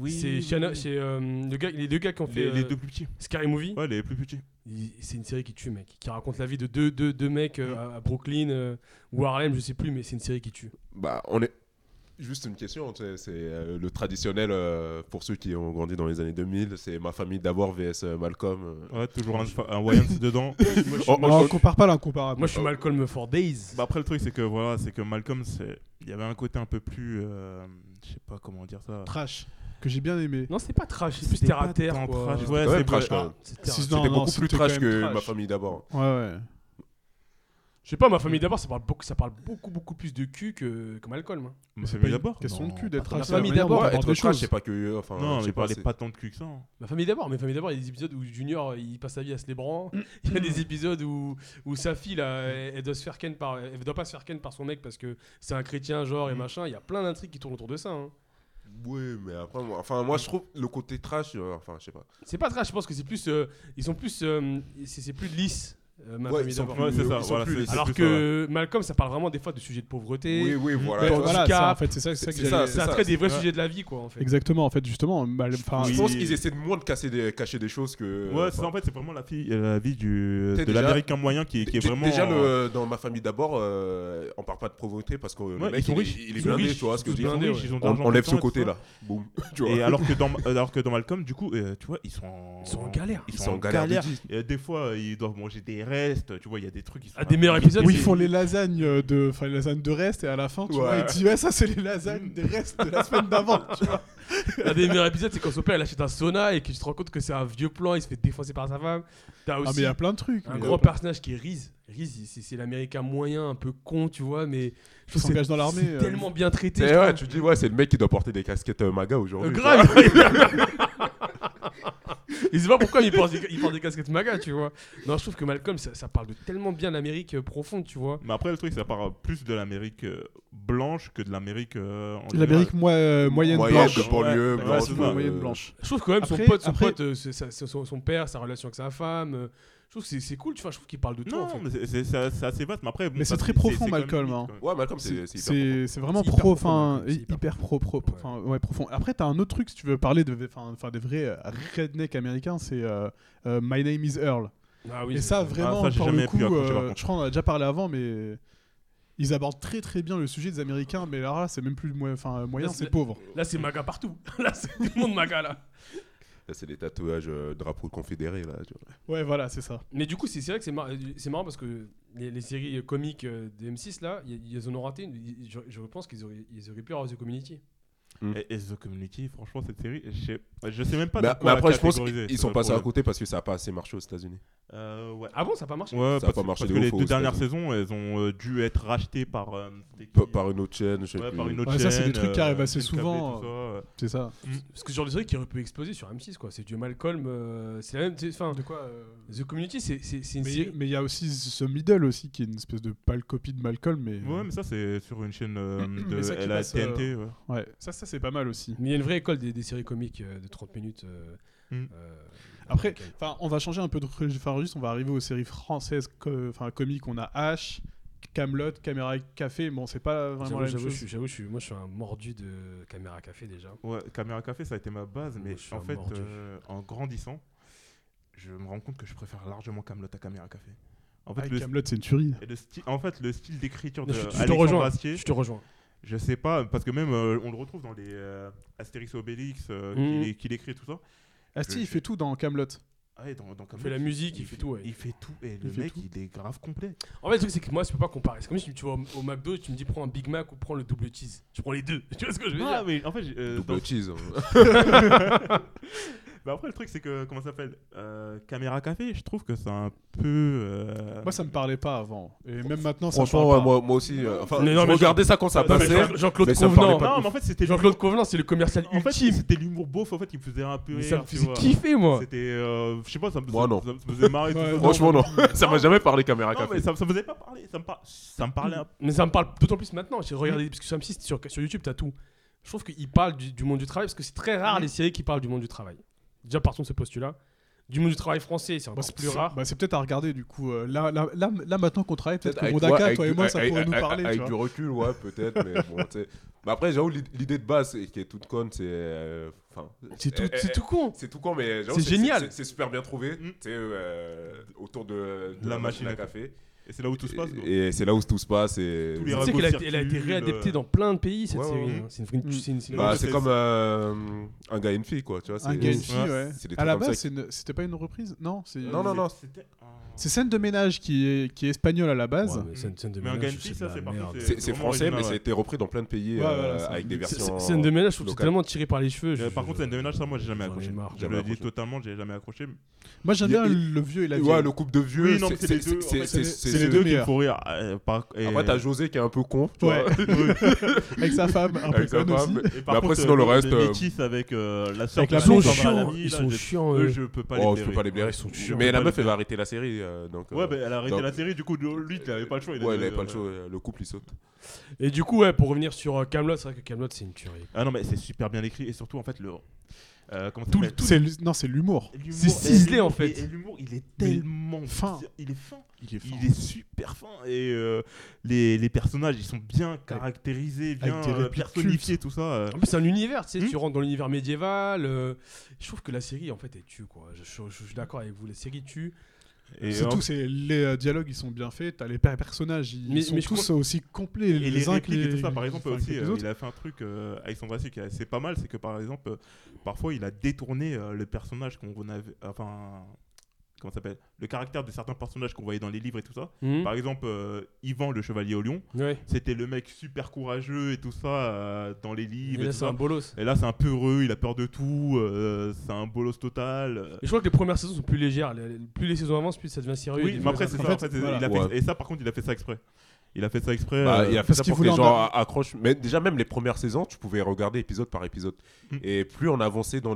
S3: c'est Shannon- c'est, euh, le gars- les deux gars qui ont fait
S5: Les, les
S3: euh,
S5: deux plus petits.
S3: Scary Movie.
S5: Ouais, les plus petits.
S3: Il- C'est une série qui tue, mec. Qui raconte la vie de deux, deux, deux mecs euh, à- à Brooklyn euh, ou à Harlem, je sais plus, mais c'est une série qui tue.
S4: Bah, on est. Juste une question, tu sais, c'est euh, le traditionnel euh, pour ceux qui ont grandi dans les années 2000, c'est ma famille d'abord vs euh, Malcolm. euh.
S5: Ouais, toujours un, fa- un Wayans dedans.
S3: Moi, je suis,
S4: Oh,
S2: Non,
S3: moi,
S2: on compare pas l'incomparable.
S3: je suis Malcolm for Days.
S5: Bah, après, le truc, c'est que voilà, c'est que Malcolm, c'est- il y avait un côté un peu plus. euh, Je sais pas comment dire ça.
S2: Trash, que j'ai bien aimé.
S3: Non, c'est pas trash, c'est plus
S5: C'était
S3: terre à
S5: pas
S3: terre.
S5: tant
S3: quoi.
S5: trash,
S3: C'était
S5: ouais,
S4: quand même
S5: c'est
S4: trash,
S5: pas-
S4: quand même.
S3: c'est terre à
S2: C'est-
S3: terre.
S2: non,
S4: C'était
S2: non,
S4: beaucoup plus
S2: c'était
S4: trash
S2: quand
S4: que
S2: même
S4: ma famille d'abord.
S2: Ouais, ouais.
S3: Je sais pas, ma famille d'abord, ça parle beaucoup, ça parle beaucoup, beaucoup plus de cul que, que Malcolm.
S5: Mais
S3: hein.
S2: Mais c'est
S5: c'est
S2: pas
S5: mis
S2: une
S5: d'abord.
S2: question
S4: Non,
S2: de cul d'être
S4: pas
S2: trash.
S3: la
S2: c'est la
S3: famille
S2: manière
S3: d'abord,
S2: dont on
S4: Ouais,
S2: aborde
S4: être
S2: les
S4: trash,
S2: choses.
S4: c'est pas que. Enfin,
S5: Non,
S4: je
S5: mais
S4: sais
S5: il parlait
S4: c'est-
S5: pas tant de cul que ça. hein.
S3: Ma famille d'abord, mais famille d'abord, il y a des épisodes où Junior il passe sa vie à se les branler. Il y a des épisodes où, où sa fille là, elle, elle doit se faire ken par, elle doit pas se faire ken par son mec parce que c'est un chrétien genre et machin. Il y a plein d'intrigues qui tournent autour de ça. hein.
S4: Ouais, mais après, moi, enfin, moi je trouve le côté trash, euh, enfin, je sais pas.
S3: C'est pas trash, je pense que c'est plus, euh, ils sont plus, euh, c'est c'est plus lisse. euh, ma
S4: Ouais,
S3: famille
S4: ils sont
S3: d'abord.
S4: plus-
S5: Ouais, c'est
S4: ils
S5: ça.
S4: sont
S5: Voilà,
S4: plus
S5: c'est-
S4: les-
S5: c'est
S3: Alors
S5: plus ça, ouais.
S3: que Malcolm, ça parle vraiment des fois de sujets de pauvreté.
S4: Oui, oui, voilà.
S2: Ouais,
S4: tu vois,
S2: Voilà, c'est ça, en
S3: handicap,
S2: fait, c'est ça, c'est ça que
S4: c'est
S2: j'allais-
S4: ça,
S3: Ça traite des vrais
S5: Ouais.
S3: sujets de la vie, quoi, en fait.
S2: Exactement, en fait, justement. mal- enfin,
S4: Je
S5: Ah, Oui.
S4: pense qu'ils essaient de moins de casser des, cacher des choses que.
S5: Ouais, c'est
S4: enfin,
S5: en fait, c'est vraiment la, fille, euh, la vie du, de
S4: T'es déjà-
S5: l'américain moyen qui, est- qui est
S4: dé-
S5: vraiment.
S4: Déjà, le,
S5: euh,
S4: dans ma famille d'abord, euh, on parle pas de pauvreté parce que le
S5: Ouais,
S4: mec,
S5: ils sont
S4: il, est-
S5: riches.
S4: il est
S3: Ils sont
S4: blindé,
S3: riches,
S4: tu vois ce que je
S3: tous
S4: veux
S5: ils sont
S4: dire.
S3: blindé,
S5: riches,
S3: ouais.
S5: ils ont de
S4: On
S5: l'argent
S4: enlève
S5: tout le
S4: ce
S5: temps, etc.
S4: côté-là. Boum. Tu vois.
S5: Et alors que dans alors que dans Malcolm, du coup, euh, tu vois, ils sont en-
S3: Ils sont en galère.
S5: Ils
S4: Ils
S5: sont
S4: sont
S5: en
S4: en galère de
S5: galère.
S4: vie.
S5: Et des fois, euh, ils doivent manger des restes. Tu vois, il y a des trucs. Ils sont
S3: Ah, des meilleurs épisodes,
S2: Oui,
S3: c'est-
S2: ils font les lasagnes euh, de, enfin les lasagnes de reste et à la fin, tu
S4: Ouais.
S2: vois, ils disent ouais, ça c'est les lasagnes des restes de la semaine d'avant. tu vois.
S3: Un des meilleurs épisodes, c'est quand son père il achète un sauna et que tu te rends compte que c'est un vieux plan, il se fait défoncer par sa femme. T'as
S2: Ah mais il
S3: aussi
S2: y a plein de trucs.
S3: un
S2: mais- euh,
S3: grand personnage qui est Riz. Riz, il- c'est c'est l'américain moyen, un peu con, tu vois, mais je trouve
S2: s'engage
S3: c'est-
S2: dans l'armée,
S3: c'est
S2: euh.
S3: tellement bien traité.
S4: Et
S3: je
S4: ouais,
S3: trouve.
S4: tu dis, ouais, c'est le mec qui doit porter des casquettes euh, MAGA
S3: Euh,
S4: aujourd'hui. tu vois.
S3: grave Il sait pas pourquoi il porte, des, il porte des casquettes MAGA, tu vois. Non, je trouve que Malcolm, ça, ça parle de tellement bien l'Amérique euh, profonde, tu vois.
S5: Mais après, le truc, ça part euh, plus de l'Amérique euh, blanche que de l'Amérique. euh, en général.
S2: L'Amérique moi, euh, moyenne
S4: Moyenne,
S2: blanche.
S4: de banlieue,
S5: Ouais,
S4: blanche,
S5: c'est
S2: Ouais,
S5: ça.
S2: moyenne
S4: euh,
S2: blanche.
S3: Je trouve quand même son
S2: Après-
S3: pote, son,
S2: après-
S3: pote, euh, c'est- sa- son, son père, sa relation avec sa femme. euh, je trouve que c'est- c'est cool, tu vois. Je trouve qu'il parle de tout.
S5: Non,
S3: en fait.
S5: mais c'est- c'est c'est- c'est assez vaste. Mais après, bon,
S2: Mais
S5: ça,
S2: c'est très profond,
S5: quand même
S2: Malcolm,
S5: limite,
S2: hein.
S5: quand même.
S4: Ouais, Malcolm, c'est
S2: C'est-
S4: c'est hyper
S2: C'est
S4: profond.
S2: c'est vraiment
S3: C'est hyper
S2: pro,
S3: profond,
S2: enfin
S3: Malcolm, c'est hyper
S2: hyper pro, pro,
S3: Ouais.
S2: enfin ouais profond. Après t'as un autre truc si tu veux parler de, enfin enfin, des vrais euh, redneck américains, c'est euh, euh, My Name Is Earl.
S3: Ah oui,
S2: et
S3: c'est-
S2: ça
S5: Ah,
S2: vraiment
S5: ça, j'ai
S2: pour
S5: jamais
S2: le
S5: pu
S2: coup,
S5: accrocher, par
S2: euh,
S5: contre.
S2: je crois qu'on en a déjà parlé avant, mais Ils abordent très très bien le sujet des Américains, mais là, là, c'est même plus moyen, enfin, moyen,
S3: Là, c'est-
S2: c'est pauvre.
S3: Là, c'est maga partout. Là, c'est tout le monde maga là.
S4: Là, c'est des tatouages euh, drapeau confédéré, là. tu vois.
S2: Ouais, voilà, c'est ça.
S3: Mais du coup, c'est c'est vrai que c'est mar- euh, c'est marrant parce que les, les séries euh, comiques euh, de M6, là, y- ils en ont raté. une. Y- y- Je, je pense qu'ils auraient, ils auraient pu avoir The Community.
S5: Et, et The Community, franchement, cette série, je sais, je sais même pas.
S4: Bah-
S5: dans
S4: mais
S5: quoi la
S4: après, je pense
S5: catégoriser,
S4: qu'ils
S5: c'est ça
S4: sont
S5: le
S4: passés à
S5: problème.
S4: côté parce que ça n'a pas assez marché aux États-Unis.
S5: Euh, ouais.
S3: Ah bon, ça n'a pas marché
S5: Ouais,
S4: Ça a
S5: parce,
S4: pas
S5: que-
S4: marché
S5: parce
S4: de
S5: que les
S4: ouf aux
S5: deux dernières saisons, elles ont euh, dû être rachetées par, euh, c'était qui
S4: Pa- Par une autre chaîne, je sais
S5: Ouais,
S4: plus.
S5: par une autre
S2: Ouais, ça, c'est
S5: chaîne,
S2: des trucs qui
S5: euh,
S2: arrivent assez
S5: TNKB,
S2: souvent,
S5: tout ça, euh.
S2: C'est ça.
S3: Parce que ce genre de série qui aurait pu exploser sur M6, quoi. C'est du Malcolm. euh, c'est la même. c'est- Enfin,
S2: De quoi
S3: The Community, c'est c'est- c'est une
S2: Mais
S3: série.
S2: mais il y a aussi ce Middle aussi, qui est une espèce de pâle copie de Malcolm, mais.
S5: Ouais, mais ça, c'est sur une chaîne euh,
S2: Mais ça
S5: de
S2: qui
S5: la
S2: passe,
S5: TNT. ouais.
S2: euh, Ouais, ça, ça c'est pas mal aussi.
S3: Mais il y a une vraie école des, des séries comiques euh, de 30 minutes. euh,
S5: Mm.
S3: euh,
S2: Après,
S3: américaines.
S2: enfin, on va changer un peu de registre, enfin, registre, on va arriver aux séries françaises, co- enfin comiques, on a H, Camelot, Caméra et Café, bon, c'est pas vraiment
S3: J'avoue,
S2: la même
S3: j'avoue, je
S2: chose.
S3: suis- j'avoue, je suis, moi, je suis un mordu de caméra café déjà.
S5: Ouais, Caméra Café, ça a été ma base,
S4: Oh,
S5: mais
S3: Je suis
S5: en
S3: un
S5: fait,
S3: mordu.
S5: euh, en grandissant, je me rends compte que je préfère largement Camelot à Caméra Café. En fait,
S2: Ah,
S5: le,
S2: Camelot, c'est une tuerie.
S5: et le style, en fait, le style d'écriture de
S3: Je- je te
S5: Alexandre
S3: rejoins.
S5: Astier,
S3: Je te rejoins.
S5: je sais pas, parce que même euh, on le retrouve dans les euh, Astérix et Obélix
S4: Mmh.
S5: euh,
S3: Mm.
S5: qu'il qu'il écrit tout ça.
S2: Asti,
S5: je-
S2: Ah, il fait tout dans Camelot.
S5: Ah, et dans, dans Camelot,
S3: fait la musique, il fait tout, ouais.
S5: Il fait tout, et le
S2: fait
S5: mec,
S2: tout.
S5: il est grave complet.
S3: En fait, le truc, c'est que moi, je peux pas comparer. C'est comme si tu- tu vas au, au McDo et tu me dis prends un Big Mac ou prends le double cheese. Je prends les deux. Tu vois ce que je veux
S5: Ah,
S3: dire
S5: mais en fait, j'ai- euh, dans-
S4: Double cheese. hein.
S5: Bah après, le truc, c'est que, comment ça s'appelle Euh, Caméra Café, je trouve que c'est un peu. euh,
S2: Moi, ça me parlait pas avant. Et même maintenant, ça me
S4: Franchement,
S2: parle
S4: ouais, moi, moi aussi. euh, enfin,
S3: Mais non,
S4: je
S3: mais
S4: regardais ça quand ça
S5: Non, mais
S4: passait.
S5: Jean-
S3: Jean-Claude
S4: mais ça me parlait
S3: Convenant.
S4: pas.
S5: Non, mais en fait, c'était.
S3: Jean-Claude Convenant, c'est le commercial
S5: En fait,
S3: ultime.
S5: c'était l'humour beauf, en fait, qui me faisait un peu
S3: Mais
S5: rire.
S3: ça me
S5: tu
S3: faisait
S5: vois.
S3: kiffer, moi.
S5: C'était. euh, je sais pas, ça me,
S4: Moi,
S5: ça-
S4: non.
S5: ça me faisait marrer. tout
S2: Ouais,
S5: ça.
S2: non.
S4: Franchement, non. ça m'a jamais parlé caméra
S5: Non, mais
S4: café.
S5: ça, ça me faisait pas parler. Ça me, par- ça me parlait un
S3: Mais ça me parle d'autant plus maintenant. J'ai regardé, parce que sur M6, sur, sur YouTube, t'as tout. Je trouve qu'il parle du, du monde du travail, parce que c'est très rare les séries qui parlent du monde du travail. Déjà, partons de ce postulat. Du monde du travail français, c'est
S2: Bah,
S3: encore
S2: c'est
S3: plus rare.
S2: bah, c'est peut-être à regarder du coup. euh, là, là, là, là, maintenant qu'on travaille, peut-être que
S4: Avec
S2: Mondaka,
S4: ouais, avec
S2: toi et
S4: du-
S2: moi, ça
S4: avec-
S2: pourrait nous
S4: avec-
S2: parler.
S4: Avec
S2: tu
S4: du
S2: vois.
S4: recul, ouais, peut-être, mais bon, tu sais. Mais après, j'avoue, l'id- l'idée de base, et qui est toute conne, c'est. euh, Enfin.
S3: C'est tout,
S4: eh, eh,
S3: c'est tout con.
S4: C'est tout con, mais j'avoue,
S3: C'est génial.
S4: C'est c'est super bien trouvé.
S5: Mm.
S4: Tu sais, euh, autour de, de
S5: La machine à
S4: à café.
S5: Et c'est là où tout se passe. gros.
S4: Et, et c'est là où tout se passe. Et...
S5: Tous les
S3: Tu
S5: ragots
S3: sais qu'elle a,
S5: de
S3: été- elle a été
S5: circuit,
S3: réadaptée
S5: euh,
S3: dans plein de pays, cette
S4: ouais, ouais,
S3: série.
S4: ouais.
S3: hein. C'est une,
S2: Mm.
S3: c'est une- c'est une-
S4: Bah,
S5: Oui,
S4: c'est
S5: c'est-
S4: comme euh, un gars et une fille, quoi. Tu vois,
S2: Un
S4: c'est-
S2: gars, une
S5: Ouais,
S2: fille, ouais.
S4: c'est des
S2: À
S4: trucs
S2: la
S4: comme ça
S2: base,
S4: qui-
S2: c'est une- c'était pas une reprise Non, c'est.
S4: Non, non, non.
S5: C'était. un-
S2: C'est scène de ménage qui est, qui est espagnole à la base.
S3: Ouais, mais scène- scène de
S5: Mais un
S3: ménage,
S5: Ganfi,
S3: c'est de
S5: ça,
S3: la
S5: c'est par
S3: merde.
S5: contre,
S4: C'est c'est
S5: vraiment
S4: français,
S5: original,
S4: mais ça a
S5: ouais.
S4: été repris dans plein de pays
S2: Ouais,
S4: euh,
S2: voilà, ça-
S4: avec des
S3: C'est-
S4: versions.
S3: c'est- Scène de ménage, je trouve que c'est
S4: locales.
S3: tellement tiré par les cheveux.
S5: Euh,
S3: je-
S5: Par contre,
S3: je-
S5: scène de ménage, ça, moi, j'ai jamais
S3: j'en ai
S5: accroché.
S3: marre.
S5: Je
S4: Jamais
S5: le dis
S4: accroché.
S5: totalement, j'ai jamais accroché.
S2: Moi, j'aime
S4: Il y a-
S2: bien le vieux et la vieille.
S4: Ouais, le couple de vieux.
S5: Oui, non, mais c'est les deux, en fait,
S2: c'est-
S4: c'est-
S5: C'est les
S2: le
S5: deux qui me
S2: meilleur.
S5: font rire. euh, par- et-
S4: Après, t'as José qui est un peu con. tu
S2: Ouais.
S4: vois.
S2: Avec sa femme, un peu
S4: Avec sa
S2: conne aussi.
S4: femme.
S5: Et
S4: Mais après, sinon, le reste, euh,
S5: métis avec euh, la sœur
S2: avec
S5: de
S2: la
S3: Ils
S5: la
S2: blonde,
S3: sont
S5: meuf,
S2: enfin,
S3: chiants,
S5: Mélanie,
S3: ils
S5: là,
S3: sont
S5: j'ai-
S3: chiants.
S5: Eux,
S3: eux.
S5: je peux pas
S4: Oh,
S5: les
S4: je peux pas les blairer.
S3: Ouais, ils sont chiants.
S4: Mais la
S5: pas
S4: meuf,
S5: les
S4: elle va arrêter la série. euh, donc, euh,
S5: Ouais, bah, elle a arrêté
S4: donc-
S5: la série, du coup, lui, il avait pas le choix.
S4: Ouais,
S5: a
S4: elle
S5: dit,
S4: avait pas
S5: euh,
S4: le choix. euh, Le couple, il saute.
S3: Et du coup, ouais, pour revenir sur euh, Camelot, c'est vrai que Camelot, c'est une tuerie.
S5: Ah non, mais c'est super bien écrit et surtout, en fait, le. euh, comment ça
S2: Tout le-
S5: s'appelle
S2: c'est le- Non, c'est l'humour.
S5: L'humour-
S3: c'est
S5: et
S3: ciselé,
S5: l'humour-
S3: en fait.
S5: et- Et l'humour, il est tellement
S2: fin.
S5: bien- Il est fin.
S2: Il est
S5: Il est super fin. Et euh, les, les personnages, ils sont bien caractérisés, bien
S2: des
S5: euh,
S2: répliques Ah,
S5: personnifiés, tout ça. euh.
S3: En plus, c'est un univers, tu sais,
S5: Hmm.
S3: tu rentres dans l'univers médiéval. euh, Je trouve que la série, en fait, elle tue, quoi. Je, je- je suis d'accord avec vous, la série tue.
S5: Et
S2: C'est
S5: en-
S2: tout, c'est les euh, dialogues ils sont bien faits, t'as les per- personnages, ils
S3: Mais-
S2: sont
S3: mais je
S2: tous aussi complets
S5: Et
S2: les,
S5: les
S2: uns que
S5: répliques et
S2: les-
S5: tout ça, par exemple,
S2: enfin, que
S5: aussi,
S2: les
S5: euh,
S2: autres.
S5: il a fait un truc, euh, Alexandre Astier, qui est assez pas mal, c'est que par exemple, euh, parfois il a détourné euh, le personnage qu'on avait, enfin, comment ça s'appelle, le caractère de certains personnages qu'on voyait dans les livres et tout ça.
S3: Mm. Bah,
S5: Par exemple, euh, Ivan, le chevalier au lion,
S3: Ouais.
S5: c'était le mec super courageux et tout ça euh, dans les
S3: Et
S5: livres. Et,
S3: là,
S5: tout
S3: c'est
S5: ça.
S3: un bolos.
S5: Et là, c'est un peu heureux, il a peur de tout, euh, c'est un bolos total. euh.
S3: Et je crois que les premières saisons sont plus légères. les- Plus les saisons avancent, plus ça devient sérieux.
S5: Oui,
S3: Des-
S5: mais après, c'est ça.
S2: en fait,
S5: en fait, c'est-
S2: voilà.
S5: il a fait-
S4: Ouais.
S5: Et ça, par contre, il a fait ça exprès. Il a fait ça exprès.
S4: Bah,
S5: euh,
S4: il a fait
S2: parce
S4: ça
S2: qu'il
S4: pour que les
S2: voulait
S4: gens
S2: en
S4: a- accrochent. Mais déjà, même les premières saisons, tu pouvais regarder épisode par épisode.
S5: Mm.
S4: Et plus on avançait dans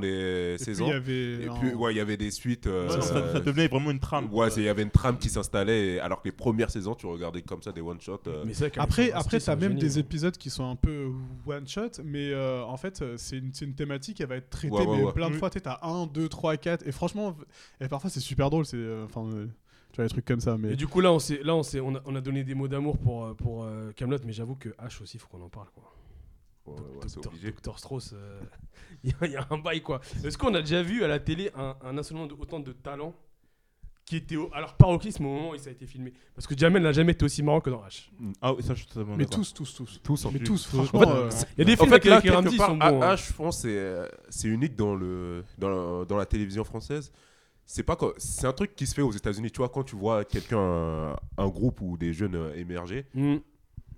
S2: Et
S4: les
S2: puis,
S4: saisons,
S2: il y avait
S4: et
S2: un-
S4: plus ouais, il y avait des suites. euh,
S5: ouais, non, ça, ça devenait vraiment une trame.
S4: Ouais, c'est- il y avait une trame qui s'installait, et- alors que les premières saisons, tu regardais comme ça des one-shots. euh,
S3: Mais c'est vrai qu'Alexandre
S2: Après,
S3: Astier,
S2: après
S3: c'est
S2: t'as
S3: un
S2: même
S3: génie,
S2: des
S3: hein.
S2: épisodes qui sont un peu one shot, mais euh, en fait euh, c'est une, c'est une thématique elle va être traitée
S4: Ouais, ouais,
S2: mais
S4: ouais.
S2: plein de
S3: Mm.
S5: Oui.
S2: fois. t'es- T'as 1, 2, 3, 4 et franchement et parfois c'est super drôle, c'est euh, enfin euh, tu vois des trucs comme ça. Mais
S3: Et du coup, là, on, s'est- là, on, s'est- on, a, on a donné des mots d'amour pour, euh, pour euh, Kaamelott, mais j'avoue que H aussi, faut qu'on en parle, quoi.
S4: ouais, ouais,
S3: Docteur
S4: c'est obligé.
S3: Strauss, euh, il y, a- il y a un bail quoi. Est-ce qu'on a déjà vu à la télé un, un assolement de autant de talent qui était au- à leur paroxysme au moment où ça a été filmé. Parce que Jamel n'a jamais été aussi marrant que dans H.
S5: Ah oui, ça, je suis totalement
S2: Mais
S5: d'accord.
S2: tous, tous, tous.
S4: Tous
S2: Mais
S5: plus.
S2: tous,
S5: Faut-
S2: franchement.
S5: Ouais,
S2: euh,
S5: c'est-
S3: Il y a des
S4: En
S3: films
S4: fait, là,
S3: avec les
S4: quelque
S3: Randy qui
S4: part,
S3: sont bons. hein.
S4: AH, je pense, c'est c'est unique dans, le, dans, la- dans la télévision française. C'est pas quand- c'est un truc qui se fait aux États-Unis. Tu vois, quand tu vois quelqu'un, un groupe ou des jeunes euh, émerger,
S3: Mm.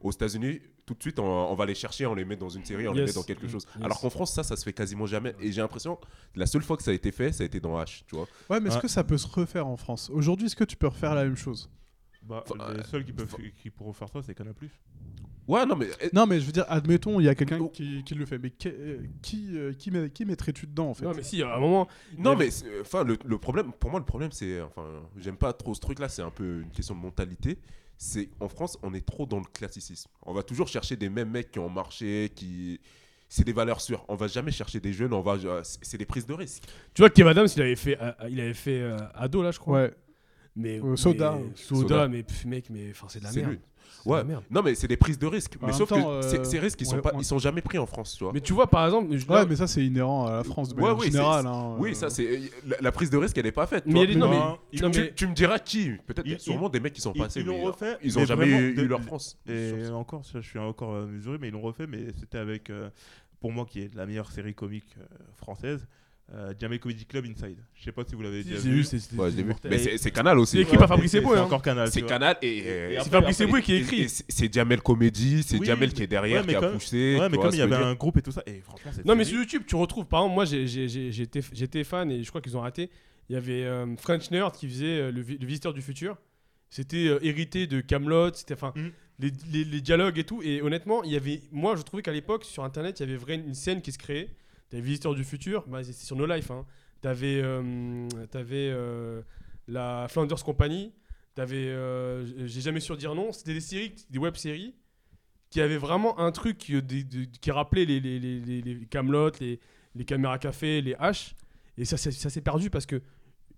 S4: aux États-Unis, tout de suite, on, on va les chercher, on les met dans une série, on les
S3: Yes.
S4: met dans quelque
S3: Mm.
S4: chose.
S3: Yes.
S4: Alors qu'en France, ça, ça se fait quasiment jamais. Et j'ai l'impression, la seule fois que ça a été fait, ça a été dans H. Tu vois.
S2: Ouais, mais est-ce
S5: Ouais.
S2: que ça peut se refaire en France Aujourd'hui, est-ce que tu peux refaire la même chose
S5: Bah,
S4: Enfin,
S5: les
S4: euh,
S5: seuls qui, peuvent,
S4: enfin-
S5: qui pourront faire ça, c'est Canal+.
S4: Ouais, non, mais eh,
S2: Non, mais je veux dire, admettons, il y a quelqu'un
S4: Oh.
S2: qui, qui le fait, mais que- euh, qui, euh, qui, met- qui mettrais-tu dedans en fait
S3: Non, mais si, à un moment.
S4: Non,
S3: Il y
S4: mais c'est- euh, enfin, le, le problème, pour moi, le problème, c'est, enfin, j'aime pas trop ce truc-là. C'est un peu une question de mentalité. C'est en France, on est trop dans le classicisme. On va toujours chercher des mêmes mecs qui ont marché, qui, c'est des valeurs sûres. On va jamais chercher des jeunes. On va, c'est c'est des prises de risque.
S3: Tu vois, Kev Adams, il avait fait, euh, il avait fait euh, ado, là, je crois.
S2: Ouais.
S3: Mais,
S2: Euh, Soda.
S3: mais- Soda,
S4: Soda.
S3: mais pff, mec, mais enfin, c'est de la
S4: C'est
S3: merde.
S4: nul.
S3: C'est de la
S4: Ouais.
S3: merde.
S4: Non, mais c'est des prises de risque.
S2: En
S4: mais
S2: même
S4: sauf
S2: temps,
S4: que c'est-
S2: euh,
S4: ces risques, ils sont
S2: ouais,
S4: pas,
S2: on-
S4: ils sont jamais pris en France, tu vois.
S3: Mais tu vois, par exemple, je-
S2: Ouais, mais ça, c'est inhérent à la France de
S4: Ouais,
S2: manière
S4: oui, c'est-
S2: générale. hein, euh.
S4: Oui, ça, c'est la, la prise de risque, elle est pas faite. tu
S3: Mais
S4: vois.
S3: elle est- non, mais-
S5: Non,
S4: tu,
S3: non,
S4: tu-
S3: mais-
S4: tu me diras qui Peut-être
S5: Ils- ils-
S4: sûrement des mecs qui sont
S5: ils-
S4: passés.
S5: ils l'ont
S4: mais euh,
S5: refait,
S4: Ils ont
S5: mais
S4: jamais
S5: vraiment
S4: eu,
S5: de-
S4: eu leur France.
S5: Et encore, ça, je suis encore euh, mesuré, mais ils l'ont refait, mais c'était avec, euh, pour moi, qui est la meilleure série comique euh, française, euh, Jamel Comedy Club Inside. Je sais pas si vous l'avez déjà
S3: j'ai
S5: vu.
S3: eu, c'est c'est-
S4: Ouais,
S3: c'est
S4: je l'ai vu.
S3: mortel.
S4: Mais c'est- c'est Canal aussi.
S3: C'est écrit par Fabrice
S5: C'est
S3: Eboué.
S5: c'est
S3: hein.
S5: encore Canal.
S4: C'est
S5: tu vois.
S4: Canal et.
S5: Et
S3: C'est Fabrice Eboué qui
S4: Et- et
S3: écrit.
S4: C'est c'est Jamel Comédie, c'est
S5: Oui,
S4: Jamel qui est derrière,
S5: ouais, mais
S4: qui a
S5: comme-
S4: poussé.
S5: Ouais,
S4: tu
S5: mais
S4: vois
S5: comme
S4: ce
S5: il y
S4: que je
S5: avait
S4: veux dire.
S5: un groupe et tout ça, et franchement, c'est.
S3: Non, mais sur YouTube, tu retrouves. Par exemple, moi, j'ai- j'ai- j'ai- j'étais j'étais fan et je crois qu'ils ont raté. Il y avait euh, French Nerd qui faisait euh, le, vi- le visiteur du futur. C'était euh, hérité de Camelot, c'était enfin
S5: Mm.
S3: les, les- les dialogues et tout. Et honnêtement, il y avait, moi, je trouvais qu'à l'époque sur Internet, il y avait vraiment une scène qui se créait. T'avais visiteur du futur, bah, c'est c'est sur No Life. Hein. T'avais euh, t'avais, euh, la Flanders Company. T'avais, euh, j'ai jamais su dire non. C'était des séries, des web-séries qui avaient vraiment un truc euh, des- des- qui rappelait les les les les, les Kaamelott, les les caméras café, les H. Et ça, c'est- ça s'est perdu parce que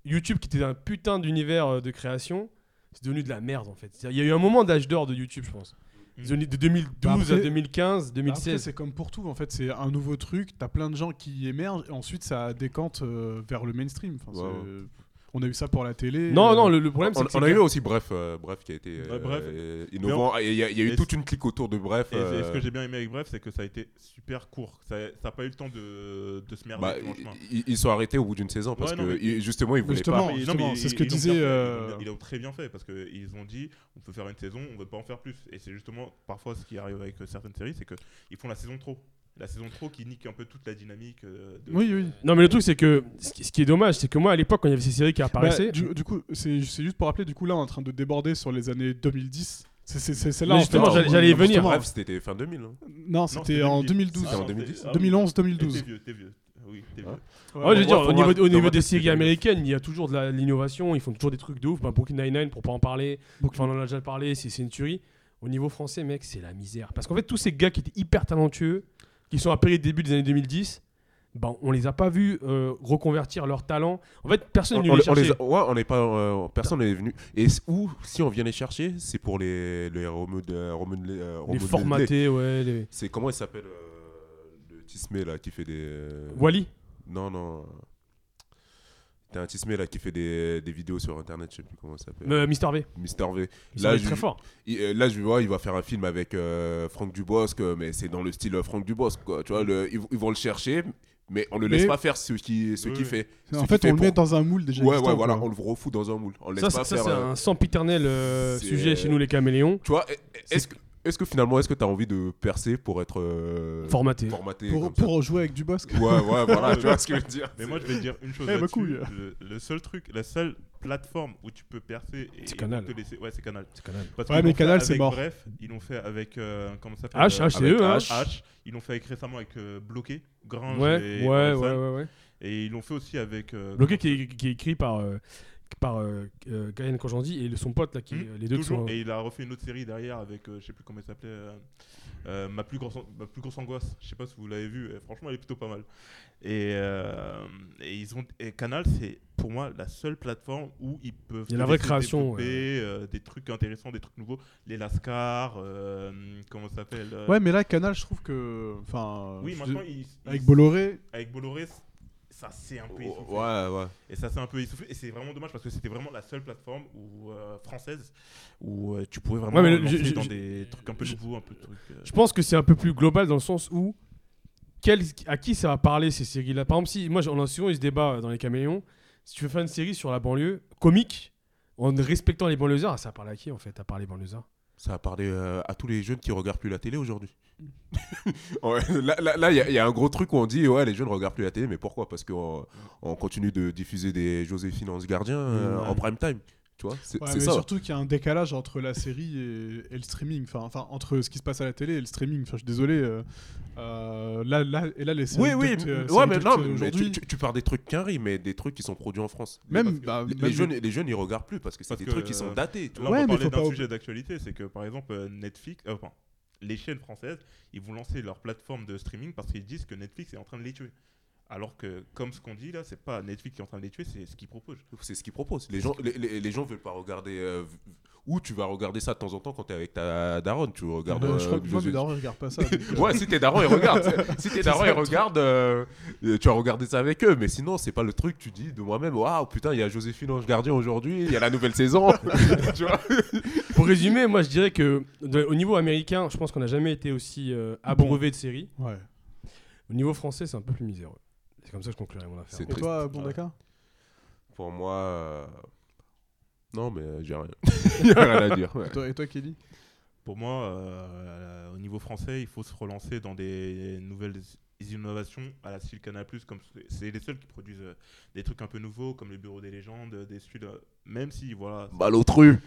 S3: YouTube, qui était un putain d'univers euh, de création, c'est devenu de la merde en fait. C'est-à-dire, Il y a eu un moment d'âge d'or de YouTube, je pense.
S5: Mm.
S3: De de 2012 à
S2: Bah, Après-
S3: 2015,
S2: Après,
S3: 2016.
S2: c'est comme pour tout, en fait, c'est un nouveau truc, t'as plein de gens qui émergent, et ensuite ça décante euh, vers le mainstream. Enfin,
S4: Ouais,
S2: c'est- On a eu ça pour la télé.
S3: non,
S2: euh,
S3: non, le, le problème c'est
S4: On,
S3: que. c'est
S4: on a eu
S3: que-
S4: aussi Bref, euh, Bref qui a été euh,
S5: Ouais, Bref.
S4: euh, innovant. Et Il y, a il y a
S5: Mais
S4: eu toute une clique autour de Bref.
S5: Et c'est- ce
S4: euh,
S5: que j'ai bien aimé avec Bref, c'est que ça a été super court. Ça n'a pas eu le temps de, de se merder.
S4: bah,
S5: tout en chemin.
S4: ils, ils sont arrêtés au bout d'une saison parce
S5: hein, Ouais,
S4: que
S5: non, mais-
S4: ils- justement ils voulaient
S2: Justement.
S4: pas.
S5: mais-
S2: justement,
S5: mais
S2: c'est ce
S5: ils-
S2: que
S5: ils l'ont
S2: disait,
S5: bien fait,
S2: euh,
S5: ils l'ont- Ils l'ont très bien fait parce qu'ils ont dit on peut faire une saison, on veut pas en faire plus. Et c'est justement parfois ce qui arrive avec euh, certaines séries, c'est qu'ils font la saison trop. La saison trop qui nique un peu toute la dynamique. euh, de-
S2: Oui, oui.
S3: Non, mais le truc c'est que ce qui, ce qui est dommage, c'est que moi à l'époque, quand il y avait ces séries qui
S2: Bah,
S3: apparaissaient.
S2: du, du coup, c'est c'est juste pour rappeler, du coup, là, on est en train de déborder sur les années 2010. C'est- C'est c'est- c'est là en
S3: Mais
S2: fait,
S3: justement,
S2: on-
S3: j'allais- j'allais y
S2: on-
S3: venir.
S2: justement,
S4: Bref, c'était fin 2000. hein.
S2: Non,
S5: Non,
S2: c'était en 2012.
S5: Ah, non,
S4: en 2010.
S5: c'était- ah oui.
S2: 2011,
S5: Eh, T'es
S2: 2012.
S5: vieux, t'es vieux. Oui, t'es vieux.
S4: Hein
S2: Ah.
S3: Ouais, je veux
S4: Ouais,
S3: dire,
S4: faut
S3: au niveau,
S4: voir-
S3: au
S4: faut
S3: niveau
S4: voir
S3: des
S4: ce que
S3: séries
S4: t'as aimé.
S3: américaines, il y a toujours de la- de l'innovation, ils font toujours des trucs de ouf. Ben, Brooklyn Nine-Nine, pour pas en parler, enfin, on en a déjà parlé, c'est c'est une tuerie. Au niveau français, mec, c'est la misère. Parce qu'en fait, tous ces gars qui étaient hyper talentueux, qui sont appelés début des années 2010, ben, on les a pas vus euh, reconvertir leur talent. En fait, personne
S4: On,
S3: ne
S4: on
S3: les
S4: les- on
S3: cherchait.
S4: les a- ouais, on n'est pas, euh, personne n'est venu. Et c- ou si on vient les chercher, c'est pour les les remodelés- euh, remodelés- euh,
S3: Les
S4: remodelés.
S3: formatés, ouais. Les...
S4: C'est comment il s'appelle euh, le Tismé là qui fait des. euh,
S3: Wally
S4: Non, non. euh, T'as un Tismé là qui fait des, des vidéos sur internet, je sais plus comment ça s'appelle.
S3: euh, Mister V.
S4: Mister V.
S3: Ils
S4: Là,
S3: sont
S4: je-
S3: très forts.
S4: Il- euh, là, je vois, il va faire un film avec euh, Franck Dubosc, euh, mais c'est dans le style euh, Franck Dubosc, quoi. Tu vois, le- ils, ils vont le chercher, mais on ne le
S2: Mais-
S4: laisse pas faire ce qu'il ce
S5: Oui,
S4: qu'il
S5: oui.
S4: fait. Ce
S2: En
S4: qu'il
S2: fait, on le
S4: pour-
S2: met dans un moule déjà.
S4: Ouais,
S2: existant,
S4: ouais, voilà,
S2: quoi.
S4: on le refout dans un moule. On le laisse
S3: Ça,
S4: pas
S3: c'est- ça,
S4: faire.
S3: c'est
S4: euh,
S3: un sempiternel euh,
S4: c'est-
S3: sujet chez nous, les caméléons.
S4: Tu vois, est- est-ce
S3: C'est-
S4: que, est que finalement, est-ce que t'as envie de percer pour être euh,
S3: Formaté.
S4: formaté
S2: Pour,
S4: comme ça
S2: pour jouer avec du bosque.
S4: Ouais, ouais, voilà, tu vois ce que je veux dire.
S5: Mais moi, je vais te dire une chose.
S2: Eh, ma
S5: là-dessus.
S2: couille.
S5: le, le seul truc, la seule plateforme où tu peux percer. et-
S3: C'est
S5: et
S3: Canal.
S5: te laisser- Ouais, c'est Canal.
S3: C'est quand même.
S5: Parce
S2: Ouais,
S5: qu'ils
S2: mais
S5: l'ont fait
S2: Canal, c'est
S5: avec
S2: mort.
S5: Bref, ils l'ont fait avec. euh, comment ça s'appelle
S3: H,
S5: euh,
S3: H, c'est
S4: avec
S3: eux, hein.
S4: H. hein,
S5: H, ils l'ont fait avec récemment avec euh, Bloqué, Grange
S3: Ouais,
S5: et
S3: ouais, ouais,
S5: Orelsan.
S3: ouais, ouais.
S5: Et ils l'ont fait aussi avec. euh,
S3: Bloqué
S5: comment
S3: qui, est- qui est écrit par, euh, par euh, euh, Gaël Kojandi et le- son pote là, qui,
S5: Hmm,
S3: euh, les deux qui
S5: toujours.
S3: sont.
S5: Et il a refait une autre série derrière avec, euh, je sais plus comment elle s'appelait, euh, euh, ma, plus grosse, an- ma plus grosse angoisse. Je sais pas si vous l'avez vu. euh, franchement, elle est plutôt pas mal. Et, euh, et ils ont, et Canal, c'est pour moi la seule plateforme où ils peuvent.
S3: Il y a la
S5: te
S3: vraie
S5: laisser
S3: création,
S5: développer, euh, des trucs intéressants, des trucs nouveaux. Les Lascar, euh, comment ça s'appelle euh,
S2: Ouais, mais là, Canal, je trouve que. Enfin.
S5: Oui,
S2: je-
S5: maintenant, ils-
S2: Avec
S5: ils-
S2: Bolloré,
S5: avec Bolloré, ça s'est un peu
S4: Ouais,
S5: essoufflé.
S4: ouais.
S5: Et ça s'est un peu essoufflé. Et c'est vraiment dommage parce que c'était vraiment la seule plateforme où, euh, française où euh, tu pouvais vraiment
S3: Ouais, mais le-
S5: lancer
S3: je- je-
S5: dans
S3: je-
S5: des trucs un peu
S3: je-
S5: nouveaux, un peu de trucs. euh,
S3: Je pense que c'est un peu plus global dans le sens où quel- à qui ça va parler ces séries-là Par exemple, si moi j'en ai souvent eu ce débat euh, dans les caméléons, si tu veux faire une série sur la banlieue comique en respectant les banlieusards, ah, ça parle à qui en fait À part les banlieusards
S4: Ça a parlé euh, à tous les jeunes qui regardent plus la télé aujourd'hui. Ouais, là, là- là, il y, a- il y a un gros truc où on dit ouais, les jeunes regardent plus la télé, mais pourquoi Parce qu'on on continue de diffuser des Joséphine Ange Gardien euh,
S3: Ouais.
S4: en prime time. Tu vois, c'est
S2: Ouais,
S4: c'est
S2: mais
S4: ça.
S2: surtout qu'il y a un décalage entre la série et, et le streaming, enfin, enfin entre ce qui se passe à la télé et le streaming. Enfin, je suis désolé. euh, euh, là, là, et là, les séries
S4: Oui, oui,
S2: doc-
S4: m-
S2: euh,
S4: ouais,
S2: séries
S4: mais
S2: doc-
S4: non, mais tu,
S2: aujourd'hui,
S4: tu- tu parles des trucs qu'un riz, mais des trucs qui sont produits en France.
S2: même,
S4: Parce
S2: bah,
S4: que les,
S2: même-
S4: jeunes, les jeunes, ils regardent plus parce que c'est
S5: Parce
S4: des
S5: que,
S4: trucs qui sont
S5: euh,
S4: datés. Tu
S5: Là,
S4: vois.
S5: on va
S2: Ouais, mais faut
S5: parler
S2: pas
S5: d'un
S2: oublier-
S5: sujet d'actualité, c'est que par exemple euh, Netflix, euh, enfin les chaînes françaises, ils vont lancer leur plateforme de streaming parce qu'ils disent que Netflix est en train de les tuer. Alors que comme ce qu'on dit là, c'est pas Netflix qui est en train de les tuer, c'est ce qu'ils proposent.
S4: C'est ce qu'ils proposent. Les gens, les, les- les gens veulent pas regarder. euh, v- ou tu vas regarder ça de temps en temps quand t'es avec ta daronne. Tu regardes.
S2: euh, je crois
S4: euh,
S2: que moi,
S4: José-
S2: mes darons, ils regardent pas ça. donc, euh,
S4: Ouais, si t'es daron, ils regardent. si t'es daron, ils regardent. euh, euh, tu as regardé ça avec eux. Mais sinon, c'est pas le truc. Tu dis de moi-même Waouh, putain, il y a Joséphine Ange Gardien aujourd'hui. Il y a la nouvelle saison. tu vois
S3: Pour résumer, moi je dirais que de- au niveau américain, je pense qu'on n'a jamais été aussi euh, abreuvé de séries.
S2: ouais.
S3: Au niveau français, c'est un peu plus miséreux. C'est comme ça que je conclurai mon affaire.
S4: C'est
S2: Et
S4: triste.
S2: toi, Bondaka
S4: Pour moi. euh, Non, mais euh, j'ai rien. Il y a rien à dire. ouais.
S2: Et toi- Et toi, Kelly
S5: Pour moi, euh, au niveau français, il faut se relancer dans des nouvelles innovations à la style Canal+, comme c'est- c'est les seuls qui produisent euh, des trucs un peu nouveaux, comme le Bureau des légendes, euh, des studios, euh, même si, voilà,
S4: Malotru.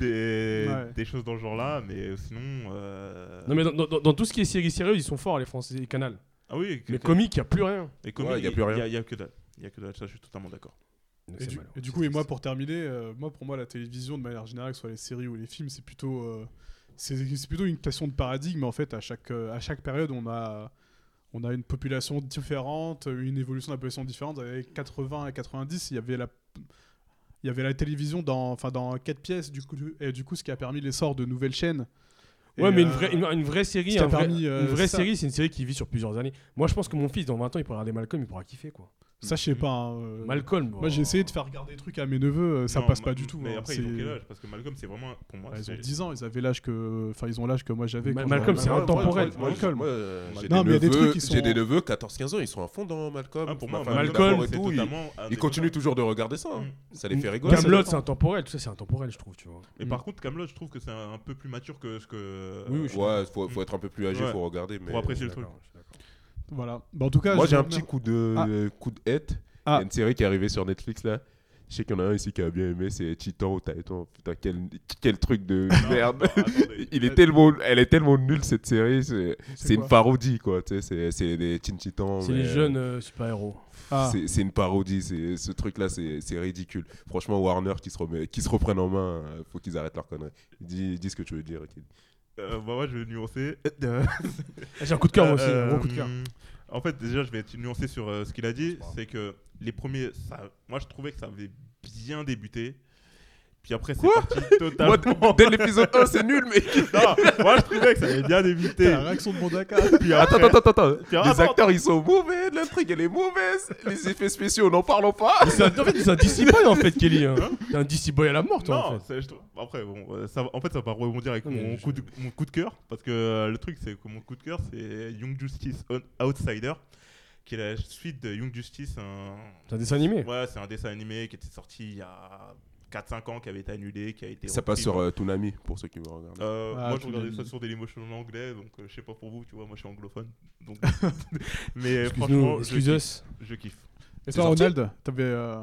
S5: des,
S2: Ouais.
S5: des choses dans ce genre-là, mais sinon... euh,
S3: Non mais dans, dans- dans tout ce qui est séries sérieuses, ils sont forts les Français, les Canal.
S5: Ah oui, que-
S3: Mais
S5: que-
S3: comique, il n'y a plus rien.
S5: et comique,
S4: Ouais, y a
S5: il-
S4: plus rien.
S5: Il n'y a, que dalle. Il y a que dalle, ça je suis totalement d'accord.
S3: Donc,
S2: Et
S3: c'est
S2: du,
S3: malheureux,
S2: et du
S3: c'est
S2: coup, et
S3: triste.
S2: moi pour terminer, euh, moi pour moi la télévision de manière générale, que ce soit les séries ou les films, c'est plutôt euh, c'est c'est plutôt une question de paradigme en fait. À chaque euh, à chaque période, on a on a une population différente, une évolution de la population différente. Dans les années 80 et 90, il y avait la il y avait la télévision dans enfin dans quatre pièces du coup et du coup ce qui a permis l'essor de nouvelles chaînes.
S3: Ouais,
S2: Et,
S3: mais une
S2: euh,
S3: vraie, une, une vraie série,
S2: ce qui
S3: un
S2: a
S3: vrai-
S2: permis, euh,
S3: une vraie
S2: ça.
S3: série, c'est une série qui vit sur plusieurs années. Moi, je pense que mon fils, dans 20 ans, il pourra regarder Malcolm, il pourra kiffer quoi.
S2: ça je sais pas. hein, euh,
S3: Malcolm. oh.
S2: moi j'ai essayé de faire regarder des trucs à mes neveux, euh, ça
S5: Non,
S2: passe
S5: ma-
S2: pas du tout.
S5: Mais
S2: hein,
S5: après, ils ont
S2: c'est-
S5: quel âge Parce que Malcolm, c'est vraiment, pour moi,
S2: Ouais, ils ont
S5: c'est-
S2: 10 ans, ils avaient l'âge que. Enfin, ils ont l'âge que moi j'avais.
S3: Ma-
S2: quand
S3: Malcolm,
S2: j'avais-
S3: c'est
S4: Ouais,
S3: intemporel,
S4: moi, moi,
S3: Malcolm.
S4: moi, euh, j'ai
S2: Non, mais
S4: des
S2: il y a des
S4: neveux-
S2: trucs qui
S4: J'ai
S2: sont-
S4: des neveux, 14-15 ans, ils sont à fond dans Malcolm.
S5: Ah, pour
S4: Ma
S5: moi,
S4: famille
S3: Malcolm,
S5: Malcolm,
S4: d'abord et
S5: c'est
S4: tout, ils-
S5: totalement... un des
S4: Ils continuent
S5: meilleurs.
S4: toujours de regarder ça. hein.
S5: Mm.
S4: Ça les fait rigoler.
S3: Camelot, c'est intemporel, tout ça, c'est intemporel, je trouve, tu vois.
S5: Mais
S2: Mm.
S5: par contre, Camelot, je trouve que c'est un un peu plus mature que ce que. euh,
S3: Oui, oui, je suis
S4: Ouais, faut, faut être un peu plus âgé,
S5: Ouais.
S4: faut regarder. Mais...
S5: Pour apprécier le truc.
S3: D'accord, je suis d'accord.
S2: Voilà. Bah, en tout cas,
S4: Moi,
S2: je-
S4: j'ai un petit coup de,
S2: Ah.
S4: euh, coup de hête. Il y
S2: Ah.
S4: a une série qui est arrivée sur Netflix là. Je sais qu'il y en a un ici qui a bien aimé, c'est Titan ou Titan. Putain, quel, quel truc de
S5: Non,
S3: Ah,
S4: merde.
S3: bah,
S5: non, attendez. Euh,
S4: Il est tellement, elle est tellement nulle cette série, c'est c'est
S2: quoi
S4: une parodie quoi. Tu sais, c'est- c'est des Teen Titans.
S3: C'est
S4: mais-
S3: les jeunes euh, super-héros.
S2: Ah.
S4: C'est- C'est une parodie, c'est- ce truc-là, c'est c'est ridicule. Franchement, Warner qui se, remet- qui se reprennent en main, euh, faut qu'ils arrêtent leur connerie. Dis, dis ce que tu veux dire. ok.
S5: Euh, bah, moi, je vais nuancer.
S3: Ah, J'ai un coup de cœur
S5: Euh,
S3: aussi, un gros coup de
S5: euh,
S3: cœur.
S5: En fait, déjà, je vais être nuancé sur euh, ce qu'il a dit.
S3: C'est pas grave.
S5: C'est que les premiers. Ça, moi, je trouvais que ça avait bien débuté. Puis après, c'est parti totalement.
S4: Moi, dès l'épisode 1, c'est nul, mais.
S5: Non, moi, je trouvais que ça avait bien
S2: Putain,
S5: débuté.
S2: La réaction de Mondaka.
S5: Puis
S4: Attends,
S5: après,
S4: attends, attends, attends.
S5: Tiens,
S4: Les
S5: attends.
S4: acteurs, ils sont mauvais, l'intrigue, elle est mauvaise. Les effets spéciaux, n'en parlons pas.
S3: Mais c'est un- En fait, c'est un DC Boy, en fait, Kelly. hein. T'es un DC Boy à la mort, toi,
S5: non,
S3: en fait.
S5: c'est- je trouve- après, bon, euh, ça, va- en fait, ça va rebondir avec
S3: Non, mais
S5: mon,
S3: je-
S5: coup de, mon coup de cœur. Parce que euh, le truc, c'est que mon coup de cœur, c'est Young Justice On- Outsider, qui est la suite de Young Justice. un-
S3: C'est un dessin animé.
S5: Ouais, c'est un dessin animé qui était sorti il y a 4-5 ans, qui avait été annulé, qui a été.
S4: Ça
S5: repris
S4: passe sur
S5: par-
S4: euh, Toonami, pour ceux qui me regardent.
S5: Euh,
S2: Ah,
S5: moi,
S2: tu
S5: je regardais
S2: l'as
S5: ça
S2: mis.
S5: sur Dailymotion en anglais, donc euh, je sais pas pour vous, tu vois, moi je suis anglophone. Donc... Mais euh,
S3: Excuse-nous,
S5: franchement, je
S3: excuse
S5: kiffe,
S3: us.
S5: je kiffe.
S2: Et
S4: C'est
S2: toi,
S4: sorti
S2: Ronald, t'avais. euh,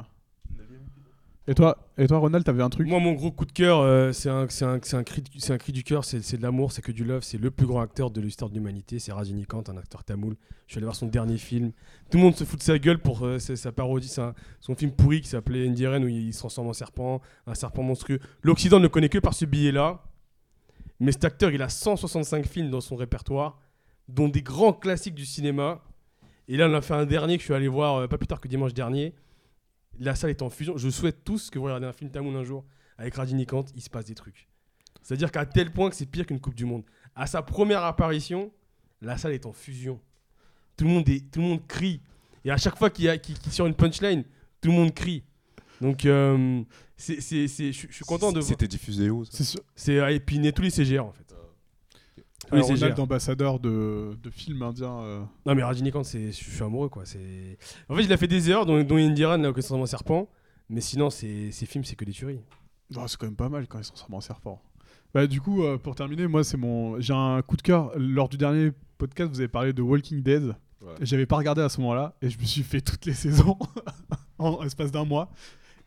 S2: Et toi, et toi, Ronald, t'avais un truc.
S3: Moi, mon gros coup de cœur, euh, c'est un, c'est un, c'est un cri, du- c'est un cri du cœur, c'est c'est de l'amour, c'est que du love, c'est le plus grand acteur de l'histoire de l'humanité, c'est Rajinikanth, un acteur tamoul. Je suis allé voir son dernier film. Tout le monde se fout de sa gueule pour euh, sa, sa parodie, sa- son film pourri qui s'appelait Indiren où il, il se transforme en serpent, un serpent monstrueux. L'Occident ne le connaît que par ce billet-là, mais cet acteur, il a 165 films dans son répertoire, dont des grands classiques du cinéma. Et là, on a fait un dernier que je suis allé voir euh, pas plus tard que dimanche dernier. La salle est en fusion. Je souhaite tous que vous regardez un film tamoul un jour avec Radinikanth, il se passe des trucs. C'est-à-dire qu'à tel point que c'est pire qu'une Coupe du Monde. À sa première apparition, la salle est en fusion. tout le monde, est, tout le monde crie. Et à chaque fois qu'il y a qu'il- qu'il sort une punchline, tout le monde crie. Donc, euh, c'est- c'est- c'est- je suis je suis content de voir.
S4: C'était diffusé où ça
S2: C'est sûr.
S3: C'est ah, à épiner tous les CGR en fait. Tous les
S2: Alors, on a
S3: CGR.
S2: le d'ambassadeur de, de films indiens. euh,
S3: Non mais Rajinikanth, c'est, je suis amoureux quoi. C'est, en fait, il a fait des erreurs, dont, dont Indiran là, au Consentement en serpent. Mais sinon, ces ces films, c'est que des tueries.
S2: oh, c'est quand même pas mal quand ils se transforment en serpent. Bah, du coup, euh, pour terminer, moi, c'est mon. J'ai un coup de cœur. Lors du dernier podcast, vous avez parlé de Walking Dead.
S4: Ouais.
S2: J'avais pas regardé à ce moment-là et je me suis fait toutes les saisons en espace d'un mois.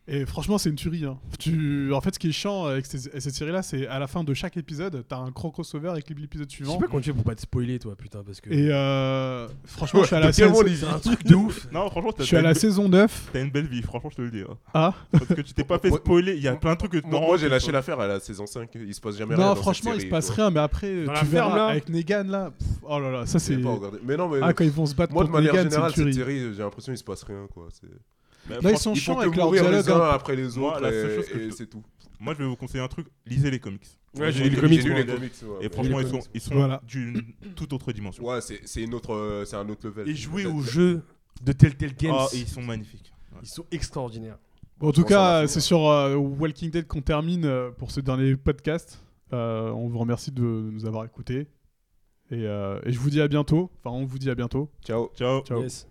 S2: Et franchement, c'est une tuerie. hein. Tu... En fait, ce qui est chiant avec ces- cette série-là, c'est à la fin de chaque épisode, t'as un gros crossover avec l'épisode
S3: Je sais
S2: suivant.
S3: pas comment tu fais pour pas te spoiler, toi, putain, parce que.
S2: Et euh, franchement, je suis à la,
S4: Ouais, tellement
S2: saison...
S4: les-
S3: C'est un truc de ouf.
S5: Non, franchement,
S2: je
S5: t'as
S2: suis à
S5: t'as
S2: la
S5: une,
S2: saison 9.
S5: t'as une belle vie, franchement, je te le dis. hein.
S2: Ah
S5: Parce que tu t'es pas fait
S4: Moi-
S5: spoiler, il y a plein de trucs que tu
S4: Moi, moi, j'ai lâché l'affaire à la saison 5, il se passe jamais rien.
S2: Non,
S4: dans cette
S2: franchement, il
S4: série,
S2: se passe
S4: tu vois.
S2: rien, mais après,
S3: Dans
S2: tu
S3: la ferme,
S2: verras
S3: là.
S2: avec Negan là. pff, oh là là, ça c'est.
S4: J'ai pas regardé. Mais non, mais
S2: Ah, quand ils vont se battre
S4: Euh, moi, de
S2: contre
S4: manière
S2: Negan,
S4: générale,
S2: c'est une
S4: cette
S2: tuerie.
S4: série, j'ai l'impression qu'il se passe rien. Quoi. C'est-
S2: Là, ils
S5: Moi,
S2: sont
S4: Ils font
S2: chiants
S4: que
S2: avec leur
S4: mourir les
S2: dialogue.
S4: uns
S2: hein.
S4: après les
S5: Moi,
S4: autres,
S5: la seule chose que
S4: et, et
S5: je-
S4: c'est tout.
S5: moi, je vais vous conseiller un truc, lisez les comics.
S3: Ouais,
S5: Lisez
S3: j'ai lu les comics,
S4: J'ai lu
S3: moi.
S4: les comics. ouais,
S5: Et
S4: mais-
S5: franchement,
S3: les
S5: ils sont,
S3: comics.
S5: ils sont
S2: Voilà.
S5: d'une toute autre dimension.
S4: Ouais, c'est c'est une autre, euh, c'est un autre level.
S3: Et jouer
S4: Peut-être.
S3: aux jeux de Telltale Games.
S5: Ah, et ils sont magnifiques. Ouais.
S3: Ils sont extraordinaires.
S2: Bon, en tout
S4: On s'en va
S2: cas,
S4: finir.
S2: c'est sur euh, Walking Dead qu'on termine euh, pour ce dernier podcast. Euh, on vous remercie de nous avoir écoutés. Et, euh, et je vous dis à bientôt. Enfin, on vous dit à bientôt.
S4: Ciao.
S5: Ciao.
S2: Ciao.
S3: Yes.